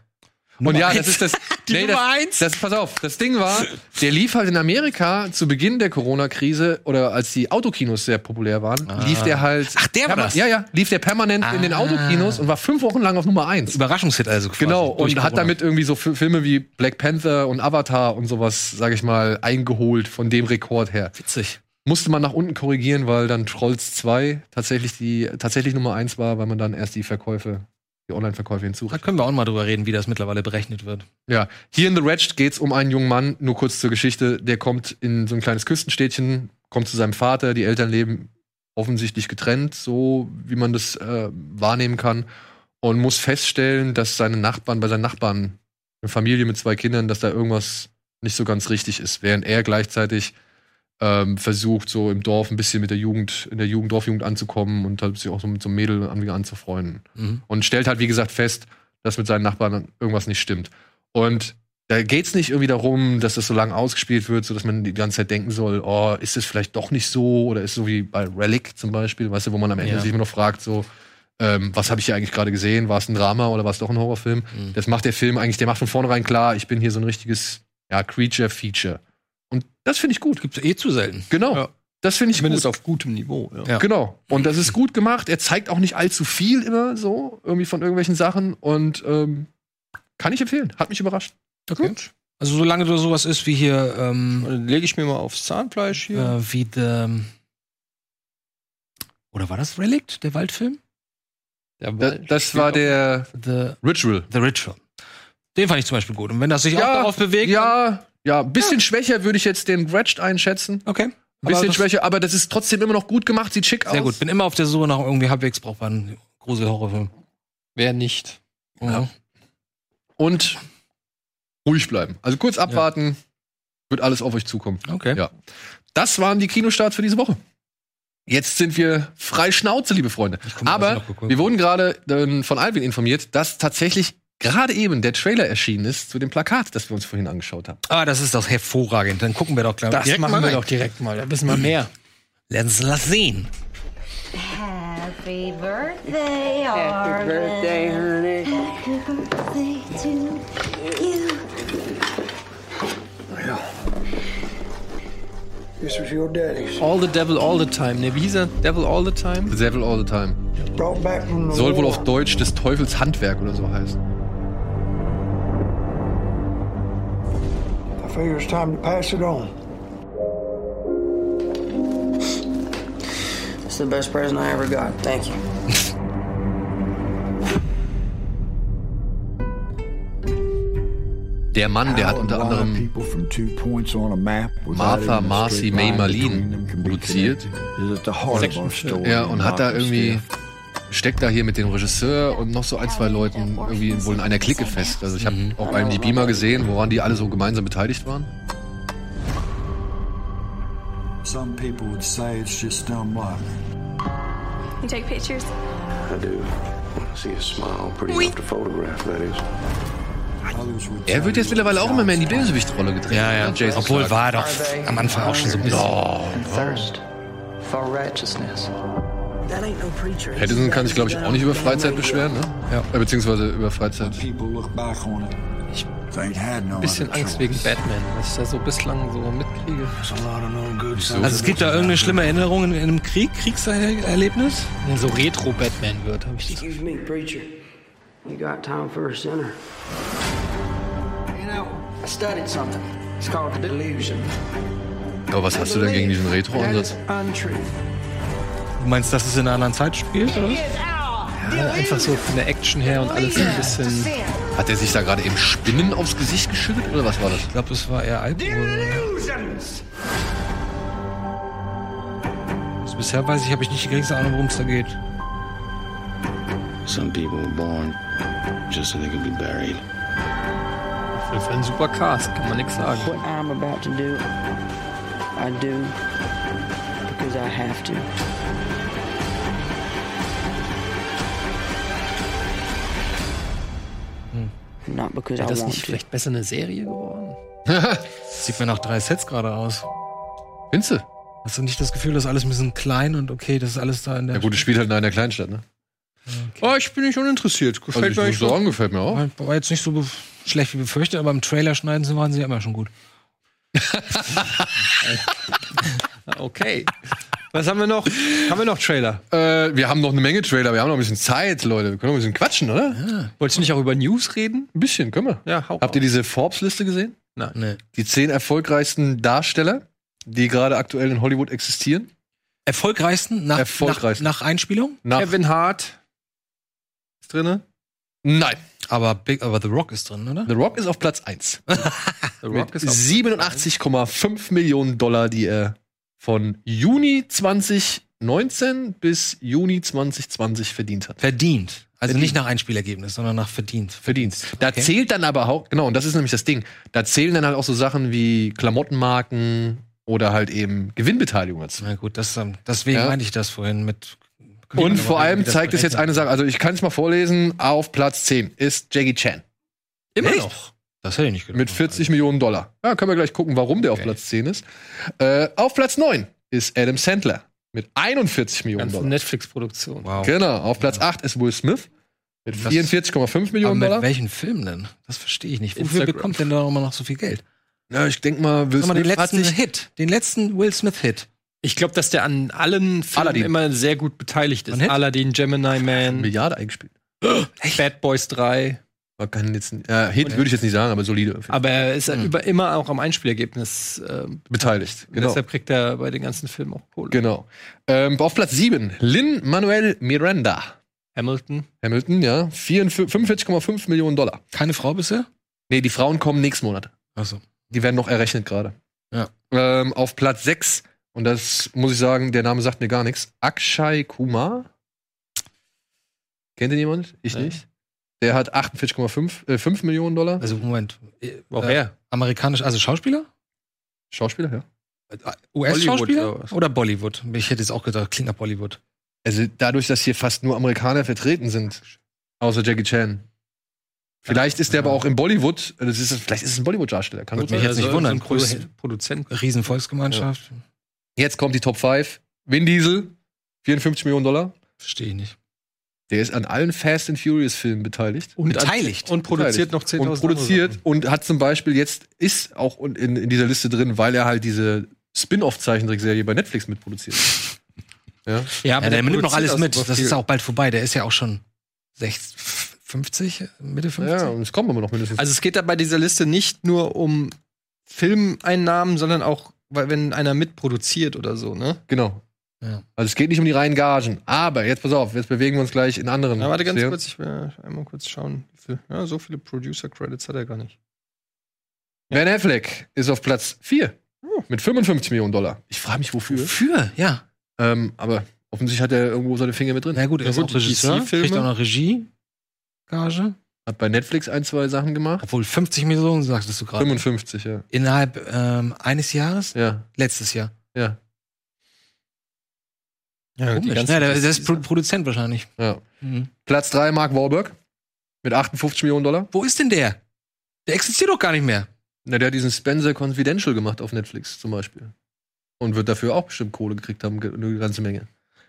[SPEAKER 3] Und
[SPEAKER 2] Nummer
[SPEAKER 3] ja,
[SPEAKER 2] eins.
[SPEAKER 3] das ist das.
[SPEAKER 2] *laughs* Die
[SPEAKER 3] nee,
[SPEAKER 2] Nummer
[SPEAKER 3] das,
[SPEAKER 2] eins.
[SPEAKER 3] Das, pass auf, das Ding war, der lief halt in Amerika zu Beginn der Corona-Krise oder als die Autokinos sehr populär waren, lief der halt.
[SPEAKER 2] Ach, der war
[SPEAKER 3] perma-
[SPEAKER 2] das?
[SPEAKER 3] Ja, ja, lief der permanent in den Autokinos und war fünf Wochen lang auf Nummer 1.
[SPEAKER 2] Überraschungshit also quasi.
[SPEAKER 3] Genau,
[SPEAKER 2] durch
[SPEAKER 3] und hat
[SPEAKER 2] Corona.
[SPEAKER 3] damit irgendwie so Fi- Filme wie Black Panther und Avatar und sowas, sage ich mal, eingeholt von dem Rekord her.
[SPEAKER 2] Witzig.
[SPEAKER 3] musste man nach unten korrigieren, weil dann Trolls 2 tatsächlich die tatsächlich Nummer 1 war, weil man dann erst die Verkäufe, die Online-Verkäufe
[SPEAKER 2] Da
[SPEAKER 3] hinzufügt.
[SPEAKER 2] können wir auch mal drüber reden, wie das mittlerweile berechnet wird.
[SPEAKER 3] Ja, hier in The Wretched geht's um einen jungen Mann, nur kurz zur Geschichte, der kommt in so ein kleines Küstenstädtchen, kommt zu seinem Vater, die Eltern leben offensichtlich getrennt, so wie man das äh, wahrnehmen kann und muss feststellen, dass seine Nachbarn bei seinen Nachbarn eine Familie mit zwei Kindern, dass da irgendwas nicht so ganz richtig ist, während er gleichzeitig ähm, versucht, so im Dorf ein bisschen mit der Jugend, in der Jugend, Dorfjugend anzukommen und halt sich auch so mit so einem Mädel an, anzufreunden.
[SPEAKER 2] Mhm.
[SPEAKER 3] Und stellt halt, wie gesagt, fest, dass mit seinen Nachbarn irgendwas nicht stimmt. Und da geht's nicht irgendwie darum, dass das so lange ausgespielt wird, sodass man die ganze Zeit denken soll, oh, ist es vielleicht doch nicht so? Oder ist es so wie bei Relic zum Beispiel, weißt du, wo man am Ende
[SPEAKER 2] Ja.
[SPEAKER 3] sich immer noch fragt, so, ähm, was habe ich hier eigentlich gerade gesehen? War es ein Drama oder war es doch ein Horrorfilm?
[SPEAKER 2] Mhm.
[SPEAKER 3] Das macht der Film eigentlich, der macht von vornherein klar, ich bin hier so ein richtiges ja, Creature-Feature. Und das finde ich gut.
[SPEAKER 2] Gibt's eh zu selten.
[SPEAKER 3] Genau.
[SPEAKER 1] Ja.
[SPEAKER 3] Das finde ich gut.
[SPEAKER 1] Zumindest auf gutem Niveau. Ja.
[SPEAKER 2] Ja.
[SPEAKER 3] Genau. Und das ist gut gemacht. Er zeigt auch nicht allzu viel immer so, irgendwie von irgendwelchen Sachen. Und ähm, kann ich empfehlen. Hat mich überrascht.
[SPEAKER 2] Okay. Also solange du sowas ist wie hier, ähm,
[SPEAKER 1] Dann lege ich mir mal aufs Zahnfleisch hier.
[SPEAKER 2] äh, wie The. Oder war das Relict, der Waldfilm?
[SPEAKER 1] Der
[SPEAKER 3] Da,
[SPEAKER 1] Wald
[SPEAKER 3] das
[SPEAKER 1] steht
[SPEAKER 3] war
[SPEAKER 1] auf-
[SPEAKER 3] der
[SPEAKER 2] The,
[SPEAKER 3] Ritual.
[SPEAKER 2] The Ritual. Den fand ich zum Beispiel gut. Und wenn das sich auch darauf bewegt.
[SPEAKER 3] Ja, ja. Ein bisschen schwächer würde ich jetzt den Wretched einschätzen.
[SPEAKER 2] Okay.
[SPEAKER 3] Ein bisschen
[SPEAKER 2] Aber das-
[SPEAKER 3] schwächer, aber das ist trotzdem immer noch gut gemacht. Sieht schick aus.
[SPEAKER 2] Sehr gut. Bin immer auf der Suche nach irgendwie halbwegs brauchbaren Grusel-Horrorfilm.
[SPEAKER 1] Wer nicht?
[SPEAKER 2] Ja.
[SPEAKER 3] Und ruhig bleiben. Also kurz abwarten. Wird alles auf euch zukommen.
[SPEAKER 2] Okay.
[SPEAKER 3] Ja. Das waren die Kinostarts für diese Woche. Jetzt sind wir frei Schnauze, liebe Freunde.
[SPEAKER 2] komm, lass
[SPEAKER 3] Aber
[SPEAKER 2] mich noch gucken.
[SPEAKER 3] wir wurden gerade ähm, von Alvin informiert, dass tatsächlich gerade eben der Trailer erschienen ist zu dem Plakat, das wir uns vorhin angeschaut haben.
[SPEAKER 2] Ah, das ist doch hervorragend. Dann gucken wir doch gleich.
[SPEAKER 1] Das
[SPEAKER 2] direkt
[SPEAKER 1] machen
[SPEAKER 2] mal
[SPEAKER 1] wir
[SPEAKER 2] rein.
[SPEAKER 1] doch direkt mal. Da wissen wir mehr.
[SPEAKER 2] Lass, lass sehen.
[SPEAKER 8] Happy birthday, Happy birthday, honey. Happy birthday to you.
[SPEAKER 9] This was your daddy's.
[SPEAKER 1] All the devil all the time. Ne, wie hieß er? Devil all the time?
[SPEAKER 3] The Devil All the Time.
[SPEAKER 9] Brought back from the
[SPEAKER 3] Soll wohl
[SPEAKER 9] war.
[SPEAKER 3] auf Deutsch des Teufels Handwerk oder so heißen.
[SPEAKER 9] I figure it's time to pass it on.
[SPEAKER 10] It's the best present I ever got. Thank you.
[SPEAKER 3] Der Mann, der hat
[SPEAKER 11] How
[SPEAKER 3] unter
[SPEAKER 11] and why
[SPEAKER 3] anderem
[SPEAKER 11] people from two points on a map without
[SPEAKER 3] Martha
[SPEAKER 11] even a
[SPEAKER 3] Marcy
[SPEAKER 11] straight
[SPEAKER 3] May
[SPEAKER 11] line
[SPEAKER 3] Marlene
[SPEAKER 11] between them can be
[SPEAKER 3] produziert.
[SPEAKER 11] connected is at the heart of our story,
[SPEAKER 3] Ja, und hat da
[SPEAKER 11] not the
[SPEAKER 3] irgendwie,
[SPEAKER 11] stiff.
[SPEAKER 3] steckt da hier mit dem Regisseur und noch so ein, zwei Leuten irgendwie wohl in einer Clique fest. Also ich habe
[SPEAKER 2] Mhm.
[SPEAKER 3] auch beim DB mal gesehen, woran die alle so gemeinsam beteiligt waren.
[SPEAKER 11] Some people would say it's just dumb luck.
[SPEAKER 8] You take pictures?
[SPEAKER 9] I do. Want to see a smile, pretty enough to photograph, that is.
[SPEAKER 11] Others would
[SPEAKER 3] Er
[SPEAKER 11] say
[SPEAKER 3] wird jetzt
[SPEAKER 11] it
[SPEAKER 3] mittlerweile
[SPEAKER 11] was
[SPEAKER 3] auch immer mehr in die
[SPEAKER 11] God's
[SPEAKER 3] Bösewichtrolle gedreht.
[SPEAKER 2] Ja, ja.
[SPEAKER 3] ne? Jason
[SPEAKER 2] Obwohl
[SPEAKER 3] Clarke.
[SPEAKER 2] war er doch am Anfang auch schon so ein bisschen. Oh,
[SPEAKER 10] Thirst for righteousness.
[SPEAKER 3] Pattinson kann sich, glaube ich, auch nicht über Äh, Freizeit beschweren, ne? Ja. Beziehungsweise über Freizeit.
[SPEAKER 11] People look back on it.
[SPEAKER 1] Ich
[SPEAKER 5] They had no
[SPEAKER 1] bisschen
[SPEAKER 5] other
[SPEAKER 1] Angst wegen Batman, was ich da so bislang so mitkriege.
[SPEAKER 2] Also es gibt da irgendeine schlimme Erinnerung in in einem Krieg, Kriegserlebnis?
[SPEAKER 1] Wenn so Retro-Batman wird, habe ich das.
[SPEAKER 10] Excuse me, preacher. You got time for a sinner? You know, I studied something. It's called delusion.
[SPEAKER 3] Aber was hast du denn gegen diesen Retro-Ansatz?
[SPEAKER 2] Du meinst, dass es in einer anderen Zeit spielt? Oder?
[SPEAKER 1] Ja, einfach so von der Action her und alles ein bisschen.
[SPEAKER 3] Hat er sich da gerade eben Spinnen aufs Gesicht geschüttet oder was war das?
[SPEAKER 2] Ich glaube, das war eher Alkohol. Also bisher weiß ich, habe ich nicht die geringste Ahnung, worum es da geht.
[SPEAKER 12] Some people were born just so they could be buried.
[SPEAKER 1] Auf jeden Fall ein super Cast, kann man nichts sagen.
[SPEAKER 10] What I'm about to do, I do because I have to. Not because I
[SPEAKER 1] Wäre das
[SPEAKER 10] want
[SPEAKER 1] nicht
[SPEAKER 10] to.
[SPEAKER 1] vielleicht besser eine Serie geworden?
[SPEAKER 2] *laughs*
[SPEAKER 1] *laughs*
[SPEAKER 2] Sieht mir nach drei Sets gerade aus.
[SPEAKER 3] Findest du?
[SPEAKER 2] Hast du nicht das Gefühl, dass alles ein bisschen klein und okay, das ist alles da in der.
[SPEAKER 3] Ja gut, es spielt halt in einer Kleinstadt, ne?
[SPEAKER 1] Oh, ich bin nicht uninteressiert.
[SPEAKER 3] Also ich muss sagen, gefällt mir auch.
[SPEAKER 2] War war jetzt nicht so bef- schlecht wie befürchtet, aber im Trailer schneiden sie waren sie ja immer schon gut.
[SPEAKER 1] Okay. *laughs* Was haben wir noch? Haben wir noch Trailer?
[SPEAKER 3] Äh, wir haben noch eine Menge Trailer, wir haben noch ein bisschen Zeit, Leute. Wir können noch ein bisschen quatschen, oder?
[SPEAKER 1] Wolltest du nicht auch über News reden?
[SPEAKER 3] Ein bisschen, können wir.
[SPEAKER 1] Ja, hau
[SPEAKER 3] Habt ihr diese Forbes-Liste gesehen? Die zehn erfolgreichsten Darsteller, die gerade aktuell in Hollywood existieren?
[SPEAKER 2] Erfolgreichsten nach,
[SPEAKER 3] Erfolgreichsten.
[SPEAKER 2] nach, nach Einspielung?
[SPEAKER 3] Nach
[SPEAKER 1] Kevin Hart.
[SPEAKER 3] ist drinne? Nein.
[SPEAKER 2] Aber, Big, aber The Rock ist drin, oder?
[SPEAKER 3] The Rock ist auf Platz 1.
[SPEAKER 1] The
[SPEAKER 3] Mit
[SPEAKER 1] Rock ist auch
[SPEAKER 3] 87,5 Millionen Dollar, die er von Juni 2019 bis Juni 2020 verdient hat.
[SPEAKER 2] Verdient. Also nicht nach Einspielergebnis, sondern nach verdient.
[SPEAKER 3] Verdienst. Da
[SPEAKER 2] Okay.
[SPEAKER 3] zählt dann aber auch, genau, und das ist nämlich das Ding. Da zählen dann halt auch so Sachen wie Klamottenmarken oder halt eben Gewinnbeteiligung dazu.
[SPEAKER 2] Na gut, das, ähm, deswegen
[SPEAKER 3] Ja.
[SPEAKER 2] meinte ich das vorhin mit.
[SPEAKER 3] Und vor allem
[SPEAKER 2] Wie das
[SPEAKER 3] zeigt es jetzt
[SPEAKER 2] berechnet.
[SPEAKER 3] eine Sache, also ich kann es mal vorlesen, auf Platz 10 ist Jackie Chan
[SPEAKER 2] Immer
[SPEAKER 3] Echt?
[SPEAKER 2] noch. Das hätte ich nicht gedacht.
[SPEAKER 3] mit 40 Millionen Dollar. Ja, können wir gleich gucken, warum der auf
[SPEAKER 2] Okay.
[SPEAKER 3] Platz 10 ist. Äh, auf Platz 9 ist Adam Sandler mit 41 Millionen
[SPEAKER 1] Ganze
[SPEAKER 3] Dollar.
[SPEAKER 1] Netflix-Produktion.
[SPEAKER 2] Wow.
[SPEAKER 3] Genau, auf Platz 8 ist Will Smith mit
[SPEAKER 2] Das-
[SPEAKER 3] 44,5
[SPEAKER 2] Aber
[SPEAKER 3] Millionen
[SPEAKER 2] mit
[SPEAKER 3] Dollar.
[SPEAKER 2] welchen Filmen denn? Das verstehe ich nicht. Wofür
[SPEAKER 1] Instagram.
[SPEAKER 2] bekommt denn da immer noch so viel Geld?
[SPEAKER 3] Ja, ich denke mal, Will
[SPEAKER 2] Sag mal, den
[SPEAKER 3] Smith hat
[SPEAKER 2] letzten
[SPEAKER 3] sich
[SPEAKER 2] Hit. Den letzten Will Smith-Hit.
[SPEAKER 1] Ich glaube, dass der an allen Filmen
[SPEAKER 3] Aladdin.
[SPEAKER 1] immer sehr gut beteiligt ist.
[SPEAKER 2] Man hätte-
[SPEAKER 1] Aladdin, Gemini
[SPEAKER 3] eine
[SPEAKER 1] Man,
[SPEAKER 3] Milliarde eingespielt.
[SPEAKER 1] Bad Boys 3.
[SPEAKER 3] Man kann jetzt, äh, Hit würde ich jetzt nicht sagen, aber solide.
[SPEAKER 1] Aber er ist über, immer auch am Einspielergebnis. Ähm,
[SPEAKER 3] Beteiligt.
[SPEAKER 1] und Deshalb kriegt er bei den ganzen Filmen auch Kohle.
[SPEAKER 3] Genau. Ähm, auf Platz 7, Lin Manuel Miranda.
[SPEAKER 1] Hamilton.
[SPEAKER 3] Hamilton, ja. 44 45,5 Millionen Dollar.
[SPEAKER 2] Keine Frau bisher?
[SPEAKER 3] Nee, die Frauen kommen nächsten Monat.
[SPEAKER 2] Achso.
[SPEAKER 3] Die werden noch errechnet gerade.
[SPEAKER 2] Ja.
[SPEAKER 3] Ähm, auf Platz 6, und das muss ich sagen, der Name sagt mir gar nichts. Akshay Kumar. Kennt ihr jemand? Ich
[SPEAKER 1] Nee.
[SPEAKER 3] nicht. Der hat 48,5 äh, 5 Millionen Dollar.
[SPEAKER 2] Also Moment. Äh,
[SPEAKER 1] er.
[SPEAKER 2] Amerikanisch, also Schauspieler?
[SPEAKER 3] Schauspieler, ja.
[SPEAKER 2] US-Schauspieler
[SPEAKER 1] oder
[SPEAKER 2] oder,
[SPEAKER 1] was?
[SPEAKER 2] Bollywood? Ich hätte jetzt auch gedacht, klingt nach Bollywood.
[SPEAKER 3] Also dadurch, dass hier fast nur Amerikaner vertreten sind, außer Jackie Chan. Vielleicht ist der aber auch in Bollywood, das ist, vielleicht ist es ein Bollywood-Darsteller. Kann gut
[SPEAKER 2] Würde
[SPEAKER 3] sein.
[SPEAKER 2] mich jetzt nicht wundern.
[SPEAKER 1] Also, So ein Produ- Produzent.
[SPEAKER 2] Riesenvolksgemeinschaft.
[SPEAKER 3] Jetzt kommt die Top 5. Vin Diesel, 54 Millionen Dollar.
[SPEAKER 2] Verstehe ich nicht.
[SPEAKER 3] Der ist an allen Fast and Furious Filmen beteiligt.
[SPEAKER 1] Und an-
[SPEAKER 2] Beteiligt.
[SPEAKER 1] Und produziert noch 10.000
[SPEAKER 3] Und produziert
[SPEAKER 1] andere
[SPEAKER 3] und hat zum Beispiel jetzt, ist auch un- in, in dieser Liste drin, weil er halt diese Spin-off-Zeichentrickserie bei Netflix
[SPEAKER 1] *laughs*
[SPEAKER 3] mitproduziert. ja.
[SPEAKER 1] Sachen. Ja,
[SPEAKER 2] Ja, der nimmt noch alles mit. Das ist
[SPEAKER 1] auch.
[SPEAKER 2] auch bald vorbei. Der ist ja auch schon 60, 50, Mitte 50.
[SPEAKER 3] ja, und es kommen aber noch mindestens.
[SPEAKER 1] Also es geht da bei dieser Liste nicht nur um Filmeinnahmen, sondern auch, weil wenn einer mitproduziert oder so,
[SPEAKER 2] Hm.
[SPEAKER 1] ne?
[SPEAKER 3] genau.
[SPEAKER 2] Ja.
[SPEAKER 3] Also es geht nicht um die reinen Gagen. Aber jetzt pass auf, jetzt bewegen wir uns gleich in anderen.
[SPEAKER 1] Na, warte ganz
[SPEAKER 3] Serien.
[SPEAKER 1] kurz, ich will einmal kurz schauen. Wie viel, ja, so viele Producer-Credits hat er gar nicht.
[SPEAKER 3] Ben Affleck ist auf Platz 4 mit 55 Millionen Dollar. Ich frage mich, wofür.
[SPEAKER 2] Für, ja.
[SPEAKER 3] Ähm, aber offensichtlich hat er irgendwo seine Finger mit drin.
[SPEAKER 2] Na gut, er
[SPEAKER 1] Na
[SPEAKER 2] ist
[SPEAKER 1] gut,
[SPEAKER 2] auch Regisseur,
[SPEAKER 1] DC-Filme.
[SPEAKER 2] kriegt auch noch Regie, Gage.
[SPEAKER 3] Hat bei Netflix ein, zwei Sachen gemacht.
[SPEAKER 2] Obwohl 50 Millionen, sagtest du gerade.
[SPEAKER 3] 55, ja.
[SPEAKER 2] Innerhalb ähm, eines Jahres?
[SPEAKER 3] Ja,
[SPEAKER 2] Letztes Jahr.
[SPEAKER 3] ja,
[SPEAKER 1] Ja,
[SPEAKER 2] Komisch. Ja, der, der ist Pro Produzent wahrscheinlich.
[SPEAKER 3] ja. ne? Platz 3 Mark Wahlberg mit 58 Millionen Dollar.
[SPEAKER 2] Wo ist denn der? Der existiert doch gar nicht mehr.
[SPEAKER 3] Na, der hat diesen Spencer Confidential gemacht auf Netflix zum Beispiel. Und wird dafür auch bestimmt Kohle gekriegt haben, ge- eine ganze Menge.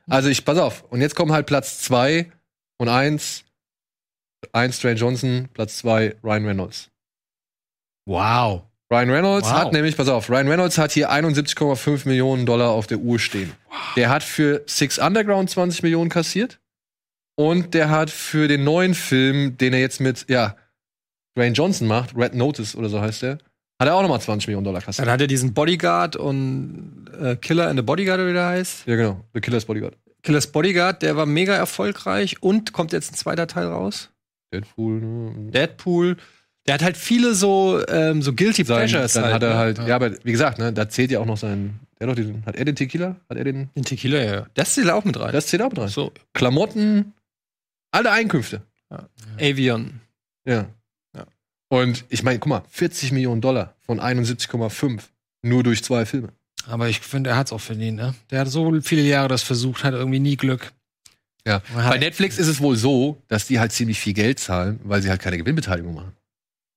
[SPEAKER 3] Also ich, pass auf. Und jetzt kommen halt Platz 2 und 1. 1 Dwayne Johnson, Platz 2 Ryan Reynolds.
[SPEAKER 2] Wow.
[SPEAKER 3] Ryan Reynolds
[SPEAKER 2] Wow.
[SPEAKER 3] hat nämlich, pass auf, Ryan Reynolds hat hier 71,5 Millionen Dollar auf der Uhr stehen. Der hat für Six Underground 20 Millionen kassiert und der hat für den neuen Film, den er jetzt mit, ja, Dwayne Johnson macht, Red Notice oder so heißt der, hat er auch nochmal 20 Millionen Dollar kassiert.
[SPEAKER 1] Dann hat er diesen Bodyguard und äh, Killer in the Bodyguard, oder wie der heißt.
[SPEAKER 3] Ja, genau, The Killer's Bodyguard.
[SPEAKER 1] Killers Bodyguard, der war mega erfolgreich und kommt jetzt ein zweiter Teil raus.
[SPEAKER 3] Deadpool, ne?
[SPEAKER 1] Deadpool. Der hat halt viele so, ähm, so Guilty
[SPEAKER 3] Sein,
[SPEAKER 1] Pleasures.
[SPEAKER 3] dann hat er
[SPEAKER 1] ne?
[SPEAKER 3] halt, ja. aber wie gesagt, ne, da zählt ja auch noch sein, der hat, doch den, hat er den Tequila? Hat er den?
[SPEAKER 1] Den Tequila, ja, ja. Das zählt auch mit rein.
[SPEAKER 3] Das zählt auch mit rein.
[SPEAKER 1] so,
[SPEAKER 3] Klamotten, alle Einkünfte.
[SPEAKER 1] Avion.
[SPEAKER 3] Ja. Und ich meine, guck mal, 40 Millionen Dollar von 71,5 nur durch zwei Filme.
[SPEAKER 2] Aber ich finde, er hat's auch verdient, ne? Der hat so viele Jahre das versucht, hat irgendwie nie Glück.
[SPEAKER 3] Ja.
[SPEAKER 2] Und hat-
[SPEAKER 3] Bei Netflix ist es wohl so, dass die halt ziemlich viel Geld zahlen, weil sie halt keine Gewinnbeteiligung machen.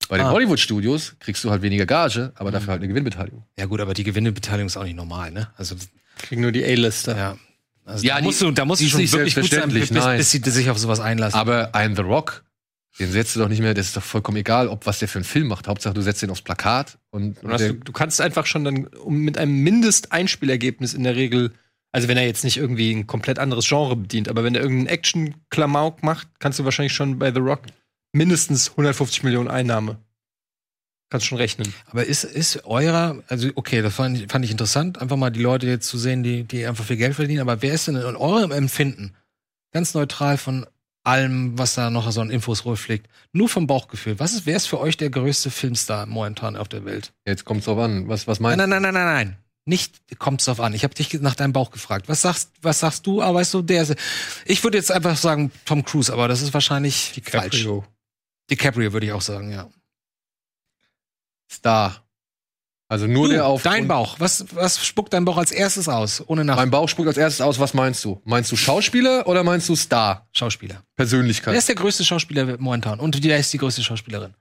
[SPEAKER 3] Bei den
[SPEAKER 2] Ah.
[SPEAKER 3] Hollywood-Studios kriegst du halt weniger Gage, aber dafür halt eine Gewinnbeteiligung.
[SPEAKER 2] Ja gut, aber die Gewinnebeteiligung ist auch nicht normal, ne? Also
[SPEAKER 1] Kriegen nur die A-Lister.
[SPEAKER 2] ja. Also,
[SPEAKER 3] Ja,
[SPEAKER 2] da
[SPEAKER 3] die-
[SPEAKER 2] musst du, da musst
[SPEAKER 3] die
[SPEAKER 2] du
[SPEAKER 3] ist
[SPEAKER 2] schon
[SPEAKER 3] nicht
[SPEAKER 2] wirklich gut sein, bis,
[SPEAKER 3] selbstverständlich, nein.
[SPEAKER 2] bis sie sich auf sowas einlassen.
[SPEAKER 3] Aber ein The Rock, den setzt du doch nicht mehr, das ist doch vollkommen egal, ob was der für einen Film macht. Hauptsache, du setzt den aufs Plakat und,
[SPEAKER 1] Und hast
[SPEAKER 3] der,
[SPEAKER 1] du, du kannst einfach schon dann um, mit einem Mindesteinspielergebnis in der Regel, also wenn er jetzt nicht irgendwie ein komplett anderes Genre bedient, aber wenn er irgendeinen Action-Klamauk macht, kannst du wahrscheinlich schon bei The Rock mindestens 150 Millionen Einnahme. Kannst schon rechnen.
[SPEAKER 2] Aber ist, ist eurer, also okay, das fand, ich- fand ich interessant, einfach mal die Leute jetzt zu sehen, die, die einfach viel Geld verdienen, aber wer ist denn in eurem Empfinden ganz neutral von allem, was da noch so an Infos rüberfliegt, nur vom Bauchgefühl, was ist, wer ist für euch der größte Filmstar momentan auf der Welt?
[SPEAKER 3] jetzt kommt's drauf an. Was, was
[SPEAKER 2] Nein,
[SPEAKER 3] meinst du?
[SPEAKER 2] nein, nein, nein, nein, nein. Nicht kommt's drauf an. Ich habe dich nach deinem Bauch gefragt. Was sagst, was sagst du? Aber weißt du, der ist, ich würde jetzt einfach sagen Tom Cruise, aber das ist wahrscheinlich falsch. DiCaprio würde ich auch sagen, ja.
[SPEAKER 3] Star. Also nur
[SPEAKER 2] Du,
[SPEAKER 3] der auf
[SPEAKER 2] dein Bauch. Was, was spuckt dein Bauch als erstes aus? Ohne Nach
[SPEAKER 3] Mein Bauch spuckt als erstes aus, was meinst du? Meinst du Schauspieler oder meinst du Star?
[SPEAKER 2] Schauspieler.
[SPEAKER 3] Persönlichkeit.
[SPEAKER 2] Wer ist der größte Schauspieler momentan? Und wer ist die größte Schauspielerin?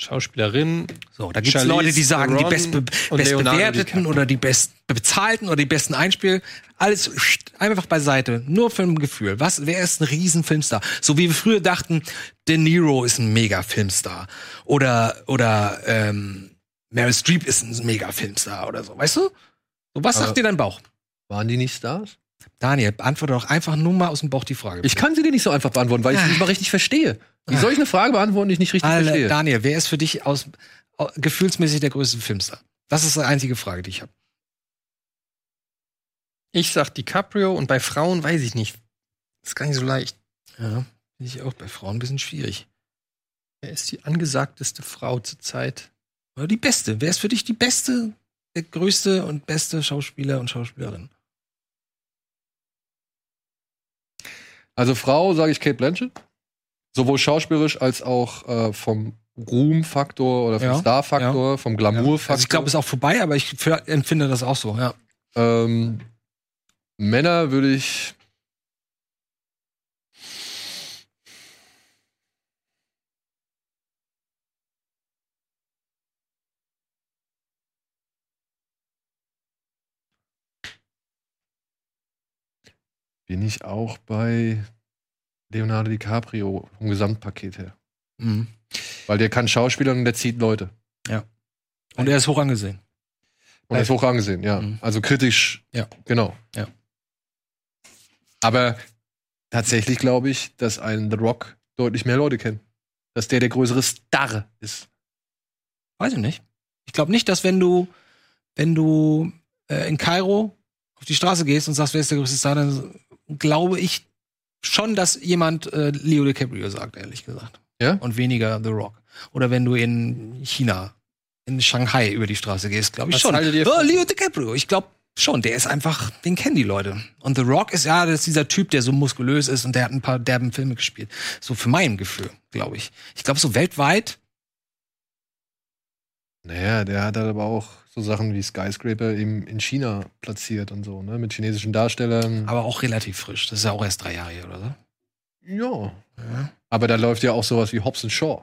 [SPEAKER 1] Schauspielerin.
[SPEAKER 2] So, Oh, da gibt es
[SPEAKER 1] Charlize
[SPEAKER 2] Leute, die sagen, die
[SPEAKER 1] Theron
[SPEAKER 2] bestbe
[SPEAKER 1] und Leonardo
[SPEAKER 2] bestbewerteten
[SPEAKER 1] DiCaprio.
[SPEAKER 2] oder die bestbezahlten oder die besten Einspiel. Alles einfach beiseite. Nur für ein Gefühl. Was, wer ist ein riesen Filmstar? So wie wir früher dachten, De Niro ist ein mega Filmstar. Oder, oder, ähm, Meryl Streep ist ein mega Filmstar oder so. Weißt du? So, was sagt dir dein Bauch?
[SPEAKER 3] Waren die nicht Stars?
[SPEAKER 2] Daniel, beantworte doch einfach nur mal aus dem Bauch die Frage.
[SPEAKER 3] Ich kann sie dir nicht so einfach beantworten, weil ich sie nicht mal richtig verstehe. Wie soll ich eine Frage beantworten, die ich nicht richtig
[SPEAKER 2] Alle,
[SPEAKER 3] verstehe?
[SPEAKER 2] Daniel, wer ist für dich aus, au- gefühlsmäßig der größte Filmstar? Das ist die einzige Frage, die ich habe.
[SPEAKER 1] Ich sag DiCaprio und bei Frauen weiß ich nicht. ist gar nicht so leicht.
[SPEAKER 2] Ja, finde ich auch bei Frauen ein bisschen schwierig.
[SPEAKER 1] Wer ist die angesagteste Frau zurzeit?
[SPEAKER 2] Oder die beste. Wer ist für dich die beste, der größte und beste Schauspieler und Schauspielerin?
[SPEAKER 3] Also Frau sage ich Kate Blanchett. Sowohl schauspielerisch als auch äh, vom Ruhmfaktor oder vom
[SPEAKER 2] Ja,
[SPEAKER 3] Starfaktor, vom Glamourfaktor.
[SPEAKER 2] Also ich glaube, es ist auch vorbei, aber ich f- empfinde das auch so, ja.
[SPEAKER 3] ähm, Männer würde ich. Bin ich auch bei Leonardo DiCaprio vom Gesamtpaket her.
[SPEAKER 2] Mhm.
[SPEAKER 3] Weil der kann Schauspielern und der zieht Leute.
[SPEAKER 2] Und er ist hoch angesehen.
[SPEAKER 3] Und er ist hoch angesehen, ja.
[SPEAKER 2] Mhm.
[SPEAKER 3] Also kritisch.
[SPEAKER 2] Ja.
[SPEAKER 3] Genau.
[SPEAKER 2] Ja.
[SPEAKER 3] Aber tatsächlich glaube ich, dass ein The Rock deutlich mehr Leute kennt. Dass der der größere Star ist.
[SPEAKER 2] Weiß ich nicht. Ich glaube nicht, dass wenn du, wenn du äh, in Kairo auf die Straße gehst und sagst, wer ist der größte Star, dann glaube ich schon, dass jemand äh, Leo DiCaprio sagt, ehrlich gesagt.
[SPEAKER 3] Ja?
[SPEAKER 2] Und weniger The Rock. Oder wenn du in China, in Shanghai über die Straße gehst, glaube ich
[SPEAKER 1] Was
[SPEAKER 2] schon.
[SPEAKER 1] haltet ihr
[SPEAKER 2] oh,
[SPEAKER 1] von-
[SPEAKER 2] Leo DiCaprio, ich glaube schon, der ist einfach, den kennen die Leute. Und The Rock ist ja das ist dieser Typ, der so muskulös ist und der hat ein paar derben Filme gespielt. So für mein Gefühl, glaube ich. Ich glaube, so weltweit
[SPEAKER 3] Naja, der hat halt aber auch so Sachen wie Skyscraper eben in China platziert und so, ne? Mit chinesischen Darstellern.
[SPEAKER 2] Aber auch relativ frisch. Das ist ja auch erst drei Jahre hier, oder so.
[SPEAKER 3] ja. Aber da läuft ja auch sowas wie Hobbs and Shaw.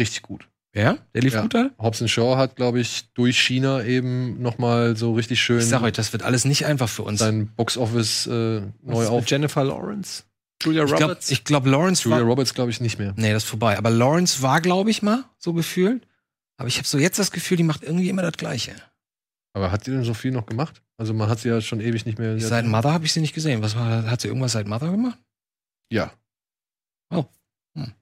[SPEAKER 3] Richtig gut.
[SPEAKER 2] Ja? Der lief
[SPEAKER 3] Ja.
[SPEAKER 2] gut da?
[SPEAKER 3] Hobbs and Shaw hat, glaube ich, durch China eben nochmal so richtig schön
[SPEAKER 2] Ich sag euch, das wird alles nicht einfach für uns.
[SPEAKER 3] sein Box-Office äh,
[SPEAKER 1] Was
[SPEAKER 3] neu
[SPEAKER 1] ist mit
[SPEAKER 3] auf.
[SPEAKER 1] Jennifer Lawrence? Julia
[SPEAKER 2] Ich glaube,
[SPEAKER 1] Roberts?
[SPEAKER 2] ich glaub, Lawrence
[SPEAKER 3] Julia
[SPEAKER 2] war.
[SPEAKER 3] Roberts glaube ich nicht mehr.
[SPEAKER 2] Nee, das ist vorbei. Aber Lawrence war, glaube ich, mal so gefühlt. Aber ich habe so jetzt das Gefühl, die macht irgendwie immer das Gleiche.
[SPEAKER 3] Aber hat sie denn so viel noch gemacht? Also man hat sie ja schon ewig nicht mehr.
[SPEAKER 2] Seit Mother habe ich sie halt nicht gesehen. Was war, hat sie irgendwas seit Mother gemacht?
[SPEAKER 3] Ja.
[SPEAKER 2] Oh. Hm.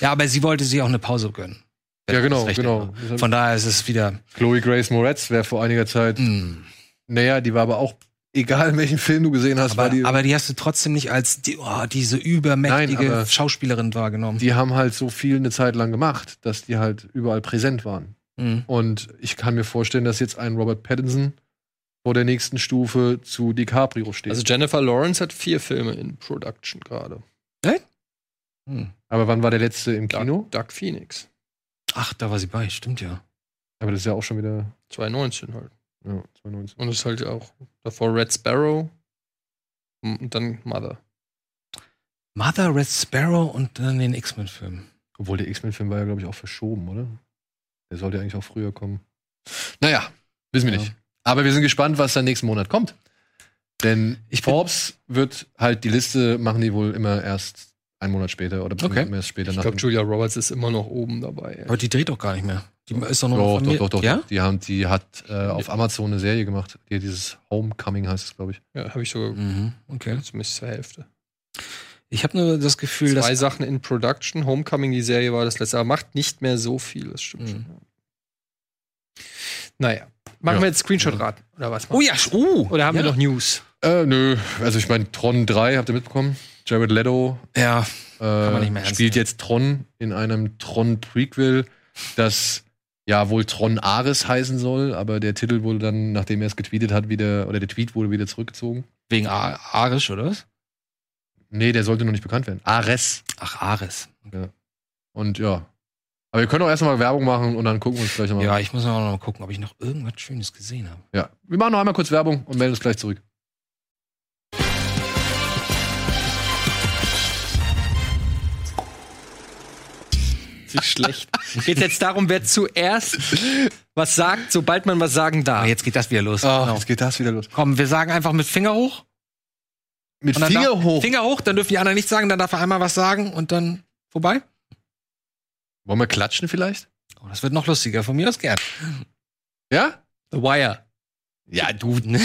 [SPEAKER 2] Ja, aber sie wollte sich auch eine Pause gönnen.
[SPEAKER 3] Ja,
[SPEAKER 2] Wenn
[SPEAKER 3] genau,
[SPEAKER 2] das recht
[SPEAKER 3] genau.
[SPEAKER 2] erinnere. Von daher ist es wieder. hm.
[SPEAKER 3] Chloe Grace Moretz wäre vor einiger Zeit. Naja, die war aber auch, egal in welchen Film du gesehen hast,
[SPEAKER 2] Aber
[SPEAKER 3] war
[SPEAKER 2] die,
[SPEAKER 3] die.
[SPEAKER 2] aber die hast du trotzdem nicht als die, oh, diese übermächtige
[SPEAKER 3] Nein, aber-
[SPEAKER 2] Schauspielerin wahrgenommen.
[SPEAKER 3] die haben halt so viel eine Zeit lang gemacht, dass die halt überall präsent waren.
[SPEAKER 2] Mhm.
[SPEAKER 3] Und ich kann mir vorstellen, dass jetzt ein Robert Pattinson vor der nächsten Stufe zu DiCaprio steht.
[SPEAKER 1] Also Jennifer Lawrence hat vier Filme in Production gerade.
[SPEAKER 2] Hm.
[SPEAKER 3] aber wann war der letzte im Kino?
[SPEAKER 1] Dark Phoenix.
[SPEAKER 2] Ach, da war sie bei, stimmt ja.
[SPEAKER 3] Aber das ist ja auch schon wieder
[SPEAKER 1] 2019 halt.
[SPEAKER 3] ja, 2019.
[SPEAKER 1] Und das ist halt auch davor Red Sparrow. Und dann Mother.
[SPEAKER 2] Mother, Red Sparrow und dann den X-Men-Film.
[SPEAKER 3] Obwohl der X-Men-Film war ja, glaube ich, auch verschoben, oder? Der sollte eigentlich auch früher kommen. Naja, wissen wir
[SPEAKER 2] Ja.
[SPEAKER 3] nicht. Aber wir sind gespannt, was dann nächsten Monat kommt. Denn
[SPEAKER 2] Ich bin-
[SPEAKER 3] Forbes wird halt die Liste machen, die wohl immer erst einen Monat später oder
[SPEAKER 2] Okay.
[SPEAKER 3] immer erst später
[SPEAKER 1] Ich
[SPEAKER 3] nach
[SPEAKER 1] glaube,
[SPEAKER 3] dem-
[SPEAKER 1] Julia Roberts ist immer noch oben dabei.
[SPEAKER 2] Aber die dreht doch gar nicht mehr. Die ist doch noch
[SPEAKER 3] Doch,
[SPEAKER 2] von
[SPEAKER 3] doch,
[SPEAKER 2] mir-
[SPEAKER 3] doch, doch.
[SPEAKER 2] Ja?
[SPEAKER 3] Die, haben, die hat äh, auf Amazon eine Serie gemacht. Die hat dieses Homecoming heißt es, glaube ich.
[SPEAKER 1] Ja, habe ich sogar
[SPEAKER 2] Mhm, okay.
[SPEAKER 1] zumindest zur Hälfte.
[SPEAKER 2] Ich habe nur das Gefühl,
[SPEAKER 1] Zwei
[SPEAKER 2] dass.
[SPEAKER 1] Sachen in Production. Homecoming, die Serie war das letzte, aber macht nicht mehr so viel, das stimmt
[SPEAKER 2] Mhm.
[SPEAKER 1] schon. ja. Naja. Machen
[SPEAKER 3] Ja.
[SPEAKER 1] wir jetzt Screenshot-Raten, oder was?
[SPEAKER 2] Oh ja, sch- oh!
[SPEAKER 1] Oder haben
[SPEAKER 2] ja.
[SPEAKER 1] wir noch News?
[SPEAKER 3] Äh, nö. Also ich meine, Tron 3, habt ihr mitbekommen? Jared Leto
[SPEAKER 2] Ja, man nicht mehr
[SPEAKER 3] äh,
[SPEAKER 2] ernst
[SPEAKER 3] spielt
[SPEAKER 2] nehmen.
[SPEAKER 3] jetzt Tron in einem Tron-Prequel, das ja wohl Tron Ares heißen soll, aber der Titel wurde dann, nachdem er es getweetet hat, wieder, oder der Tweet wurde wieder zurückgezogen.
[SPEAKER 2] wegen A- Ares oder was?
[SPEAKER 3] Nee, der sollte noch nicht bekannt werden. Ares.
[SPEAKER 2] Ach, Ares.
[SPEAKER 3] Und ja. Aber wir können auch erstmal Werbung machen und dann gucken wir uns gleich nochmal.
[SPEAKER 2] Ja, ich muss auch noch mal gucken, ob ich noch irgendwas Schönes gesehen habe.
[SPEAKER 3] ja. Wir machen noch einmal kurz Werbung und melden uns gleich zurück.
[SPEAKER 1] Wie schlecht. Geht jetzt darum, wer zuerst was sagt, sobald man was sagen
[SPEAKER 2] Ah,
[SPEAKER 1] darf.
[SPEAKER 2] jetzt geht das wieder los. Genau.
[SPEAKER 3] geht das wieder los.
[SPEAKER 2] Komm, wir sagen einfach mit Finger hoch.
[SPEAKER 3] Mit
[SPEAKER 2] Und dann
[SPEAKER 3] Finger
[SPEAKER 2] darf,
[SPEAKER 3] hoch.
[SPEAKER 2] Finger hoch, dann dürfen die anderen nichts sagen, dann darf er einmal was sagen und dann vorbei.
[SPEAKER 3] Wollen wir klatschen vielleicht?
[SPEAKER 2] Oh, das wird noch lustiger. Von mir aus gern.
[SPEAKER 3] Ja?
[SPEAKER 1] The Wire.
[SPEAKER 3] Ja,
[SPEAKER 2] *laughs*
[SPEAKER 3] du.
[SPEAKER 2] ne?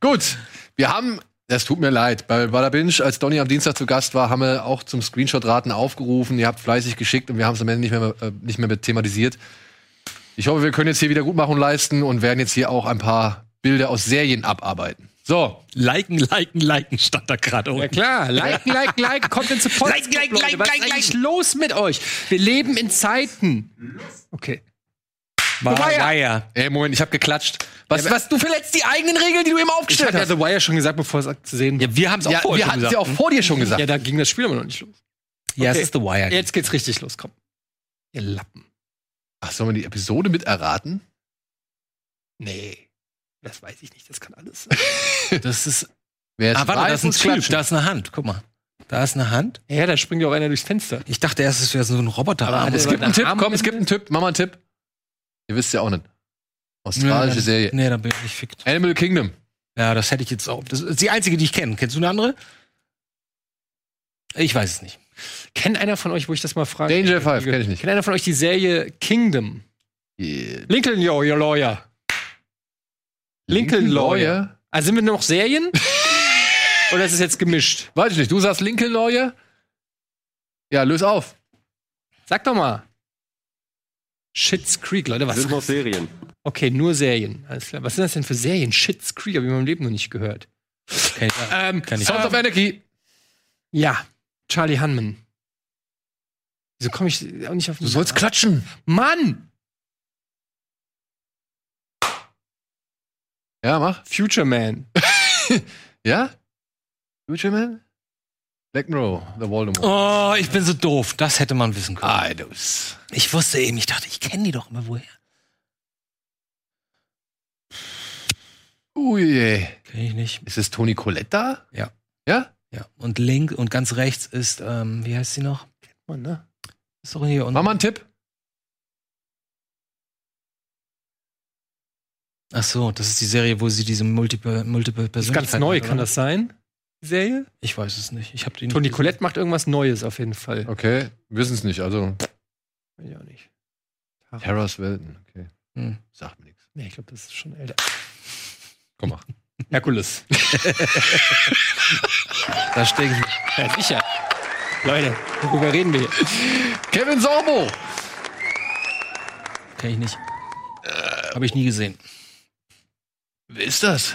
[SPEAKER 3] Gut, wir haben, das tut mir leid, bei Bada Binge, als Donny am Dienstag zu Gast war, haben wir auch zum Screenshot-Raten aufgerufen. Ihr habt fleißig geschickt und wir haben es am Ende nicht mehr, äh, nicht mehr thematisiert. Ich hoffe, wir können jetzt hier wieder Gutmachung leisten und werden jetzt hier auch ein paar Bilder aus Serien abarbeiten. So,
[SPEAKER 2] liken, liken, liken stand da gerade
[SPEAKER 1] Ja
[SPEAKER 2] unten.
[SPEAKER 1] klar, liken, liken, liken, kommt ins Support.
[SPEAKER 2] Liken, liken, liken,
[SPEAKER 1] Was
[SPEAKER 2] liken,
[SPEAKER 1] ist eigentlich los mit euch? Wir leben in Zeiten. Okay.
[SPEAKER 2] War Wire.
[SPEAKER 3] ey, Moment, ich habe geklatscht. Was,
[SPEAKER 1] Ja, aber-
[SPEAKER 3] was, du verletzt die eigenen Regeln, die du immer
[SPEAKER 1] Ich
[SPEAKER 3] aufgestellt
[SPEAKER 1] habe ja
[SPEAKER 3] hast.
[SPEAKER 1] The Wire schon gesagt, bevor es zu sehen war.
[SPEAKER 2] Ja, wir haben es auch
[SPEAKER 3] Ja,
[SPEAKER 2] vorher
[SPEAKER 3] wir
[SPEAKER 2] schon
[SPEAKER 3] hatten sie
[SPEAKER 2] gesagt. ne?
[SPEAKER 3] auch vor dir schon gesagt.
[SPEAKER 1] Ja, da ging das Spiel aber noch nicht los.
[SPEAKER 2] Ja,
[SPEAKER 1] Okay.
[SPEAKER 2] es ist The Wire.
[SPEAKER 1] Jetzt geht's richtig los, komm. Ihr Lappen.
[SPEAKER 3] Ach, sollen wir die Episode mit erraten?
[SPEAKER 1] Nee. Das weiß ich nicht, das kann alles sein.
[SPEAKER 2] Das ist,
[SPEAKER 3] Wer es
[SPEAKER 2] ah, warte, das
[SPEAKER 3] weiß,
[SPEAKER 2] ist ein
[SPEAKER 3] muss
[SPEAKER 2] Typ.
[SPEAKER 3] klatschen.
[SPEAKER 2] Da ist eine Hand. Guck mal. Da ist eine Hand.
[SPEAKER 1] ja, da springt ja auch einer durchs Fenster.
[SPEAKER 2] Ich dachte erst, es wäre so ein Roboter. Ah,
[SPEAKER 1] Aber
[SPEAKER 3] Es gibt einen
[SPEAKER 1] Oder
[SPEAKER 3] Tipp,
[SPEAKER 1] Arm-
[SPEAKER 3] komm, es gibt einen Tipp, mach mal einen Tipp. Ihr wisst ja auch nicht. Australische Serie.
[SPEAKER 2] Nee, da bin ich nicht fickt.
[SPEAKER 3] Animal Kingdom.
[SPEAKER 2] Ja, das hätte ich jetzt auch. Das ist die einzige, die ich kenne. Kennst du eine andere? Ich weiß es nicht.
[SPEAKER 1] Kennt einer von euch, wo ich das mal frage?
[SPEAKER 3] Danger Five, kenne ich nicht.
[SPEAKER 1] Kennt einer von euch die Serie Kingdom? Lincoln Yo, Your Lawyer. Lincoln Lawyer. Also sind wir noch Serien? Oder ist es jetzt gemischt?
[SPEAKER 3] Weiß ich nicht. Du sagst Lincoln Lawyer? Ja, löse auf.
[SPEAKER 1] Sag doch mal. Shits Creek, Leute, was?
[SPEAKER 13] Sind noch Serien.
[SPEAKER 1] Okay, nur Serien. Alles klar. Was sind das denn für Serien? Shits Creek, habe ich in meinem Leben noch nicht gehört.
[SPEAKER 2] Kenn ich-
[SPEAKER 1] Ähm,
[SPEAKER 2] Kenn ich-
[SPEAKER 3] Sons of Anarchy.
[SPEAKER 1] ja, Charlie Hunman. Wieso komme ich auch nicht auf den
[SPEAKER 3] Du sollst klatschen.
[SPEAKER 1] Mann!
[SPEAKER 3] Ja, mach.
[SPEAKER 1] Future Man.
[SPEAKER 3] Ja? Future Man? Black Mirror, The Voldemort.
[SPEAKER 2] Oh, ich bin so doof. Das hätte man wissen
[SPEAKER 3] Ah.
[SPEAKER 2] können.
[SPEAKER 3] Eidos.
[SPEAKER 2] Ich wusste eben, ich dachte, ich kenne die doch immer woher.
[SPEAKER 3] Ui. je.
[SPEAKER 2] Kenne ich nicht.
[SPEAKER 3] Ist es Toni Collette da?
[SPEAKER 2] Ja.
[SPEAKER 3] Ja?
[SPEAKER 2] Ja. Und links und ganz rechts ist, ähm, wie heißt sie noch?
[SPEAKER 1] Mann, ne?
[SPEAKER 2] Ist doch hier
[SPEAKER 3] Mach
[SPEAKER 2] unten.
[SPEAKER 3] mal einen Tipp.
[SPEAKER 2] Ach so, das ist die Serie, wo sie diese multiple, multiple
[SPEAKER 1] Das ist
[SPEAKER 2] Persönlichkeit
[SPEAKER 1] ganz neu,
[SPEAKER 2] hat,
[SPEAKER 1] kann
[SPEAKER 2] oder?
[SPEAKER 1] das sein? Die Serie?
[SPEAKER 2] Ich weiß es nicht. Ich habe die
[SPEAKER 1] Toni
[SPEAKER 2] nicht-
[SPEAKER 1] Colette macht irgendwas Neues auf jeden Fall.
[SPEAKER 3] Okay, wissen es nicht, also.
[SPEAKER 1] Weiß ich auch nicht.
[SPEAKER 3] Terrors Welten, okay.
[SPEAKER 2] Hm.
[SPEAKER 3] Sagt mir nichts.
[SPEAKER 1] Nee, ich glaube, das ist schon älter.
[SPEAKER 3] Komm mal.
[SPEAKER 1] Herkules.
[SPEAKER 2] Da stehe ich.
[SPEAKER 1] ja, sicher. Leute, worüber reden wir hier?
[SPEAKER 3] Kevin Sorbo!
[SPEAKER 2] Kenn ich nicht. Habe ich nie gesehen.
[SPEAKER 3] Wer ist das?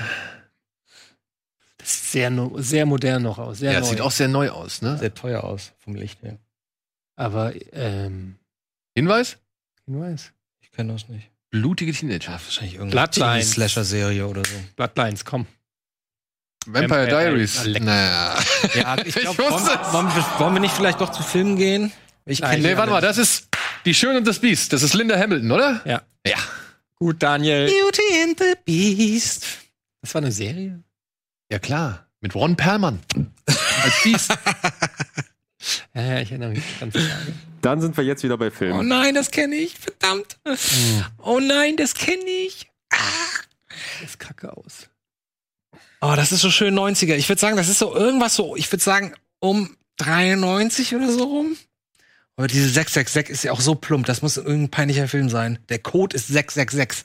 [SPEAKER 1] Das sieht sehr, no- sehr modern noch aus. Sehr
[SPEAKER 3] Ja,
[SPEAKER 1] neu.
[SPEAKER 3] sieht auch sehr neu aus, ne?
[SPEAKER 2] Sehr teuer aus vom Licht her.
[SPEAKER 1] Aber, ähm,
[SPEAKER 3] Hinweis?
[SPEAKER 1] Hinweis.
[SPEAKER 2] Ich kenne das nicht.
[SPEAKER 3] Blutige Teenager.
[SPEAKER 2] Wahrscheinlich irgendeine
[SPEAKER 1] Bloodlines.
[SPEAKER 2] Slasher-Serie oder so.
[SPEAKER 1] Bloodlines, komm.
[SPEAKER 3] Vampire,
[SPEAKER 1] Vampire
[SPEAKER 3] Diaries.
[SPEAKER 1] Diaries.
[SPEAKER 3] Naja.
[SPEAKER 2] Ja, ich glaub,
[SPEAKER 3] Ich
[SPEAKER 2] wollen,
[SPEAKER 3] wusste es.
[SPEAKER 2] wollen, wir- wollen wir nicht vielleicht doch zu Filmen gehen? Ich
[SPEAKER 1] Nein,
[SPEAKER 2] kenn die
[SPEAKER 3] Nee, warte
[SPEAKER 2] alle
[SPEAKER 3] mal, das ist Die Schöne und das Biest. Das ist Linda Hamilton, oder?
[SPEAKER 1] Ja.
[SPEAKER 3] Ja.
[SPEAKER 1] Gut, Daniel.
[SPEAKER 2] Beauty and the Beast.
[SPEAKER 1] Das war eine Serie?
[SPEAKER 3] Ja, klar. Mit Ron Perlman. Als Biest.
[SPEAKER 1] Ja, ja, ich erinnere mich ganz
[SPEAKER 13] Dann sind wir jetzt wieder bei
[SPEAKER 2] Oh
[SPEAKER 13] Filmen.
[SPEAKER 2] nein, das kenne ich. Verdammt. Oh nein, das kenne ich.
[SPEAKER 1] Das kacke aus.
[SPEAKER 2] Oh, das ist so schön 90er. Ich würde sagen, das ist so irgendwas so, ich würde sagen, um 93 oder so rum. Aber diese 666 ist ja auch so plump. Das muss irgendein peinlicher Film sein. Der Code ist 666.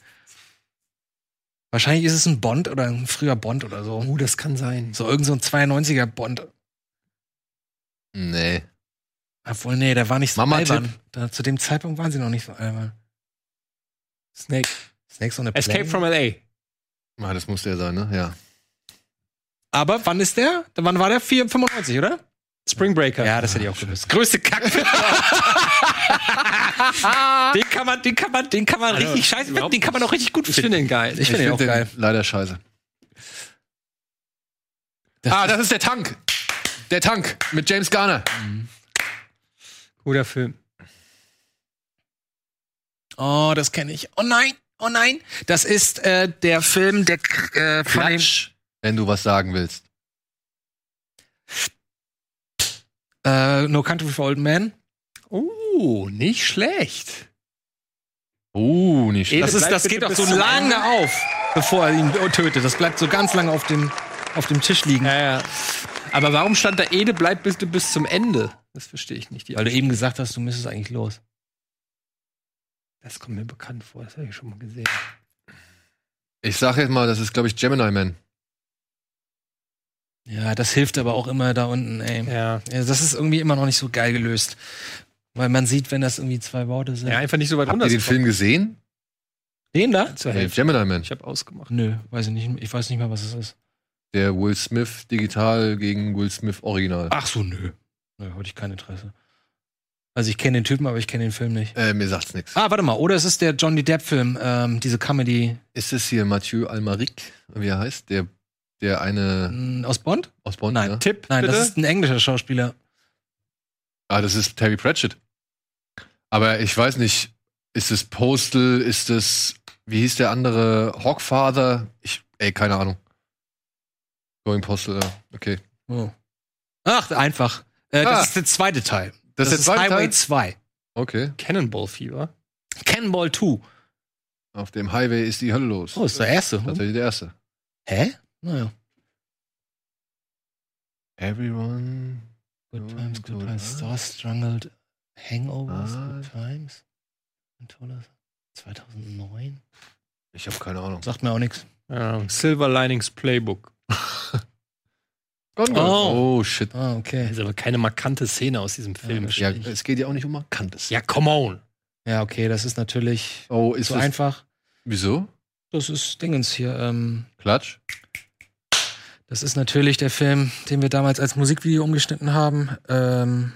[SPEAKER 2] Wahrscheinlich ist es ein Bond oder ein früher Bond oder so.
[SPEAKER 1] Oh, das kann sein.
[SPEAKER 2] So irgend so ein 92er Bond.
[SPEAKER 3] Nee.
[SPEAKER 2] Obwohl, nee, der war nicht so
[SPEAKER 3] Mama
[SPEAKER 2] albern. Da, zu dem Zeitpunkt waren sie noch nicht so albern.
[SPEAKER 1] Snake.
[SPEAKER 2] Snakes on a
[SPEAKER 1] Escape
[SPEAKER 2] Plane.
[SPEAKER 1] from L.A.
[SPEAKER 3] Ah, das muss der sein, ne? Ja.
[SPEAKER 2] Aber wann ist der? Wann war der? 4, 95, oder?
[SPEAKER 1] Spring Breaker.
[SPEAKER 2] Ja, das hätte ich auch gewusst. Größte Kacke. den kann man, *laughs* den kann man, den kann
[SPEAKER 1] Also,
[SPEAKER 2] man richtig scheiße finden. Den kann man auch richtig gut
[SPEAKER 1] Ich
[SPEAKER 2] finden.
[SPEAKER 1] finde den geil.
[SPEAKER 2] Ich finde den auch
[SPEAKER 3] den
[SPEAKER 2] geil.
[SPEAKER 3] Leider scheiße. ah, das ist der Tank. Der Tank mit James Garner.
[SPEAKER 1] Guter Film.
[SPEAKER 2] Oh, das kenne ich. Oh nein, oh nein. Das ist äh, der Film, der äh, von dem,
[SPEAKER 3] Wenn du was sagen willst.
[SPEAKER 2] äh, No Country for Old Men.
[SPEAKER 1] Oh, nicht schlecht.
[SPEAKER 3] Oh, nicht schlecht.
[SPEAKER 2] Das ist,
[SPEAKER 1] bleibt
[SPEAKER 2] das
[SPEAKER 1] bitte
[SPEAKER 2] geht auch
[SPEAKER 1] bis
[SPEAKER 2] so
[SPEAKER 1] zum
[SPEAKER 2] lange auf, bevor er ihn tötet. Das bleibt so ganz lange auf dem, auf dem Tisch liegen.
[SPEAKER 1] Ja, ja. Aber warum stand da Ede, bleib bitte bis zum Ende? Das verstehe ich nicht. Die
[SPEAKER 2] Weil du eben gesagt hast, du müsstest eigentlich los.
[SPEAKER 1] das kommt mir bekannt vor, das habe ich schon mal gesehen.
[SPEAKER 3] Ich sag jetzt mal, das ist, glaube ich, Gemini Man.
[SPEAKER 2] Ja, das hilft aber auch immer da unten, ey.
[SPEAKER 1] Ja.
[SPEAKER 2] Ja, das ist irgendwie immer noch nicht so geil gelöst. Weil man sieht, wenn das irgendwie zwei Worte sind.
[SPEAKER 1] ja, einfach nicht so weit
[SPEAKER 3] Habt ihr den
[SPEAKER 1] runtergekommen.
[SPEAKER 3] Film gesehen?
[SPEAKER 2] Den da?
[SPEAKER 1] Zur
[SPEAKER 3] Nee,
[SPEAKER 1] Hälfte.
[SPEAKER 3] Gemini Man.
[SPEAKER 1] Ich habe ausgemacht.
[SPEAKER 2] Nö, weiß ich nicht. Ich weiß nicht mal, was es ist.
[SPEAKER 3] Der Will Smith digital gegen Will Smith Original.
[SPEAKER 2] Ach so, nö. Nö, hatte ich kein Interesse. Also ich kenne den Typen, aber ich kenne den Film nicht.
[SPEAKER 3] Äh, mir sagt's nichts.
[SPEAKER 2] Ah, warte mal. Oder es ist der Johnny Depp-Film, ähm, diese Comedy
[SPEAKER 3] Ist es hier Mathieu Almaric, wie er heißt? Der, der eine
[SPEAKER 2] mh, aus Bond?
[SPEAKER 3] aus Bonn, ne?
[SPEAKER 2] Nein.
[SPEAKER 3] ja?
[SPEAKER 1] Tipp,
[SPEAKER 2] Nein,
[SPEAKER 1] bitte.
[SPEAKER 2] das ist ein englischer Schauspieler.
[SPEAKER 3] Ah, das ist Terry Pratchett. Aber ich weiß nicht, ist es Postal, ist es, wie hieß der andere, Hawkfather? Ich, ey, keine Ahnung. Going Postal, ja. okay.
[SPEAKER 2] Oh. Ach, einfach. Äh,
[SPEAKER 3] Ah.
[SPEAKER 2] Das ist der zweite Teil.
[SPEAKER 3] Das, ist der zweite
[SPEAKER 2] Highway
[SPEAKER 3] Teil?
[SPEAKER 2] 2.
[SPEAKER 3] Okay.
[SPEAKER 1] Cannonball Fever.
[SPEAKER 2] Cannonball 2.
[SPEAKER 3] Auf dem Highway ist die Hölle los.
[SPEAKER 2] Oh, ist der erste.
[SPEAKER 3] Tatsächlich der erste.
[SPEAKER 2] Hä? Naja.
[SPEAKER 3] Everyone.
[SPEAKER 2] Good
[SPEAKER 3] Ja,
[SPEAKER 2] Times, Good
[SPEAKER 3] gut,
[SPEAKER 2] Times,
[SPEAKER 3] ja.
[SPEAKER 2] Stars Strangled, Hangovers,
[SPEAKER 3] Ah.
[SPEAKER 2] Good Times. Ein tolles. 2009.
[SPEAKER 3] Ich habe keine Ahnung.
[SPEAKER 2] Sagt mir auch nichts.
[SPEAKER 1] Ja, Silver Linings Playbook.
[SPEAKER 3] Gondor.
[SPEAKER 2] Oh.
[SPEAKER 3] Oh. shit.
[SPEAKER 2] Ah,
[SPEAKER 1] Das
[SPEAKER 2] okay.
[SPEAKER 1] ist aber keine markante Szene aus diesem Film.
[SPEAKER 3] Ja, es geht ja auch nicht um Markantes.
[SPEAKER 1] Ja, come on.
[SPEAKER 2] Ja, okay, das ist natürlich
[SPEAKER 3] Oh, ist
[SPEAKER 2] so
[SPEAKER 3] das.
[SPEAKER 2] einfach.
[SPEAKER 3] Wieso?
[SPEAKER 2] Das ist Dingens hier. Ähm,
[SPEAKER 3] Klatsch?
[SPEAKER 2] das ist natürlich der Film, den wir damals als Musikvideo umgeschnitten haben. Ähm,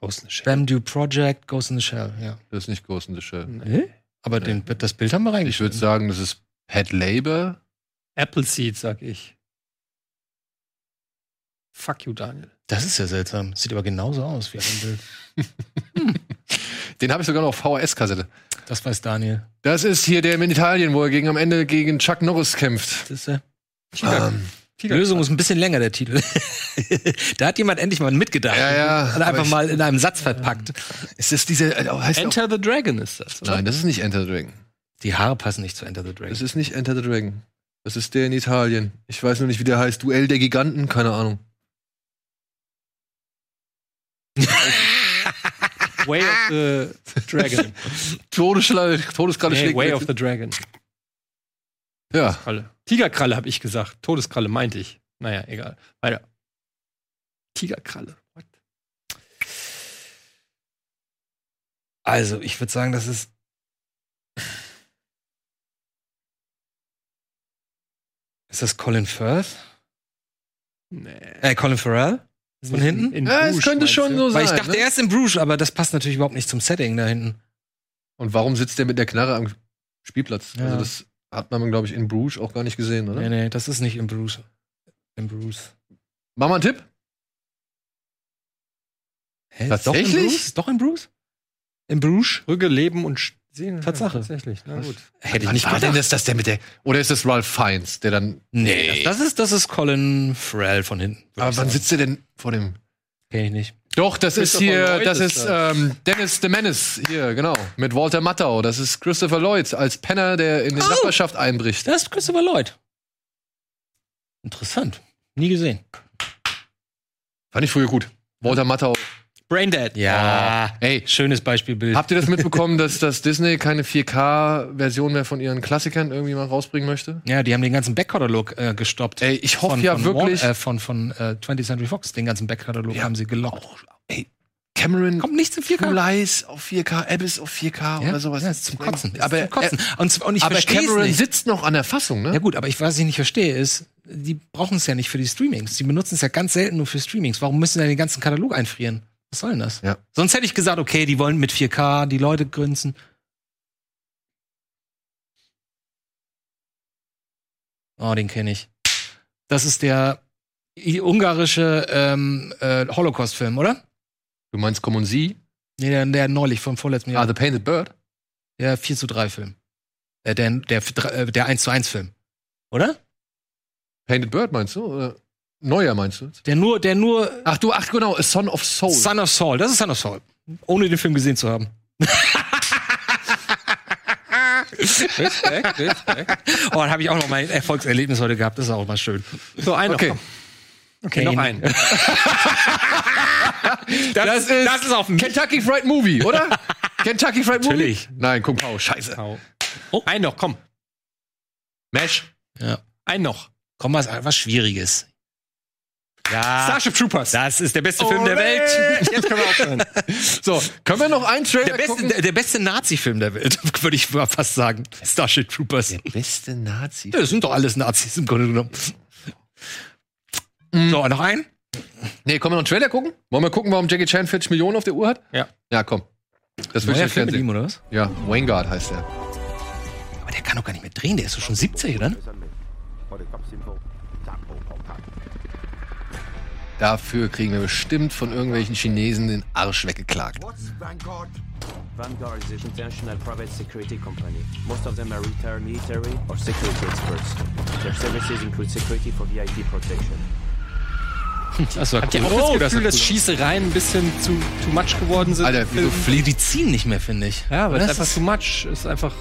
[SPEAKER 1] Ghost in the Shell.
[SPEAKER 2] Bamdew Project, Ghost in the Shell, ja.
[SPEAKER 3] Das ist nicht groß in der
[SPEAKER 2] Hm.
[SPEAKER 3] Shell.
[SPEAKER 2] Aber den, das Bild haben wir
[SPEAKER 3] Ich würde
[SPEAKER 2] reingeschnitten.
[SPEAKER 3] sagen, das ist Pat Labor.
[SPEAKER 1] Appleseed, sag ich. Fuck you, Daniel.
[SPEAKER 2] Das ist ja seltsam. Sieht aber genauso aus wie auf dem Bild.
[SPEAKER 3] Den habe ich sogar noch auf VHS-Kassette.
[SPEAKER 2] Das weiß Daniel.
[SPEAKER 3] Das ist hier der in Italien, wo er gegen am Ende gegen Chuck Norris
[SPEAKER 2] Das
[SPEAKER 3] kämpft.
[SPEAKER 2] ist er.
[SPEAKER 3] Ähm,
[SPEAKER 2] Die Lösung ist ein bisschen länger, der Titel. *laughs* da hat jemand endlich mal mitgedacht.
[SPEAKER 3] Ja, ja,
[SPEAKER 2] Hat er
[SPEAKER 3] aber
[SPEAKER 2] Also einfach
[SPEAKER 3] ich-
[SPEAKER 2] mal in einem Satz verpackt.
[SPEAKER 3] ist das diese. Äh, heißt der
[SPEAKER 1] Enter the Dragon ist das,
[SPEAKER 3] auch-
[SPEAKER 1] oder?
[SPEAKER 3] Nein, das ist nicht Enter the Dragon.
[SPEAKER 2] Die Haare passen nicht zu Enter the
[SPEAKER 3] Das
[SPEAKER 2] Dragon.
[SPEAKER 3] ist nicht Enter the Dragon. Das ist der in Italien. Ich weiß nur nicht, wie der heißt. Duell der Giganten, keine Ahnung.
[SPEAKER 14] *laughs* Way of the
[SPEAKER 1] genau.
[SPEAKER 14] Dragon.
[SPEAKER 3] *laughs* Todesschlag, Todeskralle
[SPEAKER 14] Nee,
[SPEAKER 3] schlägt. Ah.
[SPEAKER 14] Way
[SPEAKER 3] mit-
[SPEAKER 14] of the Dragon.
[SPEAKER 3] Ja.
[SPEAKER 14] Kralle. Tigerkralle habe ich gesagt. Todeskralle meinte ich. Naja, egal. Weiter. Tigerkralle. What?
[SPEAKER 2] Also, ich würde sagen, das ist. Ist das Colin Firth?
[SPEAKER 14] Nee.
[SPEAKER 2] Äh, Colin Farrell? Von hinten?
[SPEAKER 14] in Ja, es Bruges, könnte meinst schon du? so
[SPEAKER 2] Weil ich
[SPEAKER 14] sein,
[SPEAKER 2] dachte,
[SPEAKER 14] ne?
[SPEAKER 2] er ist in Bruges, aber das passt natürlich überhaupt nicht zum Setting da hinten.
[SPEAKER 3] Und warum sitzt der mit der Knarre am Spielplatz?
[SPEAKER 2] Ja.
[SPEAKER 3] Also das hat man, glaube ich, in Bruges auch gar nicht gesehen, oder?
[SPEAKER 2] Nee, nee, das ist nicht in Bruges. In Bruges.
[SPEAKER 3] Mach mal einen Tipp.
[SPEAKER 2] Hä?
[SPEAKER 3] Tatsächlich?
[SPEAKER 2] Doch in Bruges? In Bruges?
[SPEAKER 14] Brügge, Leben und Sch- Sehen.
[SPEAKER 2] Tatsache.
[SPEAKER 14] Tatsächlich. Na gut.
[SPEAKER 2] Hätte ich
[SPEAKER 3] Wann
[SPEAKER 2] nicht
[SPEAKER 3] war denn
[SPEAKER 2] gedacht.
[SPEAKER 3] das, dass der mit der. Oder ist das Ralph Fiennes, der dann.
[SPEAKER 2] Nee. Das ist, das ist Colin Farrell von hinten. würd
[SPEAKER 3] Aber
[SPEAKER 2] ich
[SPEAKER 3] wann
[SPEAKER 2] sagen.
[SPEAKER 3] sitzt der denn vor dem.
[SPEAKER 2] Kenn ich nicht.
[SPEAKER 3] Doch, das ist
[SPEAKER 2] Christopher
[SPEAKER 3] hier,
[SPEAKER 2] Lloyd
[SPEAKER 3] das
[SPEAKER 2] ist
[SPEAKER 3] ist
[SPEAKER 2] das.
[SPEAKER 3] ähm, Dennis the Menace hier, genau, mit Walter Matthau. Das ist Christopher Lloyd als Penner, der in die Nachbarschaft einbricht.
[SPEAKER 2] Das ist Christopher Lloyd. Interessant. Nie gesehen.
[SPEAKER 3] Fand ich früher gut. Walter Matthau.
[SPEAKER 14] Braindead.
[SPEAKER 2] Ja.
[SPEAKER 3] Ey,
[SPEAKER 2] Ah. schönes Beispielbild.
[SPEAKER 3] Habt ihr das mitbekommen, dass, dass Disney keine 4K-Version mehr von ihren Klassikern irgendwie mal rausbringen möchte?
[SPEAKER 2] Ja, die haben den ganzen Backkatalog äh, gestoppt.
[SPEAKER 3] Ey, ich hoffe
[SPEAKER 2] von,
[SPEAKER 3] ja
[SPEAKER 2] von
[SPEAKER 3] wirklich-
[SPEAKER 2] Warn- äh, von von äh, 20th Century Fox, den ganzen Backkatalog haben sie gelockt.
[SPEAKER 3] Oh, Cameron
[SPEAKER 2] Kommt nicht zu 4K.
[SPEAKER 3] Lies auf 4K, Abyss auf 4K
[SPEAKER 2] Ja,
[SPEAKER 3] oder sowas.
[SPEAKER 2] ja, ist zum Kotzen. Ist
[SPEAKER 3] Aber,
[SPEAKER 2] zum Kotzen.
[SPEAKER 3] äh,
[SPEAKER 2] Und, und ich
[SPEAKER 3] aber
[SPEAKER 2] versteh's
[SPEAKER 3] Cameron
[SPEAKER 2] nicht.
[SPEAKER 3] sitzt noch an der Fassung, ne?
[SPEAKER 2] Ja gut, aber ich, was ich nicht verstehe, ist, die brauchen es ja nicht für die Streamings. Die benutzen es ja ganz selten nur für Streamings. Warum müssen sie denn den ganzen Katalog einfrieren? Was soll denn das?
[SPEAKER 3] Ja.
[SPEAKER 2] Sonst hätte ich gesagt, okay, die wollen mit 4K die Leute grinsen. Oh, den kenne ich. Das ist der i- ungarische ähm, äh, Holocaust-Film, oder?
[SPEAKER 3] Du meinst Come und Sie?
[SPEAKER 2] Nee, der, der neulich vom vorletzten Jahr.
[SPEAKER 3] Ah, The Painted Bird?
[SPEAKER 2] Der 4 zu 3 Film. Äh, der, der, äh, der 1 zu 1 Film. Oder?
[SPEAKER 3] Painted Bird meinst du? Oder Neuer meinst du? jetzt?
[SPEAKER 2] Der nur, der nur
[SPEAKER 3] Ach du, ach genau, A Son of Soul.
[SPEAKER 2] Son of Saul, das ist Son of Saul. Ohne den Film gesehen zu haben.
[SPEAKER 1] Respekt, Respekt.
[SPEAKER 2] Oh, dann habe ich auch noch mein Erfolgserlebnis heute gehabt. Das ist auch mal schön.
[SPEAKER 1] So, einer.
[SPEAKER 3] Okay.
[SPEAKER 1] Okay, noch einen.
[SPEAKER 2] Das, ist, das ist auf dem
[SPEAKER 3] Kentucky Fried Movie,
[SPEAKER 2] *laughs*
[SPEAKER 3] oder? Kentucky Fried Movie?
[SPEAKER 2] Natürlich.
[SPEAKER 3] Nein, guck mal, oh, scheiße.
[SPEAKER 1] Oh, einen noch, komm.
[SPEAKER 3] Mesh.
[SPEAKER 2] Ja.
[SPEAKER 1] Einen noch.
[SPEAKER 2] Komm, was, was Schwieriges. Ja.
[SPEAKER 1] Starship Troopers.
[SPEAKER 2] Das ist der beste Film der
[SPEAKER 1] Ole!
[SPEAKER 2] Welt.
[SPEAKER 1] Jetzt können wir aufhören.
[SPEAKER 3] So, können wir noch einen Trailer
[SPEAKER 2] Der beste,
[SPEAKER 3] gucken?
[SPEAKER 2] der, der beste Nazi-Film der Welt, *laughs* würde ich fast sagen. Starship Troopers.
[SPEAKER 3] beste Nazi.
[SPEAKER 2] Das sind doch alles Nazis im Grunde genommen. So, noch ein?
[SPEAKER 3] Nee, können wir noch einen Trailer gucken? Wollen wir gucken, warum Jackie Chan 40 Millionen auf der Uhr hat?
[SPEAKER 1] Ja.
[SPEAKER 3] Ja, komm. Das will ich
[SPEAKER 2] Neuer
[SPEAKER 3] nicht
[SPEAKER 2] Film mit
[SPEAKER 3] fernsehen.
[SPEAKER 2] ihm, oder was?
[SPEAKER 3] Ja, Wangard heißt er.
[SPEAKER 2] Aber der kann doch gar nicht mehr drehen, der ist doch schon 70, oder?
[SPEAKER 3] Dafür kriegen wir bestimmt von irgendwelchen Chinesen den Arsch weggeklagt.
[SPEAKER 12] Vanguard is an international private security company. Most of them are retired military or security experts. Their services include security for VIP protection.
[SPEAKER 2] Das war
[SPEAKER 1] Habt ihr auch das Gefühl, dass Schießereien ein bisschen zu too much geworden sind?
[SPEAKER 3] Alter, wieso fliegt?
[SPEAKER 2] Die ziehen Äh, nicht mehr, finde ich.
[SPEAKER 1] Ja, weil es
[SPEAKER 2] Oder?
[SPEAKER 1] einfach too much ist. Einfach,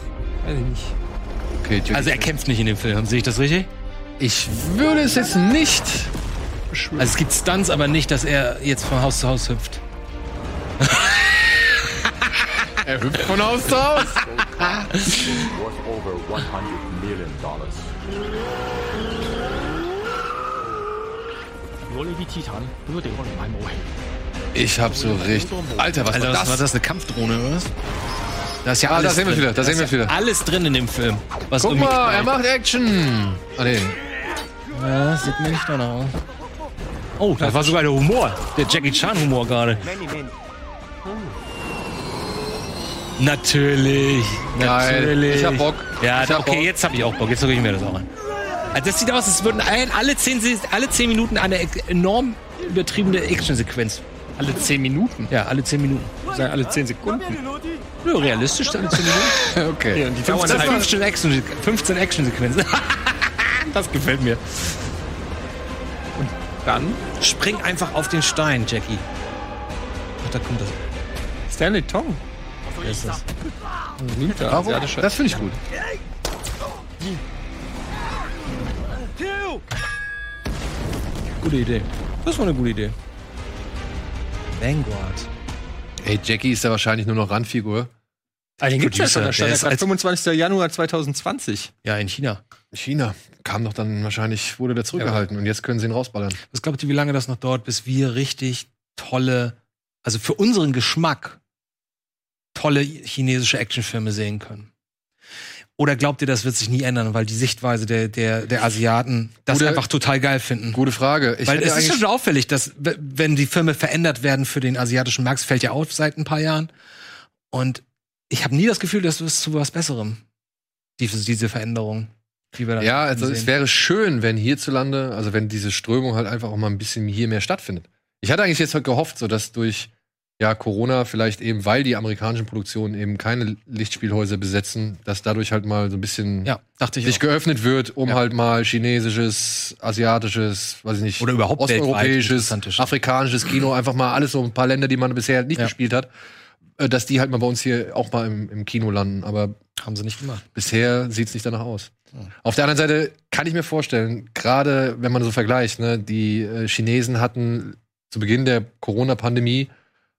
[SPEAKER 1] weiß ich nicht.
[SPEAKER 3] Okay, Jackie
[SPEAKER 2] Also er
[SPEAKER 3] Chan.
[SPEAKER 2] kämpft nicht in dem Film, sehe ich das richtig?
[SPEAKER 3] ich würde es jetzt nicht.
[SPEAKER 2] Also es gibt Stunts, aber nicht, dass er jetzt von Haus zu Haus hüpft.
[SPEAKER 3] Er hüpft von Haus zu Haus.
[SPEAKER 12] Worth over $100 million.
[SPEAKER 3] Ich hab so richtig. Alter, was
[SPEAKER 2] Alter,
[SPEAKER 3] war
[SPEAKER 2] was
[SPEAKER 3] das?
[SPEAKER 2] war das? Eine Kampfdrohne, oder was? Da ist ja
[SPEAKER 3] Ah,
[SPEAKER 2] alles
[SPEAKER 3] da sehen wir
[SPEAKER 2] drin.
[SPEAKER 3] wieder, da
[SPEAKER 2] ist
[SPEAKER 3] sehen wir
[SPEAKER 2] ja
[SPEAKER 3] wieder.
[SPEAKER 2] Alles drin in dem Film. Was
[SPEAKER 3] Guck
[SPEAKER 2] irgendwie
[SPEAKER 3] mal, er
[SPEAKER 2] knallt.
[SPEAKER 3] macht Action. Ah, nee.
[SPEAKER 2] Ja, sieht mir nicht danach aus. Oh, das war sogar der Humor. Der Jackie Chan-Humor gerade. Natürlich.
[SPEAKER 3] Geil.
[SPEAKER 2] Natürlich.
[SPEAKER 3] Ich hab Bock.
[SPEAKER 2] Ja,
[SPEAKER 3] Ich hab
[SPEAKER 2] okay,
[SPEAKER 3] Bock.
[SPEAKER 2] jetzt hab ich auch Bock. Jetzt gucke ich mir das auch an. Also das sieht aus, als würden ein, alle, zehn, Se- alle zehn Minuten eine ex- enorm übertriebene Actionsequenz.
[SPEAKER 1] Alle 10 Minuten.
[SPEAKER 2] Ja, alle zehn Minuten.
[SPEAKER 1] Sagen alle 10 Sekunden.
[SPEAKER 2] Ja, realistisch, alle zehn Minuten.
[SPEAKER 3] *laughs* Okay.
[SPEAKER 1] Und die dauern
[SPEAKER 2] 15,
[SPEAKER 1] halt.
[SPEAKER 2] 15 Action- 15 Actionsequenzen. *laughs* das gefällt mir.
[SPEAKER 1] Dann
[SPEAKER 2] Spring einfach auf den Stein, Jackie. Ach, da kommt das.
[SPEAKER 1] Stanley Tong.
[SPEAKER 2] Wer ist das?
[SPEAKER 1] Berühmter
[SPEAKER 3] Warum?
[SPEAKER 1] asiatischer.
[SPEAKER 3] Das finde ich gut.
[SPEAKER 2] Gute Idee. Das war eine gute Idee. Vanguard.
[SPEAKER 3] Ey, Jackie ist ja wahrscheinlich nur noch Randfigur.
[SPEAKER 1] Ah, den gibt's ja schon. Da
[SPEAKER 3] Der
[SPEAKER 1] stand ja
[SPEAKER 3] ist
[SPEAKER 1] gerade
[SPEAKER 3] als-
[SPEAKER 1] 25. Januar 2020.
[SPEAKER 2] Ja, in China.
[SPEAKER 3] China kam doch dann wahrscheinlich, wurde der zurückgehalten und jetzt können sie ihn rausballern.
[SPEAKER 2] Was glaubt ihr, wie lange das noch dauert, bis wir richtig tolle, also für unseren Geschmack tolle chinesische Actionfilme sehen können? Oder glaubt ihr, das wird sich nie ändern, weil die Sichtweise der, der, der Asiaten das
[SPEAKER 3] Gute-
[SPEAKER 2] einfach total geil finden?
[SPEAKER 3] Gute Frage. Ich
[SPEAKER 2] weil
[SPEAKER 3] hätte
[SPEAKER 2] es ist
[SPEAKER 3] eigentlich-
[SPEAKER 2] schon auffällig, dass w- wenn die Filme verändert werden für den asiatischen Markt, es fällt ja auf seit ein paar Jahren. Und ich habe nie das Gefühl, dass es zu was Besserem, diese, diese Veränderung, die wir da
[SPEAKER 3] Ja, also
[SPEAKER 2] sehen.
[SPEAKER 3] es wäre schön, wenn hierzulande, also wenn diese Strömung halt einfach auch mal ein bisschen hier mehr stattfindet. Ich hatte eigentlich jetzt halt gehofft, so dass durch ja Corona vielleicht eben, weil die amerikanischen Produktionen eben keine Lichtspielhäuser besetzen, dass dadurch halt mal so ein bisschen
[SPEAKER 2] Ja, dachte ich
[SPEAKER 3] sich
[SPEAKER 2] auch.
[SPEAKER 3] geöffnet wird, um halt mal chinesisches, asiatisches, weiß ich nicht,
[SPEAKER 2] Oder überhaupt weltweit
[SPEAKER 3] osteuropäisches,
[SPEAKER 2] interessante Sch-
[SPEAKER 3] afrikanisches Kino, einfach mal alles so ein paar Länder, die man bisher halt nicht
[SPEAKER 2] Ja.
[SPEAKER 3] gespielt hat, äh, dass die halt mal bei uns hier auch mal im, im Kino landen. Aber
[SPEAKER 2] Haben sie nicht gemacht.
[SPEAKER 3] bisher sieht es nicht danach aus. Auf der anderen Seite kann ich mir vorstellen, gerade wenn man so vergleicht, ne, die äh, Chinesen hatten zu Beginn der Corona-Pandemie,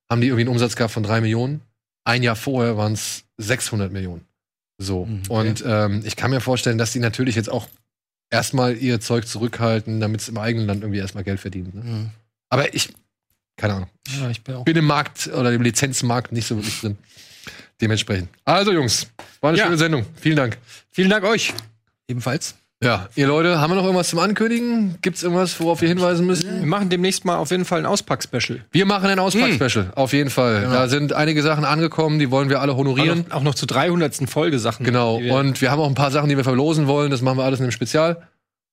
[SPEAKER 3] haben die irgendwie einen Umsatz gehabt von drei Millionen. Ein Jahr vorher waren es 600 Millionen. So.
[SPEAKER 2] Mhm,
[SPEAKER 3] Und ähm, ich kann mir vorstellen, dass die natürlich jetzt auch erstmal ihr Zeug zurückhalten, damit es im eigenen Land irgendwie erstmal Geld verdient. Ne?
[SPEAKER 2] Mhm.
[SPEAKER 3] Aber ich, keine Ahnung,
[SPEAKER 2] Ja, ich bin auch
[SPEAKER 3] bin im Markt oder im Lizenzmarkt nicht so wirklich drin. Dementsprechend. Also, Jungs, war eine schöne Sendung. Vielen Dank.
[SPEAKER 1] Vielen Dank euch.
[SPEAKER 2] ebenfalls.
[SPEAKER 3] Ja, ihr Leute, haben wir noch irgendwas zum Ankündigen? Gibt's irgendwas, worauf wir hinweisen müssen?
[SPEAKER 1] Wir machen demnächst mal auf jeden Fall ein Auspack-Special.
[SPEAKER 3] Wir machen ein Auspack-Special,
[SPEAKER 1] Hm.
[SPEAKER 3] auf jeden Fall.
[SPEAKER 1] Genau.
[SPEAKER 3] Da sind einige Sachen angekommen, die wollen wir alle honorieren.
[SPEAKER 1] Auch noch zur 300. Folge Sachen.
[SPEAKER 3] Genau.
[SPEAKER 1] die wir-
[SPEAKER 3] Und wir haben auch ein paar Sachen, die wir verlosen wollen. Das machen wir alles in einem Spezial.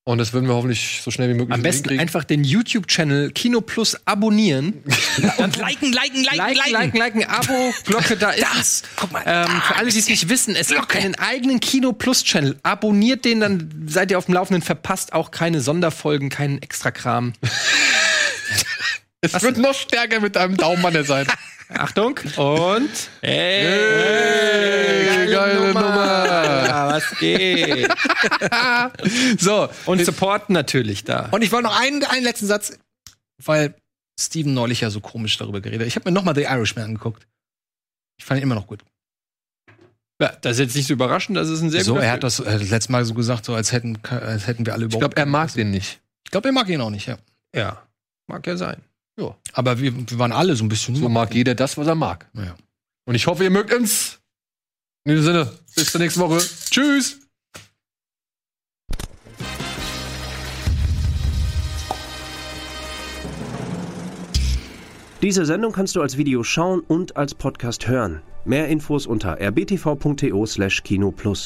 [SPEAKER 3] Und das würden wir hoffentlich so schnell wie möglich
[SPEAKER 2] Also
[SPEAKER 1] Am besten
[SPEAKER 3] hinkriegen.
[SPEAKER 1] einfach den YouTube-Channel Kino Plus abonnieren.
[SPEAKER 2] *laughs* Und liken, liken, liken, liken.
[SPEAKER 1] Liken, liken, liken, Abo, Glocke,
[SPEAKER 2] *laughs*
[SPEAKER 1] da ist's.
[SPEAKER 2] guck mal,
[SPEAKER 1] Ähm,
[SPEAKER 2] da
[SPEAKER 1] für alle, die es nicht wissen, es gibt einen eigenen Kino Plus Channel. Abonniert den, dann seid ihr auf dem Laufenden, verpasst auch keine Sonderfolgen, keinen
[SPEAKER 2] *laughs*
[SPEAKER 1] Extrakram.
[SPEAKER 3] Es wird noch stärker mit einem
[SPEAKER 2] *laughs*
[SPEAKER 3] Daumen an der Seite.
[SPEAKER 1] Achtung und
[SPEAKER 3] Hey, geile Nummer.
[SPEAKER 1] Ah, was geht?
[SPEAKER 3] So,
[SPEAKER 1] Und Support natürlich da.
[SPEAKER 2] Und ich wollte noch einen, einen letzten Satz, weil Steven neulich ja so komisch darüber geredet hat. Ich habe mir nochmal The Irishman angeguckt. Ich fand ihn immer noch gut.
[SPEAKER 1] Ja, das ist jetzt nicht so überraschend, das ist ein sehr
[SPEAKER 2] so,
[SPEAKER 1] guter
[SPEAKER 2] er hat
[SPEAKER 1] Film.
[SPEAKER 2] das, äh, das letzte Mal so gesagt, so als hätten, als hätten wir alle
[SPEAKER 3] ich glaube,
[SPEAKER 2] überhaupt.
[SPEAKER 3] er mag den nicht.
[SPEAKER 2] Ich glaube, er mag ihn auch nicht, ja.
[SPEAKER 1] Ja, mag ja sein.
[SPEAKER 2] Aber wir, wir waren alle so ein bisschen.
[SPEAKER 3] So mag jeder das, was er mag.
[SPEAKER 2] Ja.
[SPEAKER 3] Und ich hoffe, ihr mögt uns. In diesem Sinne, bis zur nächsten Woche. Tschüss.
[SPEAKER 15] Diese Sendung kannst du als Video schauen und als Podcast hören. Mehr Infos unter rbtv.to/kinoplus.